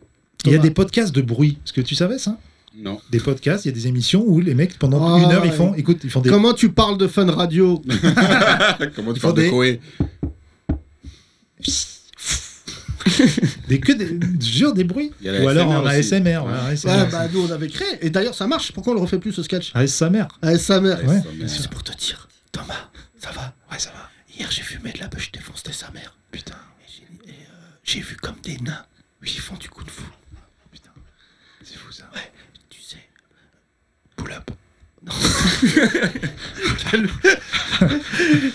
[SPEAKER 3] Il y a
[SPEAKER 5] Thomas.
[SPEAKER 3] des podcasts de bruit. Est-ce que tu savais ça
[SPEAKER 4] Non.
[SPEAKER 3] Des podcasts, il y a des émissions où les mecs, pendant
[SPEAKER 5] Ah,
[SPEAKER 3] une heure, ils
[SPEAKER 5] ouais.
[SPEAKER 3] font... Écoute, ils font des...
[SPEAKER 5] Comment tu parles de Fun Radio
[SPEAKER 4] Comment tu
[SPEAKER 3] faut
[SPEAKER 4] parles de
[SPEAKER 3] des-
[SPEAKER 4] Koé
[SPEAKER 3] des que des... Jure, des bruits.
[SPEAKER 4] Il y a la
[SPEAKER 3] Ou alors
[SPEAKER 4] ASMR
[SPEAKER 3] en
[SPEAKER 4] aussi.
[SPEAKER 3] ASMR. ouais,
[SPEAKER 4] Ouais.
[SPEAKER 3] ASMR.
[SPEAKER 5] Ouais, bah nous on avait créé. Et d'ailleurs, ça marche. Pourquoi on le refait plus ce sketch
[SPEAKER 3] Ah, sa mère.
[SPEAKER 5] Avec sa mère.
[SPEAKER 3] Ouais.
[SPEAKER 5] C'est pour te dire, Thomas, ça va
[SPEAKER 3] Ouais, ça va.
[SPEAKER 5] Hier, j'ai fumé de la bûche défoncée sa mère. Putain. Et j'ai- et, euh, j'ai vu comme des nains. Oui, ils font du coup de fou. Putain.
[SPEAKER 3] C'est fou ça.
[SPEAKER 5] Tu sais. Pull up.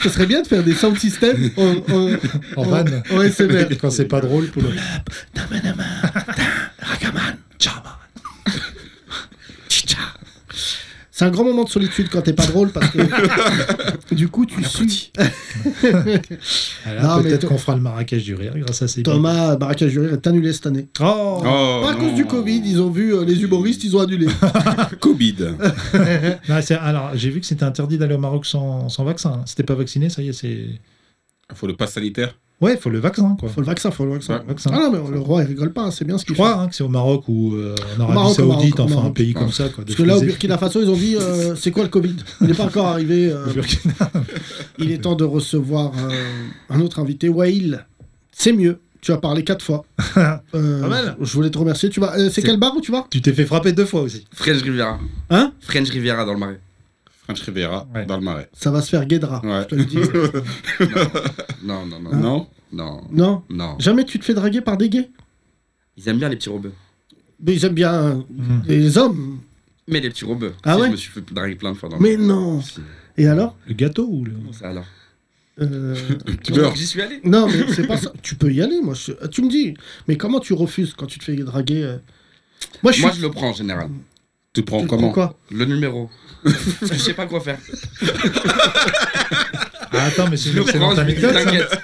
[SPEAKER 5] Ce serait bien de faire des sound systems en, en,
[SPEAKER 3] En vanne.
[SPEAKER 5] en SMR.
[SPEAKER 3] Quand c'est pas drôle, pour le...
[SPEAKER 5] Rakaman. Chicha. C'est un grand moment de solitude quand t'es pas drôle parce que du coup tu suis.
[SPEAKER 3] Alors,
[SPEAKER 5] Non, mais
[SPEAKER 3] peut-être
[SPEAKER 5] to-
[SPEAKER 3] qu'on fera le Marrakech du rire grâce à ces
[SPEAKER 5] Thomas Ah, Marrakech du Rire est annulé cette année.
[SPEAKER 3] Oh,
[SPEAKER 4] Oh,
[SPEAKER 5] pas à
[SPEAKER 4] non.
[SPEAKER 5] cause du Covid, ils ont vu euh, les humoristes, ils ont annulé.
[SPEAKER 4] Covid.
[SPEAKER 3] Non, Bah, c'est- Alors, j'ai vu que c'était interdit d'aller au Maroc sans, sans vaccin. hein. Si t'es pas vacciné, ça y est, c'est.
[SPEAKER 4] Faut le pass sanitaire.
[SPEAKER 3] Ouais, faut le vaccin, quoi.
[SPEAKER 5] Faut le vaccin, faut le vaccin.
[SPEAKER 4] Ouais.
[SPEAKER 3] vaccin.
[SPEAKER 5] Ah non, mais le roi il rigole pas, hein, c'est bien ce
[SPEAKER 3] je
[SPEAKER 5] qu'il fait.
[SPEAKER 3] crois hein, que c'est au Maroc ou euh, en Arabie
[SPEAKER 5] Maroc, au Maroc,
[SPEAKER 3] Saoudite,
[SPEAKER 5] au
[SPEAKER 3] enfin un
[SPEAKER 5] Maroc.
[SPEAKER 3] pays comme ça. Quoi,
[SPEAKER 5] Parce que là, au Burkina Faso, ils ont dit euh, c'est quoi le Covid Il n'est pas encore arrivé. euh, il est temps de recevoir euh, un autre invité. Wail, c'est mieux. Tu as parlé quatre fois. Euh,
[SPEAKER 3] Pas mal.
[SPEAKER 5] Je voulais te remercier. Tu vas. euh, c'est
[SPEAKER 6] C'est-
[SPEAKER 5] quel bar où tu vas
[SPEAKER 3] Tu t'es fait frapper deux fois aussi.
[SPEAKER 6] French Riviera.
[SPEAKER 5] Hein
[SPEAKER 6] French Riviera dans le marais.
[SPEAKER 4] French Riviera,
[SPEAKER 3] Ouais.
[SPEAKER 4] dans le marais.
[SPEAKER 5] Ça va se faire guédra.
[SPEAKER 4] Ouais.
[SPEAKER 5] Je te le dis.
[SPEAKER 6] Non, non, non.
[SPEAKER 4] Non
[SPEAKER 6] Non.
[SPEAKER 5] non.
[SPEAKER 6] Non.
[SPEAKER 5] Jamais tu te fais draguer par des gays.
[SPEAKER 6] Ils aiment bien les petits robeux.
[SPEAKER 5] Mais ils aiment bien euh,
[SPEAKER 3] Hmm.
[SPEAKER 5] les hommes.
[SPEAKER 6] Mais les petits robeux.
[SPEAKER 5] Ah ouais
[SPEAKER 6] Je me suis fait draguer plein de fois dans le
[SPEAKER 5] Mais non. Et alors
[SPEAKER 3] Le gâteau ou le.
[SPEAKER 6] marais. Ça alors.
[SPEAKER 5] Euh,
[SPEAKER 4] Tu dors.
[SPEAKER 6] Donc, J'y suis allé.
[SPEAKER 5] Non, mais c'est pas ça. Tu peux y aller, moi. je- ah, Tu me dis. Mais comment tu refuses quand tu te fais draguer euh Moi, je suis.
[SPEAKER 6] Moi, je le prends en général.
[SPEAKER 4] Tu prends
[SPEAKER 5] Tu prends
[SPEAKER 4] comment
[SPEAKER 5] quoi
[SPEAKER 6] Le numéro. je sais pas quoi faire.
[SPEAKER 3] Ah, attends, mais c'est une
[SPEAKER 6] Je le prends,
[SPEAKER 3] excellente
[SPEAKER 6] je me dis,
[SPEAKER 3] anecdote. ça.
[SPEAKER 6] t'inquiète.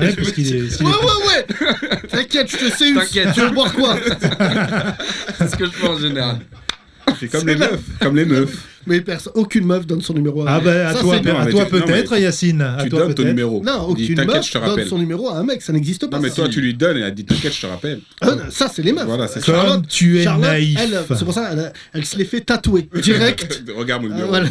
[SPEAKER 3] Ouais, parce qu'il est. s'il
[SPEAKER 5] Ouais,
[SPEAKER 3] est-
[SPEAKER 5] ouais, ouais T'inquiète, je te sais
[SPEAKER 6] T'inquiète.
[SPEAKER 5] Tu veux boire quoi
[SPEAKER 6] C'est ce que je fais en général.
[SPEAKER 4] C'est comme les meufs.
[SPEAKER 5] Ah,
[SPEAKER 4] Comme les meufs.
[SPEAKER 5] Mais personne, aucune meuf donne son numéro à un
[SPEAKER 3] Ah,
[SPEAKER 5] mec.
[SPEAKER 3] bah, à
[SPEAKER 5] Ça,
[SPEAKER 3] toi,
[SPEAKER 5] c'est-
[SPEAKER 3] à
[SPEAKER 4] non, mais
[SPEAKER 3] toi
[SPEAKER 4] tu- non,
[SPEAKER 3] peut-être,
[SPEAKER 4] mais
[SPEAKER 3] Yacine. À
[SPEAKER 4] Tu
[SPEAKER 3] toi
[SPEAKER 4] donnes ton
[SPEAKER 3] peut-être.
[SPEAKER 4] numéro.
[SPEAKER 5] Non,
[SPEAKER 4] Il dit,
[SPEAKER 5] aucune
[SPEAKER 4] T'inquiète, je
[SPEAKER 5] meuf
[SPEAKER 4] te
[SPEAKER 5] donne
[SPEAKER 4] rappelle.
[SPEAKER 5] son numéro à un mec, ça n'existe pas.
[SPEAKER 4] Non, mais
[SPEAKER 5] ça.
[SPEAKER 4] toi, tu lui donnes et elle dit T'inquiète, je te rappelle.
[SPEAKER 5] Ah, non, ça, c'est les meufs.
[SPEAKER 4] Voilà, c'est ça.
[SPEAKER 3] Comme tu es
[SPEAKER 5] Charlotte,
[SPEAKER 3] naïf.
[SPEAKER 5] elle, euh, c'est pour ça, elle, elle se les fait tatouer direct.
[SPEAKER 4] Regarde mon
[SPEAKER 5] Ah,
[SPEAKER 4] numéro.
[SPEAKER 5] voilà.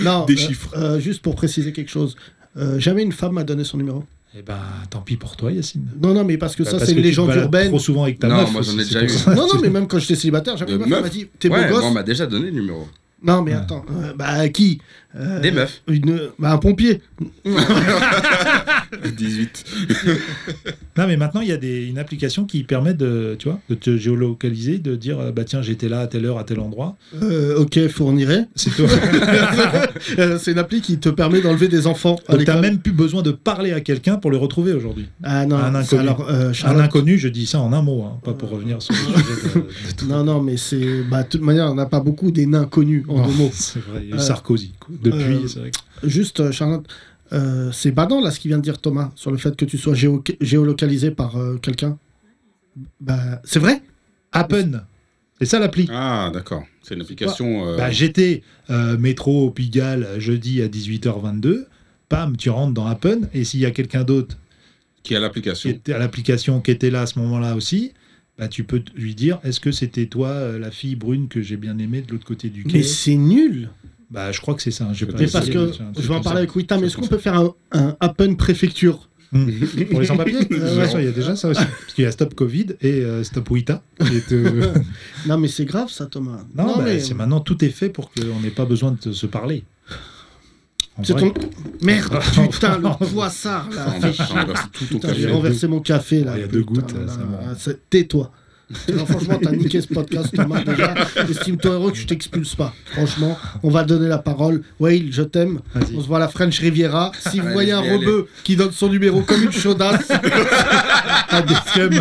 [SPEAKER 5] non,
[SPEAKER 4] Des
[SPEAKER 5] euh,
[SPEAKER 4] chiffres.
[SPEAKER 5] euh, juste pour préciser quelque chose. euh, jamais une femme m'a donné son numéro.
[SPEAKER 3] Eh ben, tant pis pour toi, Yacine.
[SPEAKER 5] Non, non, mais parce que
[SPEAKER 3] Bah,
[SPEAKER 5] ça,
[SPEAKER 3] parce
[SPEAKER 5] c'est
[SPEAKER 3] que tu
[SPEAKER 5] une
[SPEAKER 3] te
[SPEAKER 5] légende
[SPEAKER 3] balades
[SPEAKER 5] urbaine.
[SPEAKER 3] Trop souvent avec ta
[SPEAKER 6] Non,
[SPEAKER 3] meuf.
[SPEAKER 6] moi, j'en ai
[SPEAKER 3] aussi,
[SPEAKER 6] déjà
[SPEAKER 3] c'est pour
[SPEAKER 6] eu.
[SPEAKER 3] ça.
[SPEAKER 5] Non, non, mais même quand j'étais célibataire, jamais
[SPEAKER 4] De
[SPEAKER 5] une meuf qui
[SPEAKER 4] Euh, meuf.
[SPEAKER 5] m'a dit T'es
[SPEAKER 6] ouais,
[SPEAKER 5] beau
[SPEAKER 6] moi,
[SPEAKER 5] gosse.
[SPEAKER 6] on m'a déjà donné le numéro.
[SPEAKER 5] Non, mais attends, euh, bah qui Euh,
[SPEAKER 6] Des meufs.
[SPEAKER 5] une- bah, un pompier.
[SPEAKER 4] 18.
[SPEAKER 3] Non, mais maintenant, il y a des, une application qui permet de, tu vois, de te géolocaliser, de dire, euh, bah tiens, j'étais là à telle heure, à tel endroit.
[SPEAKER 5] Euh, ok, fournirait.
[SPEAKER 3] C'est toi.
[SPEAKER 5] Euh, c'est une appli qui te permet d'enlever des enfants à
[SPEAKER 3] Donc, t'as
[SPEAKER 5] l'école.
[SPEAKER 3] même plus besoin de parler à quelqu'un pour le retrouver aujourd'hui.
[SPEAKER 5] Ah non,
[SPEAKER 3] un
[SPEAKER 5] c'est-
[SPEAKER 3] inconnu.
[SPEAKER 5] alors euh,
[SPEAKER 3] Un
[SPEAKER 5] Charlotte-
[SPEAKER 3] inconnu, je dis ça en un mot, hein, pas pour revenir sur le sujet de, de tout.
[SPEAKER 5] Non, non, mais c'est. Bah, de toute manière, on n'a pas beaucoup des nains connus en
[SPEAKER 3] Oh.
[SPEAKER 5] deux mots.
[SPEAKER 3] C'est vrai, il y a eu
[SPEAKER 5] Euh,
[SPEAKER 3] Sarkozy. quoi. Depuis,
[SPEAKER 5] euh,
[SPEAKER 3] c'est vrai que-
[SPEAKER 5] Juste, euh, Charlotte, euh, c'est badant là ce qu'il vient de dire Thomas sur le fait que tu sois géo- géolocalisé par euh, quelqu'un. Bah, c'est vrai
[SPEAKER 3] Happen. C'est ça l'appli.
[SPEAKER 4] Ah, d'accord. C'est une application. euh,
[SPEAKER 3] Bah, j'étais euh, métro au Pigalle jeudi à 18h22. Pam, tu rentres dans Happen. Et s'il y a quelqu'un d'autre
[SPEAKER 4] qui a
[SPEAKER 3] qui
[SPEAKER 4] l'application.
[SPEAKER 3] était à l'application qui était là à ce moment-là aussi, bah, tu peux t- lui dire est-ce que c'était toi, euh, la fille brune que j'ai bien aimée de l'autre côté du quai
[SPEAKER 5] Mais c'est nul
[SPEAKER 3] bah, Je crois que c'est ça. J'ai pas
[SPEAKER 5] Mais
[SPEAKER 4] c'est-
[SPEAKER 5] parce
[SPEAKER 3] essayé,
[SPEAKER 5] que.
[SPEAKER 3] mais c'est un truc
[SPEAKER 5] Je vais en
[SPEAKER 3] comme
[SPEAKER 5] parler
[SPEAKER 3] ça.
[SPEAKER 5] avec Wita, mais est-ce
[SPEAKER 4] comme
[SPEAKER 5] qu'on peut faire un, un Happen préfecture
[SPEAKER 3] Mmh. Pour les sans-papiers
[SPEAKER 5] Euh,
[SPEAKER 3] Ouais,
[SPEAKER 5] ouais.
[SPEAKER 3] sûr, Il y a déjà ça aussi. Parce qu'il y a Stop Covid et euh, Stop Wita. qui est, euh,
[SPEAKER 5] Non, mais c'est grave ça, Thomas.
[SPEAKER 3] non, bah,
[SPEAKER 5] mais.
[SPEAKER 3] c'est maintenant tout est fait pour qu'on n'ait pas besoin de se parler. En
[SPEAKER 5] C'est
[SPEAKER 3] vrai.
[SPEAKER 5] ton. Merde, putain, le poissard là
[SPEAKER 4] Ça renverse- ça renverse tout ton
[SPEAKER 5] Putain, j'ai
[SPEAKER 4] café.
[SPEAKER 5] renversé mon café là.
[SPEAKER 3] Il y a deux
[SPEAKER 5] Putain,
[SPEAKER 3] gouttes,
[SPEAKER 5] là,
[SPEAKER 3] ça
[SPEAKER 5] là,
[SPEAKER 3] me-
[SPEAKER 5] c'est- Tais-toi. Non, franchement, t'as niqué ce podcast, Thomas. Déjà, estime-toi heureux que je t'expulse pas. Franchement, on va donner la parole. Wail, je t'aime.
[SPEAKER 3] Vas-y.
[SPEAKER 5] On se voit à la French Riviera. Si vous
[SPEAKER 6] Allez,
[SPEAKER 5] voyez
[SPEAKER 6] je
[SPEAKER 5] un
[SPEAKER 6] vais y aller.
[SPEAKER 5] rebeu qui donne son numéro comme une chaudasse, à des scums,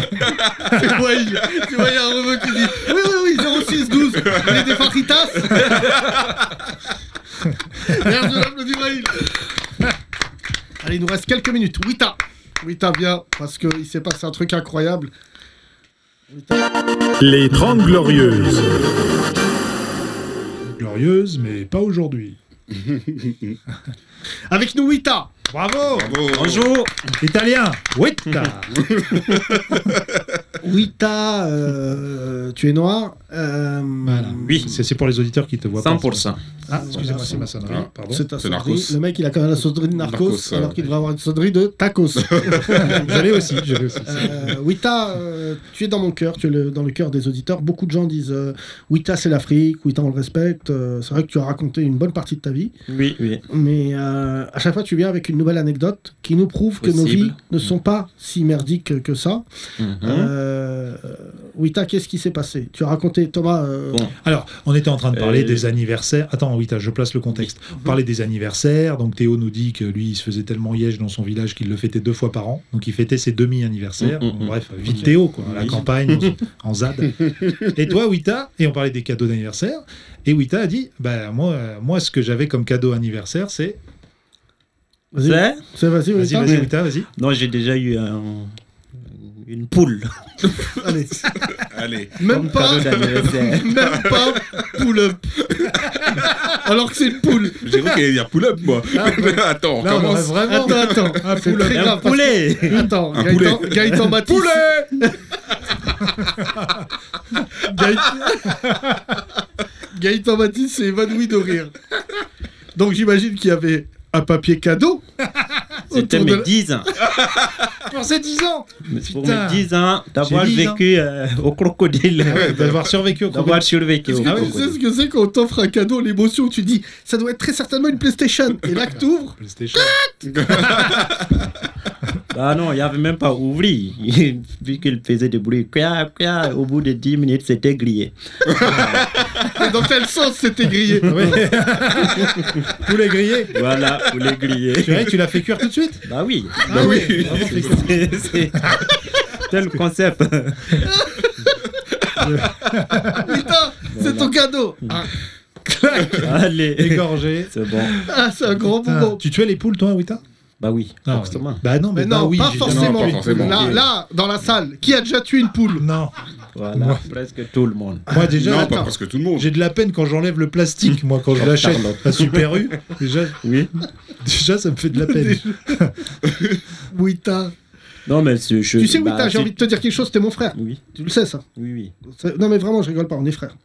[SPEAKER 5] c'est Wail. Si vous voyez un rebeu qui dit Oui, oui, oui, 06 12, vous voulez des faritas Merci de l'applaudissement, Wail. Allez, il nous reste quelques minutes. Wita. Witavia, parce qu'il s'est passé un truc incroyable.
[SPEAKER 8] Les 30 Glorieuses.
[SPEAKER 3] Glorieuse, mais pas aujourd'hui.
[SPEAKER 5] Avec nous, Wita
[SPEAKER 3] Bravo
[SPEAKER 4] Bravo.
[SPEAKER 3] Bonjour Italien Witta
[SPEAKER 5] Wita, euh, tu es noir. euh,
[SPEAKER 3] Voilà.
[SPEAKER 9] Oui.
[SPEAKER 3] C'est c'est pour les auditeurs qui te voient pas.
[SPEAKER 9] 100%.
[SPEAKER 3] Ah, excusez-moi, c'est ma sonnerie.
[SPEAKER 4] Ah.
[SPEAKER 3] Pardon.
[SPEAKER 5] C'est ta
[SPEAKER 4] C'est
[SPEAKER 5] sonnerie.
[SPEAKER 4] Narcos.
[SPEAKER 5] Le mec, il a quand même la sonnerie de Narcos,
[SPEAKER 4] Narcos,
[SPEAKER 5] alors
[SPEAKER 4] ouais.
[SPEAKER 5] qu'il devrait avoir une sonnerie de tacos.
[SPEAKER 3] J'allais aussi, j'allais aussi.
[SPEAKER 5] Euh, Wita, euh, tu es dans mon cœur, tu es le- dans le cœur des auditeurs. Beaucoup de gens disent euh, Wita, c'est l'Afrique, Wita, on le respecte. Euh, c'est vrai que tu as raconté une bonne partie de ta vie,
[SPEAKER 9] Oui, oui.
[SPEAKER 5] mais euh, à chaque fois, tu viens avec une nouvelle anecdote qui nous prouve que nos
[SPEAKER 9] Possible.
[SPEAKER 5] vies ne sont pas si merdiques que ça.
[SPEAKER 9] Mhm.
[SPEAKER 5] Euh, Wita, qu'est-ce qui s'est passé Tu as raconté, Thomas. euh,
[SPEAKER 9] Bon.
[SPEAKER 3] Alors, on était en train de parler
[SPEAKER 9] Euh,
[SPEAKER 3] des anniversaires. Attends, oui, t'as- je place le contexte. On parlait des anniversaires. Donc, Théo nous dit que lui, il se faisait tellement liège dans son village qu'il le fêtait deux fois par an. Donc, il fêtait ses demi-anniversaires.
[SPEAKER 9] Mm, mm,
[SPEAKER 3] Donc,
[SPEAKER 9] mm.
[SPEAKER 3] Bref, vite Théo, quoi, à la
[SPEAKER 9] Oui.
[SPEAKER 3] campagne, en, en ZAD. Et toi, Wita, et on parlait des cadeaux d'anniversaire. Et Wita a dit bah, moi, euh, moi, ce que j'avais comme cadeau anniversaire, c'est.
[SPEAKER 5] Vas-y,
[SPEAKER 9] C'est-
[SPEAKER 5] C'est- vas-y,
[SPEAKER 3] Vas-y,
[SPEAKER 5] Wita.
[SPEAKER 3] vas-y, Wita, vas-y.
[SPEAKER 9] Non, j'ai déjà eu un- une poule.
[SPEAKER 5] Allez.
[SPEAKER 4] Allez.
[SPEAKER 5] Même pas,
[SPEAKER 9] Cadeau d'anniversaire.
[SPEAKER 5] même pas pull-up. Alors que c'est une poule.
[SPEAKER 4] J'ai cru qu'il allait dire pull-up, moi.
[SPEAKER 5] Ah,
[SPEAKER 4] Attends, on
[SPEAKER 3] Là, on aurait
[SPEAKER 4] commence.
[SPEAKER 3] vraiment.
[SPEAKER 5] Attends, attends. C'est très
[SPEAKER 9] Un
[SPEAKER 5] grave, parce que-
[SPEAKER 9] poulet
[SPEAKER 5] Attends,
[SPEAKER 4] Un
[SPEAKER 5] Gaëtan, Gaëtan Matisse. Gaë- Gaëtan Matisse s'est évanoui de rire. Donc j'imagine qu'il y avait un papier cadeau.
[SPEAKER 9] C'était
[SPEAKER 5] Autour de-
[SPEAKER 9] mes 10 ans.
[SPEAKER 3] Pour ses 10 ans
[SPEAKER 9] Pour
[SPEAKER 3] Putain.
[SPEAKER 9] mes 10 ans, d'avoir
[SPEAKER 3] J'ai 10 ans.
[SPEAKER 9] vécu euh, au
[SPEAKER 5] Ah
[SPEAKER 9] crocodile.
[SPEAKER 3] D'avoir survécu au
[SPEAKER 9] D'avoir survécu au
[SPEAKER 5] Est-ce que tu sais ce
[SPEAKER 9] crocodile.
[SPEAKER 5] que c'est quand on t'offre un cadeau, l'émotion, tu dis ça doit être très certainement une PlayStation. Et là que t'ouvres,
[SPEAKER 3] PlayStation.
[SPEAKER 9] Ah non, il n'y avait même pas ouvri. Vu qu'il faisait des bruits, quoi, quoi, au bout de 10 minutes, c'était grillé.
[SPEAKER 5] et dans quel sens c'était grillé
[SPEAKER 3] Oui. Ah Poulet grillé.
[SPEAKER 9] Voilà, poulet grillé.
[SPEAKER 3] Tu vois, tu l'as fait cuire tout de suite
[SPEAKER 9] Bah oui,
[SPEAKER 3] Ah oui,
[SPEAKER 9] C'est- c'est- c'est- tel concept.
[SPEAKER 5] Putain, c'est ton cadeau. Ah,
[SPEAKER 9] Allez,
[SPEAKER 3] égorgé.
[SPEAKER 9] c'est bon.
[SPEAKER 5] ah, c'est un grand moment.
[SPEAKER 3] Tu tuais les poules, toi, Wita
[SPEAKER 9] Bah oui,
[SPEAKER 3] Non,
[SPEAKER 9] forcément.
[SPEAKER 3] Bah non, mais,
[SPEAKER 5] Mais non,
[SPEAKER 3] bah oui,
[SPEAKER 5] pas
[SPEAKER 3] j'ai-
[SPEAKER 5] forcément.
[SPEAKER 4] Non, pas forcément.
[SPEAKER 5] Là, là, dans la salle, qui a déjà tué une poule
[SPEAKER 3] Non,
[SPEAKER 9] Voilà,
[SPEAKER 3] Moi.
[SPEAKER 9] presque tout le monde.
[SPEAKER 3] moi déjà,
[SPEAKER 4] Non,
[SPEAKER 3] attends,
[SPEAKER 4] pas parce que tout le monde.
[SPEAKER 3] j'ai de la peine quand j'enlève le plastique, moi, quand je l'achète à Super U. Déjà,
[SPEAKER 9] Oui.
[SPEAKER 3] déjà, ça me fait de la peine.
[SPEAKER 5] Wita.
[SPEAKER 9] Non, mais c'est- je,
[SPEAKER 5] Tu sais,
[SPEAKER 9] bah,
[SPEAKER 5] Wita, j'ai
[SPEAKER 9] c'est-
[SPEAKER 5] envie de te dire quelque chose, t'es mon frère.
[SPEAKER 9] Oui,
[SPEAKER 5] Tu le sais, ça.
[SPEAKER 9] oui, oui.
[SPEAKER 5] C'est- Non, mais vraiment, je rigole pas, on est frères.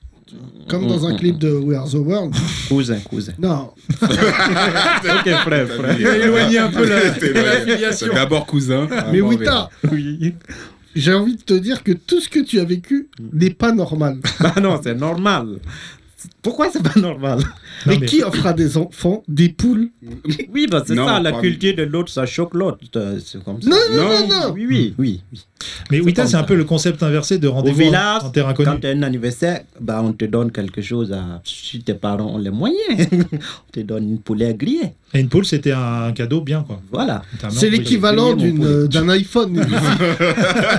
[SPEAKER 5] Comme dans un clip de We Are the World.
[SPEAKER 9] Cousin, cousin.
[SPEAKER 5] Non, Ah,
[SPEAKER 9] Ok, frère, frère.
[SPEAKER 3] Éloigner un peu la,
[SPEAKER 4] T'es
[SPEAKER 3] la
[SPEAKER 4] loin.
[SPEAKER 3] filiation.
[SPEAKER 4] C'est euh, D'abord cousin. Ah,
[SPEAKER 5] mais
[SPEAKER 4] avant
[SPEAKER 5] Wita,
[SPEAKER 9] Oui.
[SPEAKER 5] j'ai envie de te dire que tout ce que tu as vécu n'est pas normal.
[SPEAKER 9] Bah non, c'est normal. Pourquoi c'est pas normal
[SPEAKER 3] Non,
[SPEAKER 5] mais,
[SPEAKER 3] mais-
[SPEAKER 5] qui offre à des enfants des poules
[SPEAKER 9] Oui, bah c'est
[SPEAKER 4] Non,
[SPEAKER 9] ça, la
[SPEAKER 4] pas-
[SPEAKER 9] culture de l'autre, ça choque l'autre. euh, C'est comme ça.
[SPEAKER 5] Non, non, non,
[SPEAKER 4] Non.
[SPEAKER 5] non
[SPEAKER 9] Oui, oui, oui. oui.
[SPEAKER 3] Mais Wita,
[SPEAKER 9] comme
[SPEAKER 3] c'est un
[SPEAKER 9] ça.
[SPEAKER 3] peu le concept inversé de
[SPEAKER 9] Au
[SPEAKER 3] rendez-vous en,
[SPEAKER 9] village,
[SPEAKER 3] en terre
[SPEAKER 9] quand
[SPEAKER 3] inconnue.
[SPEAKER 9] tu as un anniversaire, bah, on te donne quelque chose à... Si tes parents ont les moyens, on te donne une poulet grillée.
[SPEAKER 3] Et une poule, c'était un cadeau bien, quoi.
[SPEAKER 9] Voilà.
[SPEAKER 5] C'est l'équivalent
[SPEAKER 9] griller mon
[SPEAKER 5] d'une,
[SPEAKER 9] poulet.
[SPEAKER 5] euh, d'un iPhone.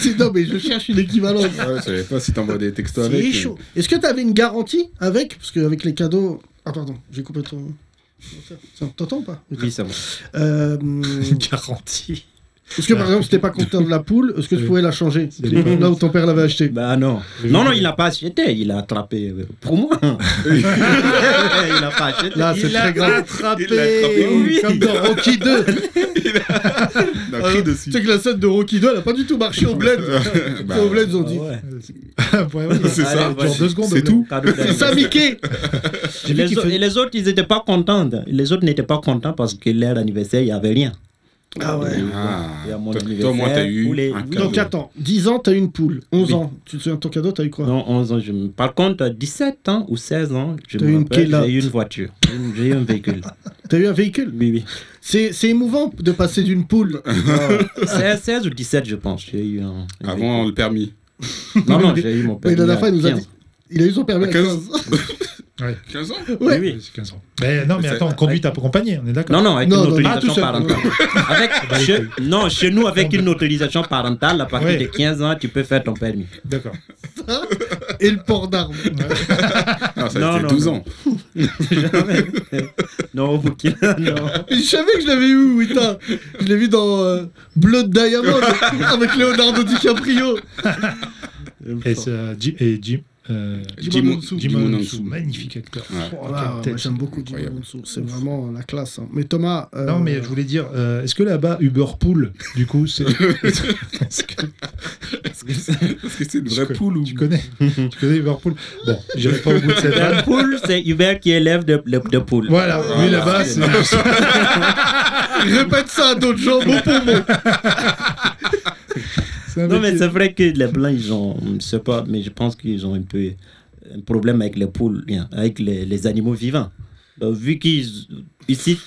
[SPEAKER 5] C'est- non, mais je cherche une équivalence.
[SPEAKER 4] Ouais, je savais pas si t'envoies des textos avec.
[SPEAKER 5] C'est
[SPEAKER 4] mais-
[SPEAKER 5] chaud. Est-ce que t'avais une garantie avec Parce qu'avec les cadeaux. Ah, pardon, j'ai coupé ton. Ça, T'entends ou pas
[SPEAKER 9] Oui, c'est bon.
[SPEAKER 5] Euh,
[SPEAKER 3] Garantie.
[SPEAKER 5] Est-ce que par exemple, si t'es pas content de la poule, est-ce que tu pouvais la changer Là où ton père l'avait achetée
[SPEAKER 9] Bah non. Non, non, il n'a pas acheté. Il a attrapé euh, pour moi. il n'a pas acheté.
[SPEAKER 5] Là, c'est
[SPEAKER 3] Il l'a
[SPEAKER 5] très grave.
[SPEAKER 3] attrapé,
[SPEAKER 4] Il l'a attrapé,
[SPEAKER 9] oui.
[SPEAKER 3] comme dans Rocky 2.
[SPEAKER 4] D'un euh, cri dessus.
[SPEAKER 5] Euh, Tu sais que la scène de Rocky 2, elle a pas du tout marché au bled. Tu sais,
[SPEAKER 4] Bah,
[SPEAKER 5] au bled, ils ont
[SPEAKER 9] Ah
[SPEAKER 5] dit.
[SPEAKER 9] ouais.
[SPEAKER 3] Ouais, ouais,
[SPEAKER 4] C'est
[SPEAKER 9] Allez,
[SPEAKER 4] ça.
[SPEAKER 9] vas-y.
[SPEAKER 3] Genre deux secondes.
[SPEAKER 4] Ah, C'est tout.
[SPEAKER 9] Cadeau
[SPEAKER 5] C'est ça,
[SPEAKER 9] d'anniversaire.
[SPEAKER 5] Mickey
[SPEAKER 9] Et les, autres- et les autres, ils n'étaient pas contents. Les autres n'étaient pas contents parce que leur anniversaire, il n'y avait rien.
[SPEAKER 5] Ah ouais.
[SPEAKER 4] Ah.
[SPEAKER 9] Et à mon
[SPEAKER 4] Toi-
[SPEAKER 9] anniversaire,
[SPEAKER 4] toi, au moins, t'as eu
[SPEAKER 9] tous les-
[SPEAKER 4] un
[SPEAKER 9] oui.
[SPEAKER 4] cadeau.
[SPEAKER 5] Donc attends, 10 ans, t'as eu une poule. 11
[SPEAKER 9] Ah Oui.
[SPEAKER 5] ans, tu te souviens de ton cadeau, t'as eu quoi
[SPEAKER 9] Non, 11 ans, je me- Par contre, à 17 ans ou 16 ans, je
[SPEAKER 5] T'as
[SPEAKER 9] me
[SPEAKER 5] eu une
[SPEAKER 9] rappelle,
[SPEAKER 5] Kelotte.
[SPEAKER 9] j'ai eu une voiture. Une- J'ai eu un véhicule.
[SPEAKER 5] T'as eu un véhicule
[SPEAKER 9] Oui, oui.
[SPEAKER 5] C'est c'est émouvant de passer d'une poule.
[SPEAKER 9] Non, 16, 16 ou 17, je pense. J'ai eu un. un
[SPEAKER 3] Ah
[SPEAKER 4] Avant le permis.
[SPEAKER 9] véhicule. Non, non, j'ai eu mon
[SPEAKER 5] Mais
[SPEAKER 9] permis.
[SPEAKER 5] la dernière
[SPEAKER 9] à
[SPEAKER 5] fois, il nous a
[SPEAKER 9] 15.
[SPEAKER 5] dit. Il a eu son permis à 15.
[SPEAKER 4] 15. 15 ans
[SPEAKER 5] Ouais.
[SPEAKER 9] Oui, oui.
[SPEAKER 3] C'est 15 ans. Mais non, mais
[SPEAKER 4] C'est-
[SPEAKER 3] attends, conduite accompagnée, on est d'accord
[SPEAKER 9] Non, non, avec
[SPEAKER 5] Non, non,
[SPEAKER 9] une
[SPEAKER 5] non.
[SPEAKER 9] autorisation
[SPEAKER 3] Ah, tout seul.
[SPEAKER 9] parentale. Avec, chez- non, chez nous, avec une autorisation parentale, à partir
[SPEAKER 3] Ouais.
[SPEAKER 9] de 15 ans, tu peux faire ton permis.
[SPEAKER 3] D'accord.
[SPEAKER 5] et le port d'armes.
[SPEAKER 4] Ah, ça
[SPEAKER 9] Non,
[SPEAKER 4] a été
[SPEAKER 9] non,
[SPEAKER 4] 12
[SPEAKER 9] non.
[SPEAKER 4] ans.
[SPEAKER 9] Jamais. non, au Burkina, non.
[SPEAKER 5] Je savais que je l'avais eu, putain. Je l'ai vu dans euh, Blood Diamond avec Leonardo DiCaprio.
[SPEAKER 3] Et, ça, Ji- et Jim. euh,
[SPEAKER 4] Jim-
[SPEAKER 5] Jim Henson.
[SPEAKER 3] Jim
[SPEAKER 4] Jim
[SPEAKER 3] Henson,
[SPEAKER 4] Henson.
[SPEAKER 3] magnifique acteur.
[SPEAKER 4] Ouais.
[SPEAKER 3] Oh,
[SPEAKER 5] Voilà,
[SPEAKER 3] quelle
[SPEAKER 5] moi,
[SPEAKER 3] tête.
[SPEAKER 5] j'aime beaucoup Jim
[SPEAKER 4] incroyable.
[SPEAKER 5] Henson, c'est vraiment la classe. hein. Mais Thomas, euh,
[SPEAKER 3] Non, mais je voulais dire, euh, est-ce que là-bas, Uberpool, du coup, c'est. est-ce que-
[SPEAKER 4] Est-ce que c'est une
[SPEAKER 3] tu
[SPEAKER 4] vraie
[SPEAKER 3] co-
[SPEAKER 4] poule ou
[SPEAKER 3] Tu connais Tu connais Uberpool Bon, j'irai pas au bout de cette vanne.
[SPEAKER 9] La poule, c'est Hubert qui élève de, de, de poule.
[SPEAKER 3] Voilà,
[SPEAKER 4] Voilà.
[SPEAKER 3] lui là-bas, c'est.
[SPEAKER 5] répète ça à d'autres gens, mot pour mot.
[SPEAKER 3] c'est un
[SPEAKER 9] Non, mais
[SPEAKER 3] métier.
[SPEAKER 9] c'est vrai que les Blancs, ils ont, je sais pas, mais je pense qu'ils ont un peu un problème avec les poules, hein, avec les, les animaux vivants. Donc, vu qu'ici,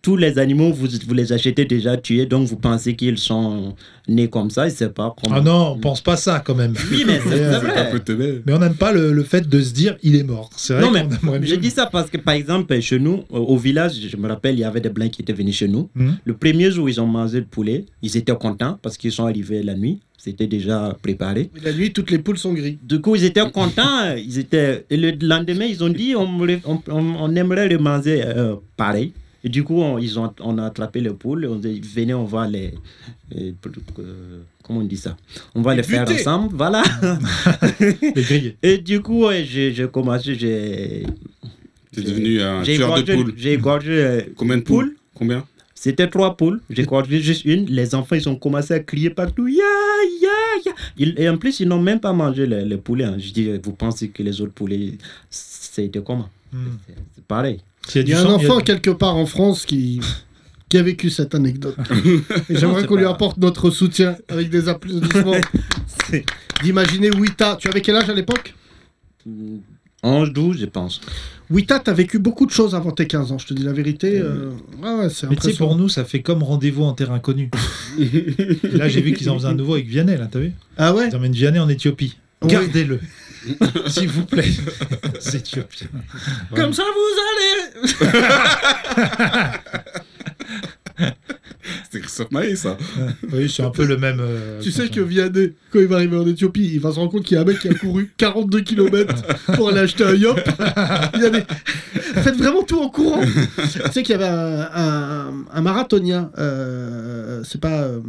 [SPEAKER 9] tous les animaux, vous, vous les achetez déjà tués, donc vous pensez qu'ils sont nés comme ça, je sais pas comment.
[SPEAKER 3] Ah non, on pense pas ça quand même.
[SPEAKER 9] Oui, mais c'est c'est
[SPEAKER 3] Ouais,
[SPEAKER 4] C'est un
[SPEAKER 9] vrai.
[SPEAKER 4] peu teubé.
[SPEAKER 3] Mais on n'aime pas le, le fait de se dire il est mort. C'est vrai
[SPEAKER 9] Non,
[SPEAKER 3] qu'on
[SPEAKER 9] mais
[SPEAKER 3] aimerait
[SPEAKER 9] je
[SPEAKER 3] mieux.
[SPEAKER 9] dis ça parce que, par exemple, chez nous, euh, au village, je me rappelle, il y avait des Blancs qui étaient venus chez nous.
[SPEAKER 3] Mhm.
[SPEAKER 9] Le premier jour, ils ont mangé le poulet. Ils étaient contents parce qu'ils sont arrivés la nuit. C'était déjà préparé.
[SPEAKER 5] la nuit, toutes les poules sont grises.
[SPEAKER 9] Du coup, ils étaient contents. euh, Ils étaient... et le lendemain, ils ont dit on, voulait- on- on- on aimerait le manger euh, pareil. Et du coup, on, ils ont, on a attrapé le poules. On dit venez, on va les. euh, euh, comment on dit ça On va les, faire
[SPEAKER 5] buter.
[SPEAKER 9] ensemble. Voilà.
[SPEAKER 3] Les grillés.
[SPEAKER 9] Et du coup, ouais, j'ai j'ai commencé. J'ai
[SPEAKER 4] T'es
[SPEAKER 9] j'ai-
[SPEAKER 4] devenu un
[SPEAKER 9] j'ai
[SPEAKER 4] tueur de
[SPEAKER 9] égorgé-
[SPEAKER 4] poules.
[SPEAKER 9] J'ai égorgé. euh,
[SPEAKER 4] Combien de poules Combien
[SPEAKER 9] C'était trois poules. J'ai égorgé juste une. Les enfants, ils ont commencé à crier partout. Ya, ya, ya. Ils- et en plus, ils n'ont même pas mangé le, le poulet. hein. Je dis, vous pensez que les autres poulets, c'était comment
[SPEAKER 3] Hmm.
[SPEAKER 9] C'est- C'est pareil.
[SPEAKER 3] S'il
[SPEAKER 5] Il y a un
[SPEAKER 3] sang, il
[SPEAKER 5] enfant
[SPEAKER 3] du-
[SPEAKER 5] quelque part en France qui, qui a vécu cette anecdote. Et
[SPEAKER 9] Non,
[SPEAKER 5] j'aimerais
[SPEAKER 9] c'est
[SPEAKER 5] qu'on lui
[SPEAKER 9] pas-
[SPEAKER 5] apporte notre soutien avec des applaudissements.
[SPEAKER 9] C'est-
[SPEAKER 5] D'imaginer Wita. Tu avais quel âge à l'époque
[SPEAKER 9] Hmm, 11, 12, je pense.
[SPEAKER 5] Wita, t'as vécu beaucoup de choses avant tes 15 ans, je te dis la vérité. euh, ouais, ouais, c'est
[SPEAKER 3] Mais tu sais, pour
[SPEAKER 5] impressionnant.
[SPEAKER 3] nous, ça fait comme rendez-vous en terre inconnue. Et là, j'ai vu qu'ils en faisaient un nouveau avec Vianney, là, t'as vu
[SPEAKER 5] Ah ouais
[SPEAKER 3] Ils emmènent Vianney en Éthiopie.
[SPEAKER 5] Oui.
[SPEAKER 3] Gardez-le. S'il vous plaît. Les Éthiopiens.
[SPEAKER 9] Comme ça, vous allez
[SPEAKER 4] C'était Christophe Maé, ça.
[SPEAKER 3] Oui, c'est un peu le même. euh,
[SPEAKER 5] Tu sais que Vianney, quand il va arriver en Éthiopie, il va se rendre compte qu'il y a un mec qui a couru 42 km pour aller acheter un yop. Vianney, faites vraiment tout en courant. tu sais qu'il y avait un, un- un marathonien, euh, c'est pas euh,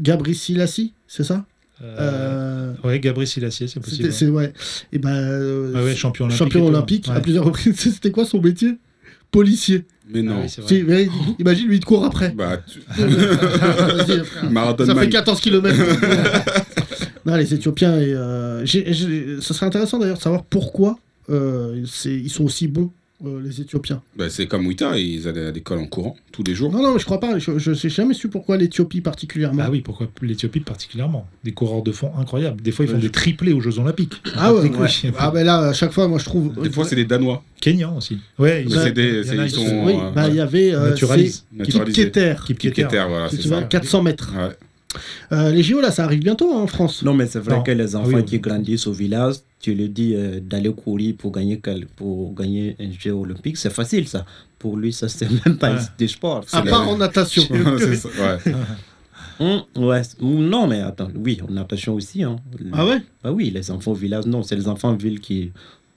[SPEAKER 5] Gabri Silassi, c'est ça
[SPEAKER 3] Euh,
[SPEAKER 5] Euh,
[SPEAKER 3] Ouais, Gabriel Silassier, c'est
[SPEAKER 5] c'était-
[SPEAKER 3] possible.
[SPEAKER 5] C'est ouais. Et ben, euh,
[SPEAKER 3] Ah ouais, champion olympique. et
[SPEAKER 5] champion
[SPEAKER 3] tout, hein.
[SPEAKER 5] olympique
[SPEAKER 3] Ouais.
[SPEAKER 5] à plusieurs reprises. C'était quoi son métier Policier.
[SPEAKER 4] Mais
[SPEAKER 3] Ah
[SPEAKER 4] non.
[SPEAKER 3] oui, c'est vrai.
[SPEAKER 5] Tu sais, ouais, Imagine lui il te court après.
[SPEAKER 4] bah, tu-
[SPEAKER 5] Vas-y, frère.
[SPEAKER 4] Marathon
[SPEAKER 5] Ça
[SPEAKER 4] Man.
[SPEAKER 5] fait 14 km. non, les Éthiopiens, et, euh, j'ai- j'ai- ça serait intéressant d'ailleurs de savoir pourquoi euh, c'est- ils sont aussi bons, euh, les Éthiopiens.
[SPEAKER 4] Bah, c'est comme Wita, ils allaient à l'école en courant, tous les jours.
[SPEAKER 5] Non, non, mais je crois pas. Je n'ai jamais su pourquoi l'Éthiopie particulièrement.
[SPEAKER 3] Ah oui, pourquoi l'Éthiopie particulièrement Des coureurs de fond incroyables. Des fois, ils font
[SPEAKER 9] Ouais, je-
[SPEAKER 3] des triplés aux Jeux Olympiques.
[SPEAKER 5] Ah ouais,
[SPEAKER 3] Des
[SPEAKER 5] ouais.
[SPEAKER 3] couilles.
[SPEAKER 5] Ah ben là, à chaque fois, moi je trouve.
[SPEAKER 4] Des fois, c'est des Danois.
[SPEAKER 3] Kenyan aussi. Ouais,
[SPEAKER 4] Mais c'est des- c'est- ils
[SPEAKER 5] Oui,
[SPEAKER 4] sont, euh,
[SPEAKER 5] bah, il y avait euh,
[SPEAKER 3] Naturalistes.
[SPEAKER 5] c'est Keter,
[SPEAKER 3] Kip
[SPEAKER 4] Qui
[SPEAKER 3] Keter.
[SPEAKER 4] voilà,
[SPEAKER 5] si
[SPEAKER 4] c'est
[SPEAKER 5] tu vois,
[SPEAKER 4] ça.
[SPEAKER 5] 400 mètres.
[SPEAKER 4] Ouais.
[SPEAKER 5] Euh, les JO là, ça arrive bientôt hein, en France.
[SPEAKER 9] Non, mais c'est vrai
[SPEAKER 3] Non.
[SPEAKER 9] que les enfants
[SPEAKER 3] Ah oui,
[SPEAKER 9] qui
[SPEAKER 3] oui.
[SPEAKER 9] grandissent au village, tu leur dis euh, d'aller courir pour gagner, quel- pour gagner un jeu olympique, c'est facile ça. Pour lui, ça, c'est même pas
[SPEAKER 3] Ouais. Ah,
[SPEAKER 9] du sport.
[SPEAKER 5] À
[SPEAKER 4] la-
[SPEAKER 5] part en natation.
[SPEAKER 4] C'est ça, ouais.
[SPEAKER 9] Hum, ouais, c'est- hum, non, mais attends, oui, en natation aussi. Hein.
[SPEAKER 5] ah ouais
[SPEAKER 9] Bah oui, les enfants au village, non, c'est les enfants en ville qui,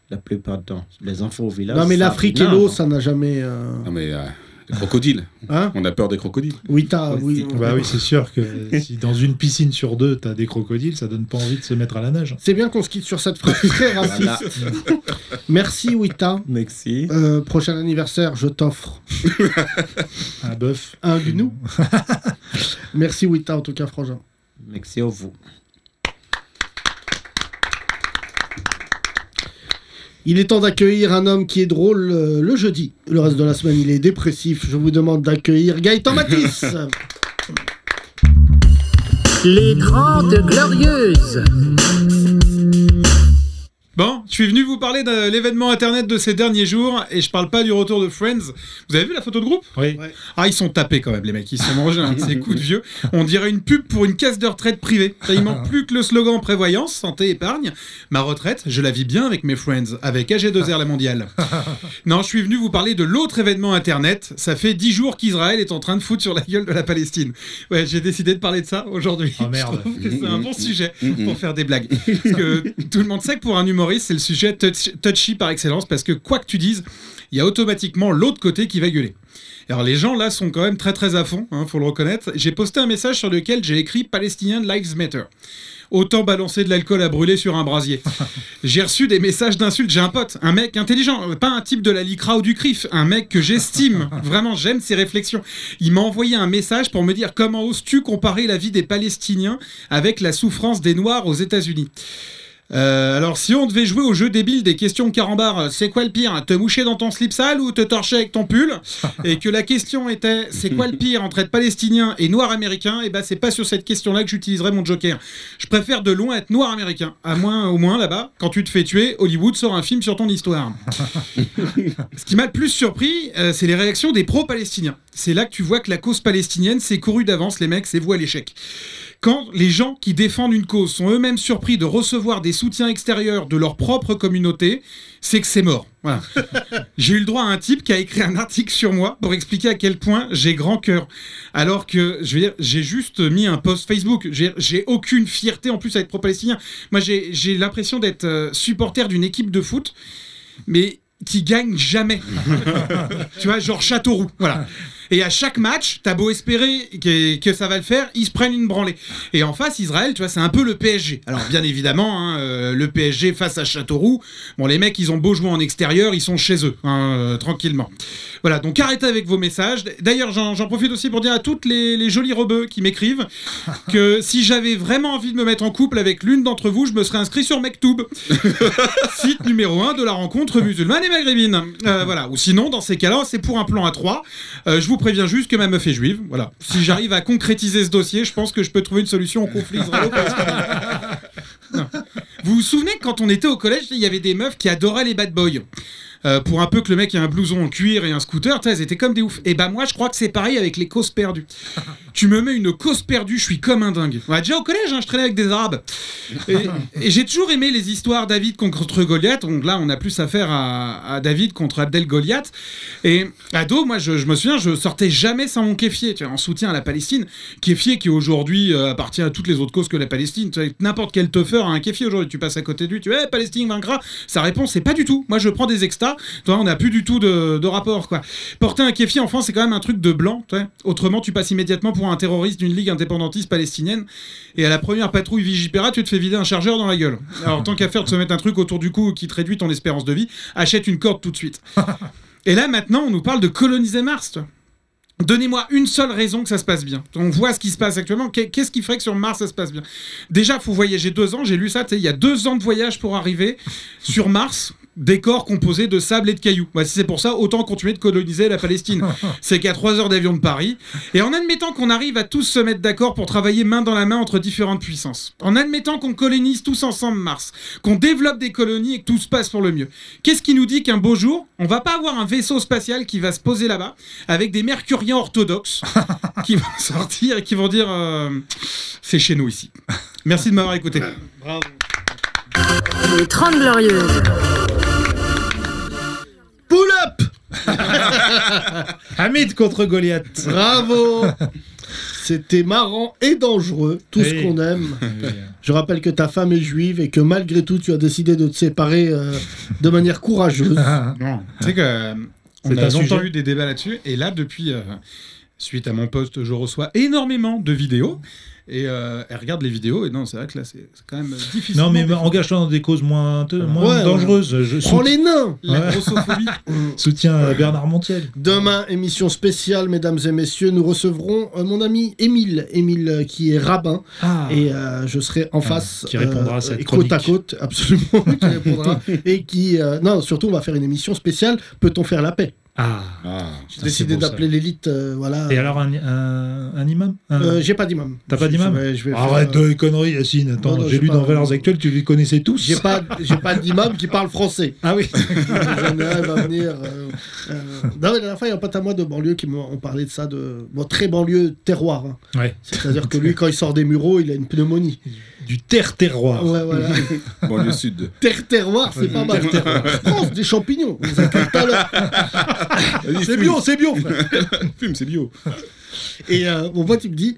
[SPEAKER 9] la plupart du temps, les enfants au village.
[SPEAKER 5] Non, mais
[SPEAKER 9] ça-
[SPEAKER 5] l'Afrique et
[SPEAKER 9] non,
[SPEAKER 5] l'eau,
[SPEAKER 9] non.
[SPEAKER 5] ça n'a jamais. euh,
[SPEAKER 4] Non, mais euh, les crocodiles.
[SPEAKER 5] Hein
[SPEAKER 4] On a peur des crocodiles.
[SPEAKER 5] Oui, t'as.
[SPEAKER 9] Ouais,
[SPEAKER 5] Oui,
[SPEAKER 9] c'est-
[SPEAKER 5] on-
[SPEAKER 3] Bah oui, c'est sûr que si dans une piscine sur deux, t'as des crocodiles, ça donne pas envie de se mettre à la nage.
[SPEAKER 5] C'est bien qu'on se quitte sur cette phrase très raciste. Merci Wita.
[SPEAKER 9] Merci.
[SPEAKER 5] Euh, prochain anniversaire, je t'offre
[SPEAKER 3] Un bœuf.
[SPEAKER 5] un gnou. Merci Wita en tout cas, Frangin.
[SPEAKER 9] Merci à vous.
[SPEAKER 5] Il est temps d'accueillir un homme qui est drôle euh, le jeudi. Le reste de la semaine, il est dépressif. Je vous demande d'accueillir Gaëtan Matisse.
[SPEAKER 1] Les Grandes Glorieuses.
[SPEAKER 10] Bon, je suis venu vous parler de l'événement internet de ces derniers jours et je parle pas du retour de Friends. Vous avez vu la photo de groupe
[SPEAKER 3] Oui.
[SPEAKER 5] Ouais.
[SPEAKER 10] Ah, ils sont tapés quand même, les mecs. Ils se sont mangés un de ces coups de vieux. On dirait une pub pour une caisse de retraite privée. Ça, il manque plus que le slogan prévoyance, santé, épargne. Ma retraite, je la vis bien avec mes Friends, avec AG2R la mondiale. Non, je suis venu vous parler de l'autre événement internet. Ça fait 10 jours qu'Israël est en train de foutre sur la gueule de la Palestine. Ouais, j'ai décidé de parler de ça aujourd'hui.
[SPEAKER 3] Oh, merde.
[SPEAKER 10] Je trouve que c'est un bon sujet
[SPEAKER 4] Mhm.
[SPEAKER 10] pour faire des blagues. Parce que tout le monde sait que pour un humoriste, Maurice, c'est le sujet touch- touchy par excellence parce que quoi que tu dises, il y a automatiquement l'autre côté qui va gueuler. Alors les gens là sont quand même très très à fond, hein, faut le reconnaître. J'ai posté un message sur lequel j'ai écrit Palestinian Lives Matter. Autant balancer de l'alcool à brûler sur un brasier. J'ai reçu des messages d'insultes. J'ai un pote, un mec intelligent, pas un type de la Licra ou du CRIF, un mec que j'estime. Vraiment, j'aime ses réflexions. Il m'a envoyé un message pour me dire comment oses-tu comparer la vie des Palestiniens avec la souffrance des Noirs aux États-Unis. Euh, alors, si on devait jouer au jeu débile des questions carambar, euh, c'est quoi le pire hein, Te moucher dans ton slip sale ou te torcher avec ton pull Et que la question était c'est quoi le pire entre être palestinien et noir américain Et ben, c'est pas sur cette question-là que j'utiliserai mon joker. Je préfère de loin être noir américain. À moins, au moins là-bas, quand tu te fais tuer, Hollywood sort un film sur ton histoire. Ce qui m'a le plus surpris, euh, c'est les réactions des pro-palestiniens. C'est là que tu vois que la cause palestinienne s'est courue d'avance, les mecs, c'est voué à l'échec. Quand les gens qui défendent une cause sont eux-mêmes surpris de recevoir des soutiens extérieurs de leur propre communauté, c'est que c'est mort. Voilà. j'ai eu le droit à un type qui a écrit un article sur moi pour expliquer à quel point j'ai grand cœur. Alors que, je veux dire, j'ai juste mis un post Facebook. J'ai- J'ai aucune fierté en plus à être pro-palestinien. Moi, j'ai j'ai l'impression d'être euh, supporter d'une équipe de foot, mais qui gagne jamais. tu vois, genre Châteauroux. Voilà. Et à chaque match, t'as beau espérer que, que ça va le faire, ils se prennent une branlée. Et en face, Israël, tu vois, c'est un peu le PSG. Alors bien évidemment, hein, euh, le PSG face à Châteauroux, bon, les mecs, ils ont beau jouer en extérieur, ils sont chez eux, hein, euh, tranquillement. Voilà, donc arrêtez avec vos messages. D'ailleurs, j'en j'en profite aussi pour dire à toutes les, les jolies rebeux qui m'écrivent que si j'avais vraiment envie de me mettre en couple avec l'une d'entre vous, je me serais inscrit sur Mektoub, site numéro 1 de la rencontre musulmane et maghrébine. Euh, voilà, ou sinon, dans ces cas-là, c'est pour un plan à 3. Euh, je vous préviens juste que ma meuf est juive. Voilà. Si j'arrive à concrétiser ce dossier, je pense que je peux trouver une solution au conflit israélo-palestinien. Non. Vous vous souvenez que quand on était au collège, il y avait des meufs qui adoraient les bad boys. Euh, pour un peu que le mec ait un blouson en cuir et un scooter, tu sais, elles étaient comme des oufs. Et bah moi, je crois que c'est pareil avec les causes perdues. tu me mets une cause perdue, je suis comme un dingue. Ouais, déjà au collège, hein, je traînais avec des arabes. Et, et j'ai toujours aimé les histoires David contre Goliath. Donc là, on a plus affaire à, à David contre Abdel Goliath. Et ado, moi, je, je me souviens, je sortais jamais sans mon kéfier, tu vois, en soutien à la Palestine. Kéfier qui aujourd'hui euh, appartient à toutes les autres causes que la Palestine. Tu vois, N'importe quel teufeur a un kéfier aujourd'hui. Tu passes à côté de lui, tu dis, Eh, Palestine vaincra. Sa réponse, c'est pas du tout. Moi, je prends des extas. Tu vois, on n'a plus du tout de, de rapport, quoi. Porter un kéfier en France, c'est quand même un truc de blanc. tu vois. Autrement, tu passes immédiatement pour un terroriste d'une ligue indépendantiste palestinienne. Et à la première patrouille Vigipera, tu te fais vider un chargeur dans la gueule. Alors, tant qu'à faire de se mettre un truc autour du cou qui te réduit ton espérance de vie, achète une corde tout de suite. Et là, maintenant, on nous parle de coloniser Mars. toi. Donnez-moi une seule raison que ça se passe bien. On voit ce qui se passe actuellement. Qu'est- Qu'est-ce qui ferait que sur Mars ça se passe bien Déjà, faut voyager deux ans. J'ai lu ça. tu sais, Il y a deux ans de voyage pour arriver sur Mars. Décor composé de sable et de cailloux. Bah, si c'est pour ça, autant continuer de coloniser la Palestine. C'est qu'à 3 heures d'avion de Paris. Et en admettant qu'on arrive à tous se mettre d'accord pour travailler main dans la main entre différentes puissances. En admettant qu'on colonise tous ensemble Mars. Qu'on développe des colonies et que tout se passe pour le mieux. Qu'est-ce qui nous dit qu'un beau jour, on va pas avoir un vaisseau spatial qui va se poser là-bas avec des mercuriens orthodoxes qui vont sortir et qui vont dire euh, c'est chez nous ici. Merci de m'avoir écouté.
[SPEAKER 2] Les 30 Glorieuses.
[SPEAKER 5] Pull up
[SPEAKER 3] Hamid contre Goliath.
[SPEAKER 5] Bravo C'était marrant et dangereux, tout ce
[SPEAKER 3] Oui.
[SPEAKER 5] qu'on aime. Je rappelle que ta femme est juive et que malgré tout, tu as décidé de te séparer euh, de manière courageuse.
[SPEAKER 3] Ah.
[SPEAKER 10] Non, tu sais que euh, on
[SPEAKER 3] C'est
[SPEAKER 10] a
[SPEAKER 3] un
[SPEAKER 10] longtemps
[SPEAKER 3] sujet.
[SPEAKER 10] eu des débats là-dessus, et là depuis euh, suite à mon poste, je reçois énormément de vidéos et euh, elle regarde les vidéos et non, c'est vrai que là c'est c'est quand même euh, difficile.
[SPEAKER 3] Non, mais engage-toi dans des causes moins, te- moins
[SPEAKER 5] Ouais,
[SPEAKER 3] dangereuses. Je
[SPEAKER 5] Prends
[SPEAKER 3] sou-
[SPEAKER 5] les nains
[SPEAKER 10] la
[SPEAKER 3] Ouais.
[SPEAKER 10] grossophobie.
[SPEAKER 3] soutiens euh, Bernard Montiel.
[SPEAKER 5] Demain, émission spéciale, mesdames et messieurs, nous recevrons euh, mon ami Émile, Émile euh, qui est rabbin,
[SPEAKER 3] Ah,
[SPEAKER 5] et euh, je serai en
[SPEAKER 3] Ah,
[SPEAKER 5] face.
[SPEAKER 3] qui répondra à cette
[SPEAKER 5] et Côte à
[SPEAKER 3] chronique.
[SPEAKER 5] côte, absolument, qui répondra. et qui. euh, non, surtout, on va faire une émission spéciale Peut-on faire la paix
[SPEAKER 3] Ah.
[SPEAKER 4] Ah,
[SPEAKER 5] J'ai
[SPEAKER 3] c'est
[SPEAKER 5] décidé
[SPEAKER 3] beau, ça.
[SPEAKER 5] d'appeler l'élite, euh, voilà.
[SPEAKER 3] Et alors, un, un, un imam Un-
[SPEAKER 5] Euh, j'ai pas d'imam.
[SPEAKER 3] T'as pas
[SPEAKER 5] Je-
[SPEAKER 3] d'imam
[SPEAKER 5] je vais- je vais faire,
[SPEAKER 3] Arrête
[SPEAKER 5] euh,
[SPEAKER 3] de conneries, Yacine.
[SPEAKER 5] Non,
[SPEAKER 3] Attends,
[SPEAKER 5] non,
[SPEAKER 3] j'ai
[SPEAKER 5] j'ai
[SPEAKER 3] lu
[SPEAKER 5] pas-
[SPEAKER 3] dans Valeurs Actuelles, tu les connaissais tous.
[SPEAKER 5] J'ai pas, j'ai pas d'imam qui parle français.
[SPEAKER 3] Ah oui.
[SPEAKER 5] Il va venir. euh, euh, Non, mais la dernière fois, il y a un pote à moi de banlieue qui m'ont parlé de ça, de bon, très banlieue terroir. hein.
[SPEAKER 3] Ouais.
[SPEAKER 5] C'est-à-dire que lui, quand il sort des mureaux, il a une pneumonie.
[SPEAKER 3] Du terre-terroir.
[SPEAKER 5] Ouais, voilà.
[SPEAKER 4] bon, le Ah, sud.
[SPEAKER 5] Terre terroir, c'est pas mal. France, des champignons. On les a cueillis tout à l'heure.
[SPEAKER 4] Vas-y,
[SPEAKER 5] C'est
[SPEAKER 4] fume.
[SPEAKER 5] bio, c'est bio. frère.
[SPEAKER 4] Fume, c'est bio.
[SPEAKER 5] Et euh, mon pote, il me dit,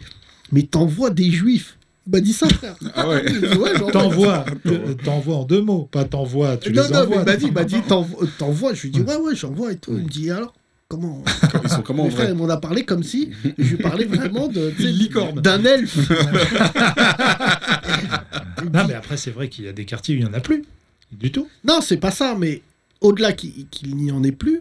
[SPEAKER 5] mais t'envoies des juifs Bah dis ça, frère.
[SPEAKER 4] Ah ouais.
[SPEAKER 5] Il dit, ouais, j'envoie.
[SPEAKER 3] T'envoies, euh, t'envoies en deux mots, pas t'envoies, tu les
[SPEAKER 5] Non, non,
[SPEAKER 3] envoies.
[SPEAKER 5] mais il m'a dit, il m'a dit, t'envo- euh, t'envoies. Je lui dis, ouais, ouais, j'envoie et tout. Il me dit, alors, comment
[SPEAKER 4] Ils sont comment en
[SPEAKER 5] Mon frère,
[SPEAKER 4] vrai
[SPEAKER 5] il m'en a parlé comme si je lui parlais vraiment de, tu sais,
[SPEAKER 10] licorne.
[SPEAKER 5] d'un elfe.
[SPEAKER 3] Non, mais après, c'est vrai qu'il y a des quartiers où il n'y en a plus. Du tout.
[SPEAKER 5] Non, c'est pas ça, mais au-delà qu'il qu'il n'y en ait plus,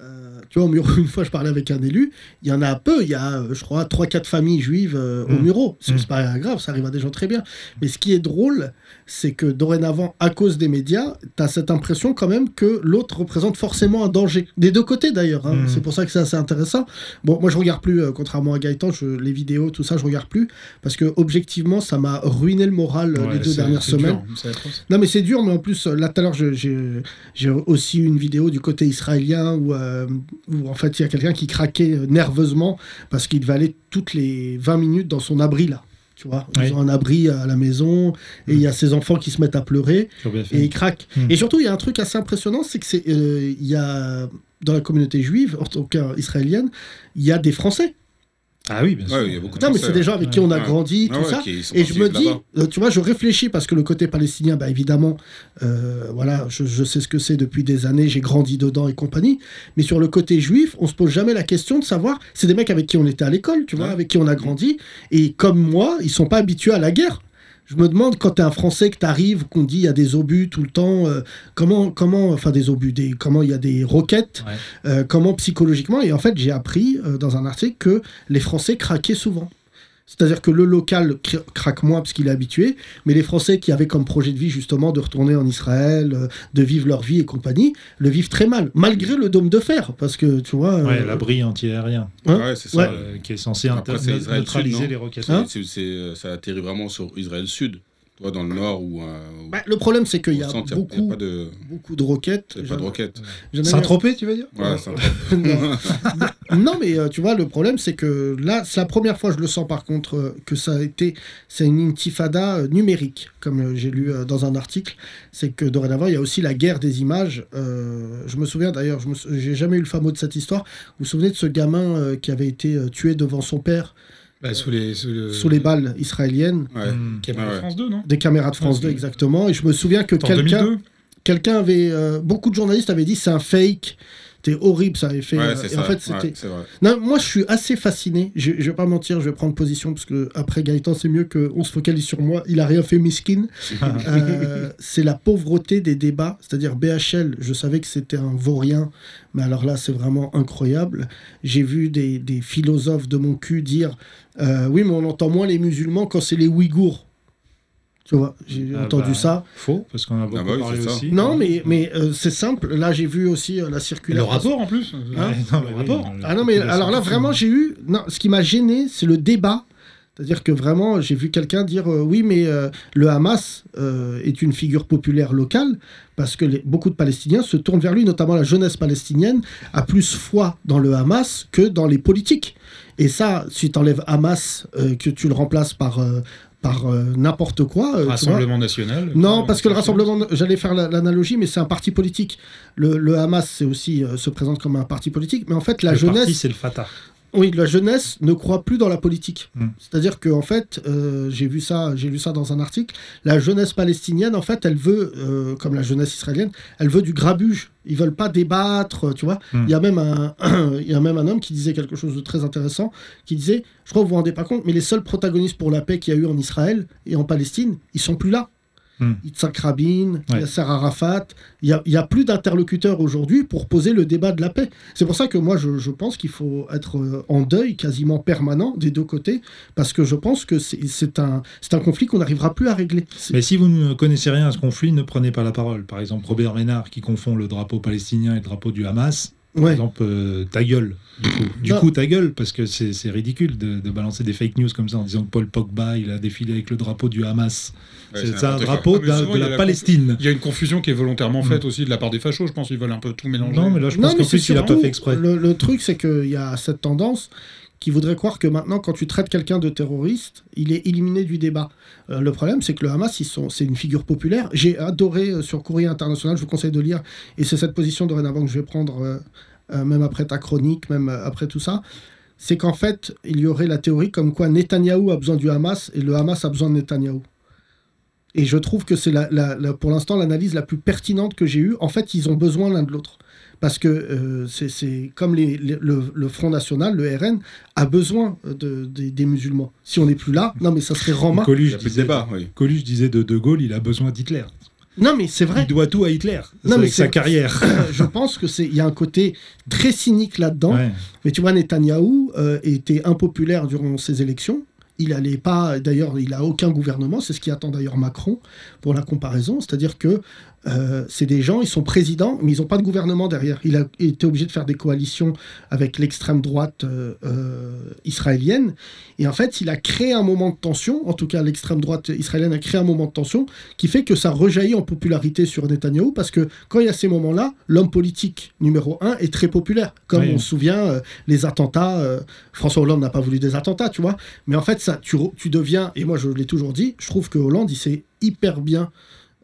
[SPEAKER 5] euh, tu vois, au Muro, une fois je parlais avec un élu, il y en a peu, il y a, euh, je crois, 3-4 familles juives euh, au
[SPEAKER 3] Mm.
[SPEAKER 5] Muro. C'est
[SPEAKER 3] Mm.
[SPEAKER 5] c'est pas grave, ça arrive à des gens très bien. Mais ce qui est drôle, c'est que dorénavant, à cause des médias, t'as cette impression quand même que l'autre représente forcément un danger. Des deux côtés d'ailleurs, hein.
[SPEAKER 3] Mm.
[SPEAKER 5] c'est pour ça que c'est assez intéressant. Bon, moi je regarde plus, euh, contrairement à Gaëtan, je- les vidéos, tout ça, je regarde plus, parce que objectivement, ça m'a ruiné le moral euh,
[SPEAKER 3] Ouais,
[SPEAKER 5] les deux
[SPEAKER 3] c'est-
[SPEAKER 5] dernières
[SPEAKER 3] c'est dur,
[SPEAKER 5] semaines.
[SPEAKER 10] C'est atroce.
[SPEAKER 5] Non, mais c'est dur, mais en plus, euh, là tout à l'heure, je- j'ai j'ai aussi eu une vidéo du côté israélien où, euh, où en fait, il y a quelqu'un qui craquait euh, nerveusement parce qu'il devait aller toutes les 20 minutes dans son abri, là. Tu vois, ils
[SPEAKER 3] Ouais.
[SPEAKER 5] ont un abri à la maison et il y a ses enfants qui se mettent à pleurer et ils craquent.
[SPEAKER 3] Mm.
[SPEAKER 5] Et surtout, il y a un truc assez impressionnant, c'est que c'est euh, il y a dans la communauté juive, en tout cas israélienne, il y a des Français.
[SPEAKER 3] Ah oui, bien sûr.
[SPEAKER 4] Ouais, il y a beaucoup de
[SPEAKER 5] Non, mais
[SPEAKER 4] Français,
[SPEAKER 5] c'est des gens avec qui
[SPEAKER 3] Ouais.
[SPEAKER 5] on a
[SPEAKER 4] Ouais.
[SPEAKER 5] grandi,
[SPEAKER 4] Ah
[SPEAKER 5] tout
[SPEAKER 4] ouais,
[SPEAKER 5] ça.
[SPEAKER 4] qui sont
[SPEAKER 5] Et je
[SPEAKER 4] partis
[SPEAKER 5] me
[SPEAKER 4] de
[SPEAKER 5] dis,
[SPEAKER 4] là-bas.
[SPEAKER 5] euh, tu vois, je réfléchis parce que le côté palestinien, bah, évidemment, euh, voilà, je, je sais ce que c'est depuis des années, j'ai grandi dedans et compagnie. Mais sur le côté juif, on se pose jamais la question de savoir. C'est des mecs avec qui on était à l'école, tu vois,
[SPEAKER 4] Ouais.
[SPEAKER 5] avec qui on a grandi. Et comme moi, ils sont pas habitués à la guerre. Je me demande quand t'es un Français que t'arrives, qu'on dit il y a des obus tout le temps, euh, comment, comment, enfin des obus, des, comment il y a des roquettes,
[SPEAKER 3] Ouais.
[SPEAKER 5] euh, comment psychologiquement. Et en fait, j'ai appris euh, dans un article que les Français craquaient souvent. C'est-à-dire que le local cra- craque moins parce qu'il est habitué, mais les Français qui avaient comme projet de vie justement de retourner en Israël, euh, de vivre leur vie et compagnie, le vivent très mal, malgré le dôme de fer, parce que tu vois. euh,
[SPEAKER 3] Ouais, l'abri antiaérien,
[SPEAKER 5] hein
[SPEAKER 4] Ouais, c'est ça.
[SPEAKER 5] Ouais.
[SPEAKER 4] euh,
[SPEAKER 3] euh, qui est censé
[SPEAKER 4] Après,
[SPEAKER 3] inter-
[SPEAKER 4] c'est Israël
[SPEAKER 3] neutraliser
[SPEAKER 4] Sud, non
[SPEAKER 3] les roquettes.
[SPEAKER 5] Hein
[SPEAKER 4] c'est- c'est- euh, ça atterrit vraiment sur Israël Sud. Toi, dans le nord ou euh,
[SPEAKER 5] bah, le problème, c'est
[SPEAKER 4] au
[SPEAKER 5] qu'il y a
[SPEAKER 4] centre, y
[SPEAKER 5] beaucoup,
[SPEAKER 4] y pas de,
[SPEAKER 5] beaucoup de roquettes.
[SPEAKER 4] y a pas de roquettes.
[SPEAKER 5] J'en ai-
[SPEAKER 3] Saint-Tropez, tu veux dire
[SPEAKER 4] Ouais, c'est un-
[SPEAKER 5] non. Non, mais euh, tu vois, le problème, c'est que là, c'est la première fois, je le sens par contre, euh, que ça a été. C'est une intifada euh, numérique, comme euh, j'ai lu euh, dans un article. C'est que dorénavant, il y a aussi la guerre des images. Euh, je me souviens d'ailleurs, je me sou- j'ai jamais eu le fameux de cette histoire. Vous vous souvenez de ce gamin euh, qui avait été euh, tué devant son père
[SPEAKER 10] Bah, sous les. Sous,
[SPEAKER 4] Euh.
[SPEAKER 10] le-
[SPEAKER 5] sous les balles israéliennes
[SPEAKER 4] ouais.
[SPEAKER 3] Hmm.
[SPEAKER 10] Caméra
[SPEAKER 4] Ah Ouais, ouais.
[SPEAKER 10] France 2, non
[SPEAKER 5] des caméras de
[SPEAKER 4] Ah,
[SPEAKER 5] France 2, exactement. Et je me souviens que
[SPEAKER 10] En
[SPEAKER 5] quelqu'un
[SPEAKER 10] 2002
[SPEAKER 5] quelqu'un avait. euh, beaucoup de journalistes avaient dit c'est un fake. C'était horrible, ça avait fait.
[SPEAKER 4] Ouais,
[SPEAKER 5] euh,
[SPEAKER 4] c'est
[SPEAKER 5] et
[SPEAKER 4] ça.
[SPEAKER 5] en fait,
[SPEAKER 4] Ouais,
[SPEAKER 5] c'était
[SPEAKER 4] c'est vrai.
[SPEAKER 5] non, moi, je suis assez fasciné. Je, je vais pas mentir, je vais prendre position parce que après Gaëtan, c'est mieux qu'on se focalise sur moi. Il a rien fait, miskin. Euh, c'est la pauvreté des débats. C'est-à-dire BHL, je savais que c'était un vaurien, mais alors là, c'est vraiment incroyable. J'ai vu des, des philosophes de mon cul dire euh, oui, mais on entend moins les musulmans quand c'est les Ouïghours. Tu vois, j'ai
[SPEAKER 3] Ah
[SPEAKER 5] entendu
[SPEAKER 3] bah,
[SPEAKER 5] ça.
[SPEAKER 3] Faux, parce qu'on en a beaucoup
[SPEAKER 4] Ah bah oui,
[SPEAKER 3] parlé
[SPEAKER 4] c'est ça.
[SPEAKER 3] aussi.
[SPEAKER 5] Non, mais, mais euh, c'est simple. Là, j'ai vu aussi euh, la circulaire.
[SPEAKER 10] Le rapport en plus
[SPEAKER 5] Hein
[SPEAKER 3] Ouais, non, mais
[SPEAKER 10] Le
[SPEAKER 3] oui,
[SPEAKER 10] rapport.
[SPEAKER 3] on l'a
[SPEAKER 5] Ah non, mais
[SPEAKER 3] beaucoup
[SPEAKER 5] alors là,
[SPEAKER 3] descendu.
[SPEAKER 5] vraiment, j'ai eu. Non, ce qui m'a gêné, c'est le débat. C'est-à-dire que vraiment, j'ai vu quelqu'un dire euh, oui, mais euh, le Hamas euh, est une figure populaire locale parce que les- beaucoup de Palestiniens se tournent vers lui, notamment la jeunesse palestinienne a plus foi dans le Hamas que dans les politiques. Et ça, si tu enlèves Hamas, euh, que tu le remplaces par, euh, par euh, n'importe quoi. euh, tu vois,
[SPEAKER 10] Rassemblement national.
[SPEAKER 5] non, parce que le Rassemblement, j'allais faire la- l'analogie, mais c'est un parti politique. Le, le Hamas, c'est aussi euh, se présente comme un parti politique, mais en fait, la
[SPEAKER 3] Le
[SPEAKER 5] jeunesse,
[SPEAKER 3] parti, c'est le Fatah.
[SPEAKER 5] oui, la jeunesse ne croit plus dans la politique.
[SPEAKER 3] Mm.
[SPEAKER 5] C'est-à-dire que, en fait, euh, j'ai vu ça, j'ai lu ça dans un article. La jeunesse palestinienne, en fait, elle veut, euh, comme la jeunesse israélienne, elle veut du grabuge. Ils veulent pas débattre, euh, tu vois.
[SPEAKER 3] Mm.
[SPEAKER 5] Il y a même un, il y a même un homme qui disait quelque chose de très intéressant, qui disait, je crois que vous vous rendez pas compte, mais les seuls protagonistes pour la paix qu'il y a eu en Israël et en Palestine, ils sont plus là.
[SPEAKER 3] Mm.
[SPEAKER 5] Yitzhak Rabin,
[SPEAKER 3] Ouais.
[SPEAKER 5] Yasser Arafat, il y a- il y a plus d'interlocuteurs aujourd'hui pour poser le débat de la paix. C'est pour ça que moi, je, je pense qu'il faut être euh, en deuil quasiment permanent des deux côtés, parce que je pense que c'est c'est un, c'est un conflit qu'on n'arrivera plus à régler. C'est-
[SPEAKER 3] Mais si vous ne connaissez rien à ce conflit, ne prenez pas la parole. Par exemple, Robert Ménard qui confond le drapeau palestinien et le drapeau du Hamas. Par
[SPEAKER 5] Ouais.
[SPEAKER 3] exemple, euh, ta gueule. Du coup, Du
[SPEAKER 5] Non.
[SPEAKER 3] coup, ta gueule, parce que c'est c'est ridicule de, de balancer des fake news comme ça en disant que Paul Pogba, il a défilé avec le drapeau du Hamas.
[SPEAKER 4] Ouais,
[SPEAKER 3] c'est c'est un
[SPEAKER 4] n'importe quoi.
[SPEAKER 3] drapeau
[SPEAKER 10] Ah, mais
[SPEAKER 3] d'un-
[SPEAKER 10] souvent,
[SPEAKER 3] de
[SPEAKER 10] il y a
[SPEAKER 3] la,
[SPEAKER 10] la
[SPEAKER 3] Palestine.
[SPEAKER 10] Il y a une confusion qui est volontairement faite aussi de la part des fachos, je pense. Ils veulent un peu tout mélanger.
[SPEAKER 3] Mm. Non, mais là, je
[SPEAKER 5] Non,
[SPEAKER 3] pense
[SPEAKER 5] mais
[SPEAKER 3] qu'en
[SPEAKER 5] c'est
[SPEAKER 3] plus, il a
[SPEAKER 5] surtout,
[SPEAKER 3] pas fait exprès.
[SPEAKER 5] Le, le truc, c'est qu'il y a cette tendance qui voudrait croire que maintenant, quand tu traites quelqu'un de terroriste, il est éliminé du débat. Euh, le problème, c'est que le Hamas, ils sont, c'est une figure populaire. J'ai adoré euh, sur Courrier International, je vous conseille de lire, et c'est cette position dorénavant que je vais prendre, euh, euh, même après ta chronique, même euh, après tout ça. c'est qu'en fait, il y aurait la théorie comme quoi Netanyahou a besoin du Hamas et le Hamas a besoin de Netanyahou. Et je trouve que c'est la, la- la- pour l'instant l'analyse la plus pertinente que j'ai eue. En fait, ils ont besoin l'un de l'autre. Parce que euh, c'est- c'est comme les- les- le, le Front National, le RN, a besoin de, des- des musulmans. Si on n'est plus là, non mais ça serait Rama.
[SPEAKER 3] Coluche
[SPEAKER 4] Il y a plus de
[SPEAKER 3] disait,
[SPEAKER 4] débat, oui.
[SPEAKER 3] Coluche disait de De Gaulle, il a besoin d'Hitler.
[SPEAKER 5] Non mais c'est vrai.
[SPEAKER 3] Il doit tout à Hitler.
[SPEAKER 5] Non, mais
[SPEAKER 3] avec sa
[SPEAKER 5] c'est-
[SPEAKER 3] carrière.
[SPEAKER 5] je pense que c'est il y a un côté très cynique là-dedans.
[SPEAKER 3] Ouais.
[SPEAKER 5] Mais tu vois, Netanyahou euh, était impopulaire durant ces élections. Il allait pas, d'ailleurs, il a aucun gouvernement. C'est ce qui attend d'ailleurs Macron pour la comparaison. C'est-à-dire que euh, c'est des gens, ils sont présidents, mais ils n'ont pas de gouvernement derrière. Il a été obligé de faire des coalitions avec l'extrême droite euh, euh, israélienne. Et en fait, il a créé un moment de tension. En tout cas, l'extrême droite israélienne a créé un moment de tension qui fait que ça rejaillit en popularité sur Netanyahou parce que quand il y a ces moments-là, l'homme politique numéro un est très populaire. Comme
[SPEAKER 3] Oui.
[SPEAKER 5] on se souvient, euh, les attentats, euh, François Hollande n'a pas voulu des attentats, tu vois. Mais en fait, ça, tu, re- tu deviens, et moi je l'ai toujours dit, je trouve que Hollande, il s'est hyper bien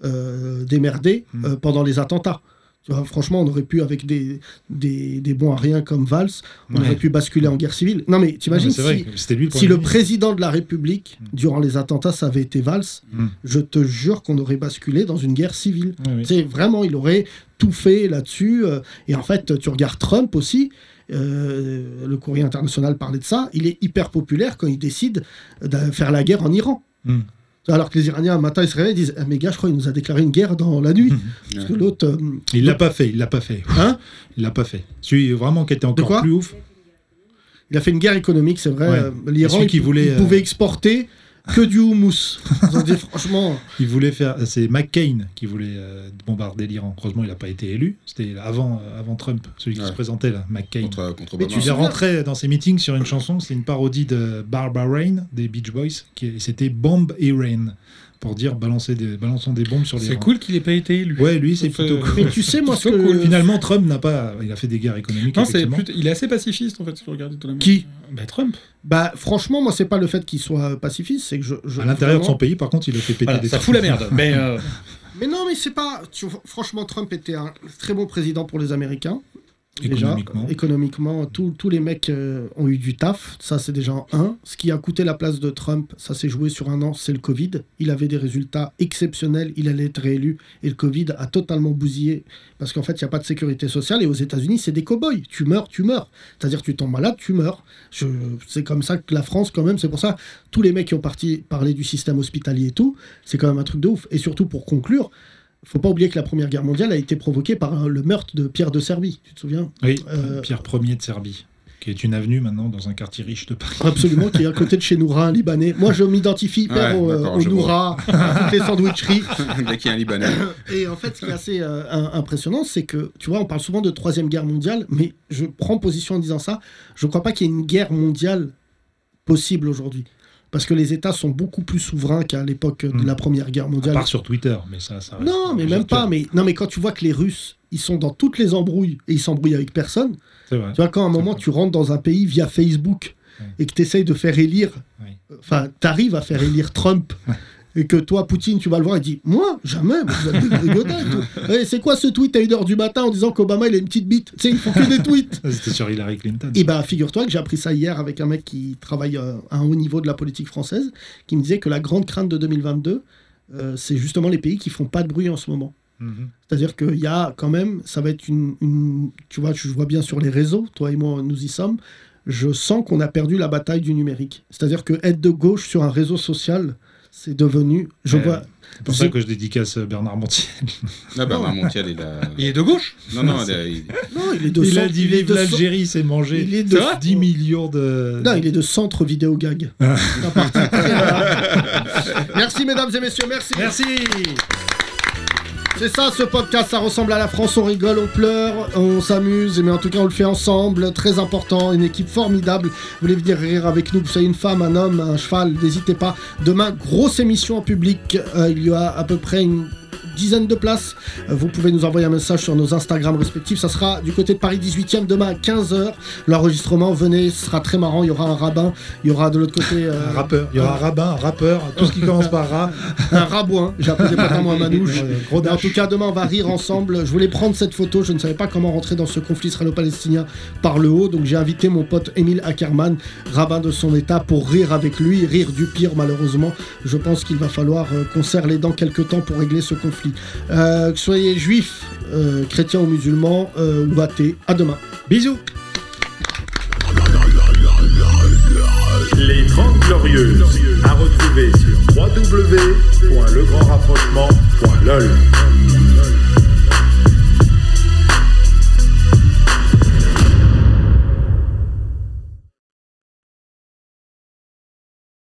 [SPEAKER 5] euh, démerdé
[SPEAKER 3] Hmm.
[SPEAKER 5] euh, pendant les attentats. Tu vois, franchement, on aurait pu, avec des, des, des bons à rien comme Valls, on
[SPEAKER 3] Ouais. Hmm.
[SPEAKER 5] aurait pu basculer en guerre civile. Non, mais
[SPEAKER 3] Non,
[SPEAKER 5] t'imagines
[SPEAKER 3] mais C'est vrai,
[SPEAKER 5] si,
[SPEAKER 3] que c'était lui le
[SPEAKER 5] si
[SPEAKER 3] premier
[SPEAKER 5] le
[SPEAKER 3] ministre.
[SPEAKER 5] président de la République, durant les attentats, ça avait été Valls,
[SPEAKER 3] Mm.
[SPEAKER 5] je te jure qu'on aurait basculé dans une guerre civile.
[SPEAKER 3] Ouais, ouais.
[SPEAKER 5] Tu sais, vraiment, il aurait tout fait là-dessus. euh, et en fait, tu regardes Trump aussi. euh, le courrier international parlait de ça. Il est hyper populaire quand il décide de faire la guerre en Iran.
[SPEAKER 3] Mm.
[SPEAKER 5] Alors que les Iraniens, un matin, ils se réveillent, ils disent Ah, Mais gars, je crois qu'il nous a déclaré une guerre dans la
[SPEAKER 3] Mm.
[SPEAKER 5] nuit. Parce que l'autre. euh,
[SPEAKER 3] Il l'a pas fait, il l'a pas fait.
[SPEAKER 5] Hein
[SPEAKER 3] Il l'a pas fait. Celui vraiment qui était
[SPEAKER 5] quoi
[SPEAKER 3] encore plus ouf.
[SPEAKER 5] Il a fait une guerre économique, c'est vrai.
[SPEAKER 3] Ouais.
[SPEAKER 5] Euh, L'Iran,
[SPEAKER 3] Et celui
[SPEAKER 5] il,
[SPEAKER 3] qui
[SPEAKER 5] pou-
[SPEAKER 3] voulait,
[SPEAKER 5] il
[SPEAKER 3] euh,
[SPEAKER 5] pouvait exporter que du houmous. Ils ont dit, franchement,
[SPEAKER 3] Il voulait faire. C'est McCain qui voulait euh, bombarder l'Iran. Heureusement, il n'a pas été élu. C'était avant, euh, avant Trump, celui qui
[SPEAKER 4] Ouais.
[SPEAKER 3] se présentait là, McCain.
[SPEAKER 4] Contre, euh, contre
[SPEAKER 5] Mais
[SPEAKER 4] Obama.
[SPEAKER 5] tu
[SPEAKER 3] Il est
[SPEAKER 5] sais-
[SPEAKER 3] rentré dans ses meetings sur une chanson, c'est une parodie de Barbara Rain des Beach Boys, qui c'était Bomb et Rain, pour dire balancer des, balançons des bombes sur les.
[SPEAKER 10] C'est cool qu'il ait pas été élu.
[SPEAKER 3] Ouais, lui, c'est
[SPEAKER 10] Ça
[SPEAKER 3] plutôt
[SPEAKER 10] fait-
[SPEAKER 3] cool.
[SPEAKER 5] mais tu sais, moi, ce
[SPEAKER 10] Plutôt
[SPEAKER 5] que.
[SPEAKER 10] cool,
[SPEAKER 3] Finalement, Trump n'a pas. Il a fait des guerres économiques.
[SPEAKER 10] Non, c'est
[SPEAKER 3] effectivement.
[SPEAKER 10] plutôt- il est assez pacifiste en fait, si tu regardes tout
[SPEAKER 5] Qui
[SPEAKER 10] Bah Trump.
[SPEAKER 5] Bah, franchement, moi, c'est pas le fait qu'il soit pacifiste, c'est que je. je-
[SPEAKER 3] À l'intérieur de
[SPEAKER 5] vraiment-
[SPEAKER 3] son pays, par contre, il a fait péter
[SPEAKER 10] Voilà,
[SPEAKER 3] des
[SPEAKER 10] ça
[SPEAKER 3] trucs.
[SPEAKER 10] fout la merde. Mais euh,
[SPEAKER 5] Mais non, mais c'est pas. tu vois, franchement, Trump était un très bon président pour les Américains. déjà.
[SPEAKER 3] Économiquement.
[SPEAKER 5] Économiquement, tous- tous les mecs euh, ont eu du taf. Ça, c'est déjà en un. Ce qui a coûté la place de Trump, ça s'est joué sur un an, c'est le Covid. Il avait des résultats exceptionnels. Il allait être réélu. Et le Covid a totalement bousillé. Parce qu'en fait, il n'y a pas de sécurité sociale. Et aux États-Unis, c'est des cow-boys. Tu meurs, tu meurs. C'est-à-dire, tu tombes malade, tu meurs. Je- C'est comme ça que la France, quand même, c'est pour ça. Tous les mecs qui ont parti, parlé du système hospitalier et tout, c'est quand même un truc de ouf. Et surtout, pour conclure, faut pas oublier que la Première Guerre mondiale a été provoquée par euh, le meurtre de Pierre de Serbie. Tu te souviens
[SPEAKER 3] Oui,
[SPEAKER 5] Euh,
[SPEAKER 3] Pierre Ier de Serbie, qui est une avenue maintenant dans un quartier riche de Paris.
[SPEAKER 5] Absolument, qui est à côté de chez Noura, un Libanais. Moi, je m'identifie hyper
[SPEAKER 4] Ouais,
[SPEAKER 5] au, euh,
[SPEAKER 4] d'accord,
[SPEAKER 5] au
[SPEAKER 4] je
[SPEAKER 5] Noura, à toutes les sandwicheries.
[SPEAKER 4] Dès qu'il y a un Libanais.
[SPEAKER 5] Et en fait, ce qui est assez euh, un- impressionnant, c'est que, tu vois, on parle souvent de Troisième Guerre mondiale, mais je prends position en disant ça. Je ne crois pas qu'il y ait une guerre mondiale possible aujourd'hui. Parce que les États sont beaucoup plus souverains qu'à l'époque de
[SPEAKER 3] Mm.
[SPEAKER 5] la Première Guerre
[SPEAKER 3] À
[SPEAKER 5] mondiale.
[SPEAKER 3] part sur Twitter, mais ça, ça reste
[SPEAKER 5] Non, mais
[SPEAKER 3] virtuel.
[SPEAKER 5] même pas. Mais, non, mais quand tu vois que les Russes, ils sont dans toutes les embrouilles et ils s'embrouillent avec personne,
[SPEAKER 3] C'est vrai.
[SPEAKER 5] tu vois, quand à un moment
[SPEAKER 3] vrai.
[SPEAKER 5] tu rentres dans un pays via Facebook
[SPEAKER 3] Ouais.
[SPEAKER 5] et que tu essayes de faire élire,
[SPEAKER 3] Ouais.
[SPEAKER 5] enfin, t'arrives à faire élire Trump. Et que toi, Poutine, tu vas le voir et dis Moi, jamais, mais vous êtes des rigodins et tout. Eh, C'est quoi ce tweet à 1h du matin en disant qu'Obama, il a une petite bite Tu sais, ils font que des tweets.
[SPEAKER 3] Ah, C'était sur Hillary Clinton.
[SPEAKER 5] Et bah figure-toi que j'ai appris ça hier avec un mec qui travaille euh, à un haut niveau de la politique française, qui me disait que la grande crainte de 2022, euh, c'est justement les pays qui font pas de bruit en ce moment.
[SPEAKER 3] Mhm.
[SPEAKER 5] C'est-à-dire qu'il y a quand même, ça va être une, une- Tu vois, je vois bien sur les réseaux, toi et moi, nous y sommes, je sens qu'on a perdu la bataille du numérique. C'est-à-dire que être de gauche sur un réseau social, c'est devenu... Je
[SPEAKER 3] Euh,
[SPEAKER 5] vois...
[SPEAKER 3] C'est pour
[SPEAKER 5] Je-
[SPEAKER 3] ça que je dédicace euh, Bernard Montiel.
[SPEAKER 4] Là, Bernard Montiel, bah, il a.
[SPEAKER 10] il est de gauche.
[SPEAKER 4] Non, non, il a- il-
[SPEAKER 5] Non, il est de...
[SPEAKER 3] Il a
[SPEAKER 5] centre-
[SPEAKER 3] dit
[SPEAKER 5] il est
[SPEAKER 3] Vive
[SPEAKER 5] de cent-
[SPEAKER 3] l'Algérie, c'est mangé.
[SPEAKER 5] Il est de-
[SPEAKER 3] 10 millions de.
[SPEAKER 5] Non, il est de centre vidéo gag.
[SPEAKER 3] Ah.
[SPEAKER 5] C'est parti. merci mesdames et messieurs, merci.
[SPEAKER 3] Merci
[SPEAKER 5] C'est ça ce podcast, ça ressemble à la France, on rigole, on pleure, on s'amuse, mais en tout cas on le fait ensemble, très important, une équipe formidable. Vous voulez venir rire avec nous, que vous soyez une femme, un homme, un cheval, n'hésitez pas. Demain, grosse émission en public, Euh, il y a à peu près une dizaine de places. Euh, Vous pouvez nous envoyer un message sur nos Instagram respectifs. Ça sera du côté de Paris 18e demain à 15h. L'enregistrement, venez, ce sera très marrant. Il y aura un rabbin, il y aura de l'autre côté euh,
[SPEAKER 3] Un rappeur. Il y aura un rabbin, un rappeur, tout ce qui commence par ra.
[SPEAKER 5] un rabouin. J'ai appelé pas moi Manouche.
[SPEAKER 3] Ouais, gros
[SPEAKER 5] Mais en
[SPEAKER 3] dash.
[SPEAKER 5] tout cas, demain, on va rire ensemble. Je voulais prendre cette photo. Je ne savais pas comment rentrer dans ce conflit israélo-palestinien par le haut. Donc, j'ai invité mon pote Émile Ackerman, rabbin de son état, pour rire avec lui. Rire du pire, malheureusement. Je pense qu'il va falloir euh, qu'on serre les dents quelques temps pour régler ce conflit. Euh, que soyez juifs, euh, chrétiens ou musulmans, euh, ou athées. À demain.
[SPEAKER 3] Bisous.
[SPEAKER 8] Les 30 Glorieuses, à retrouver sur www.legrandrapprochement.lol.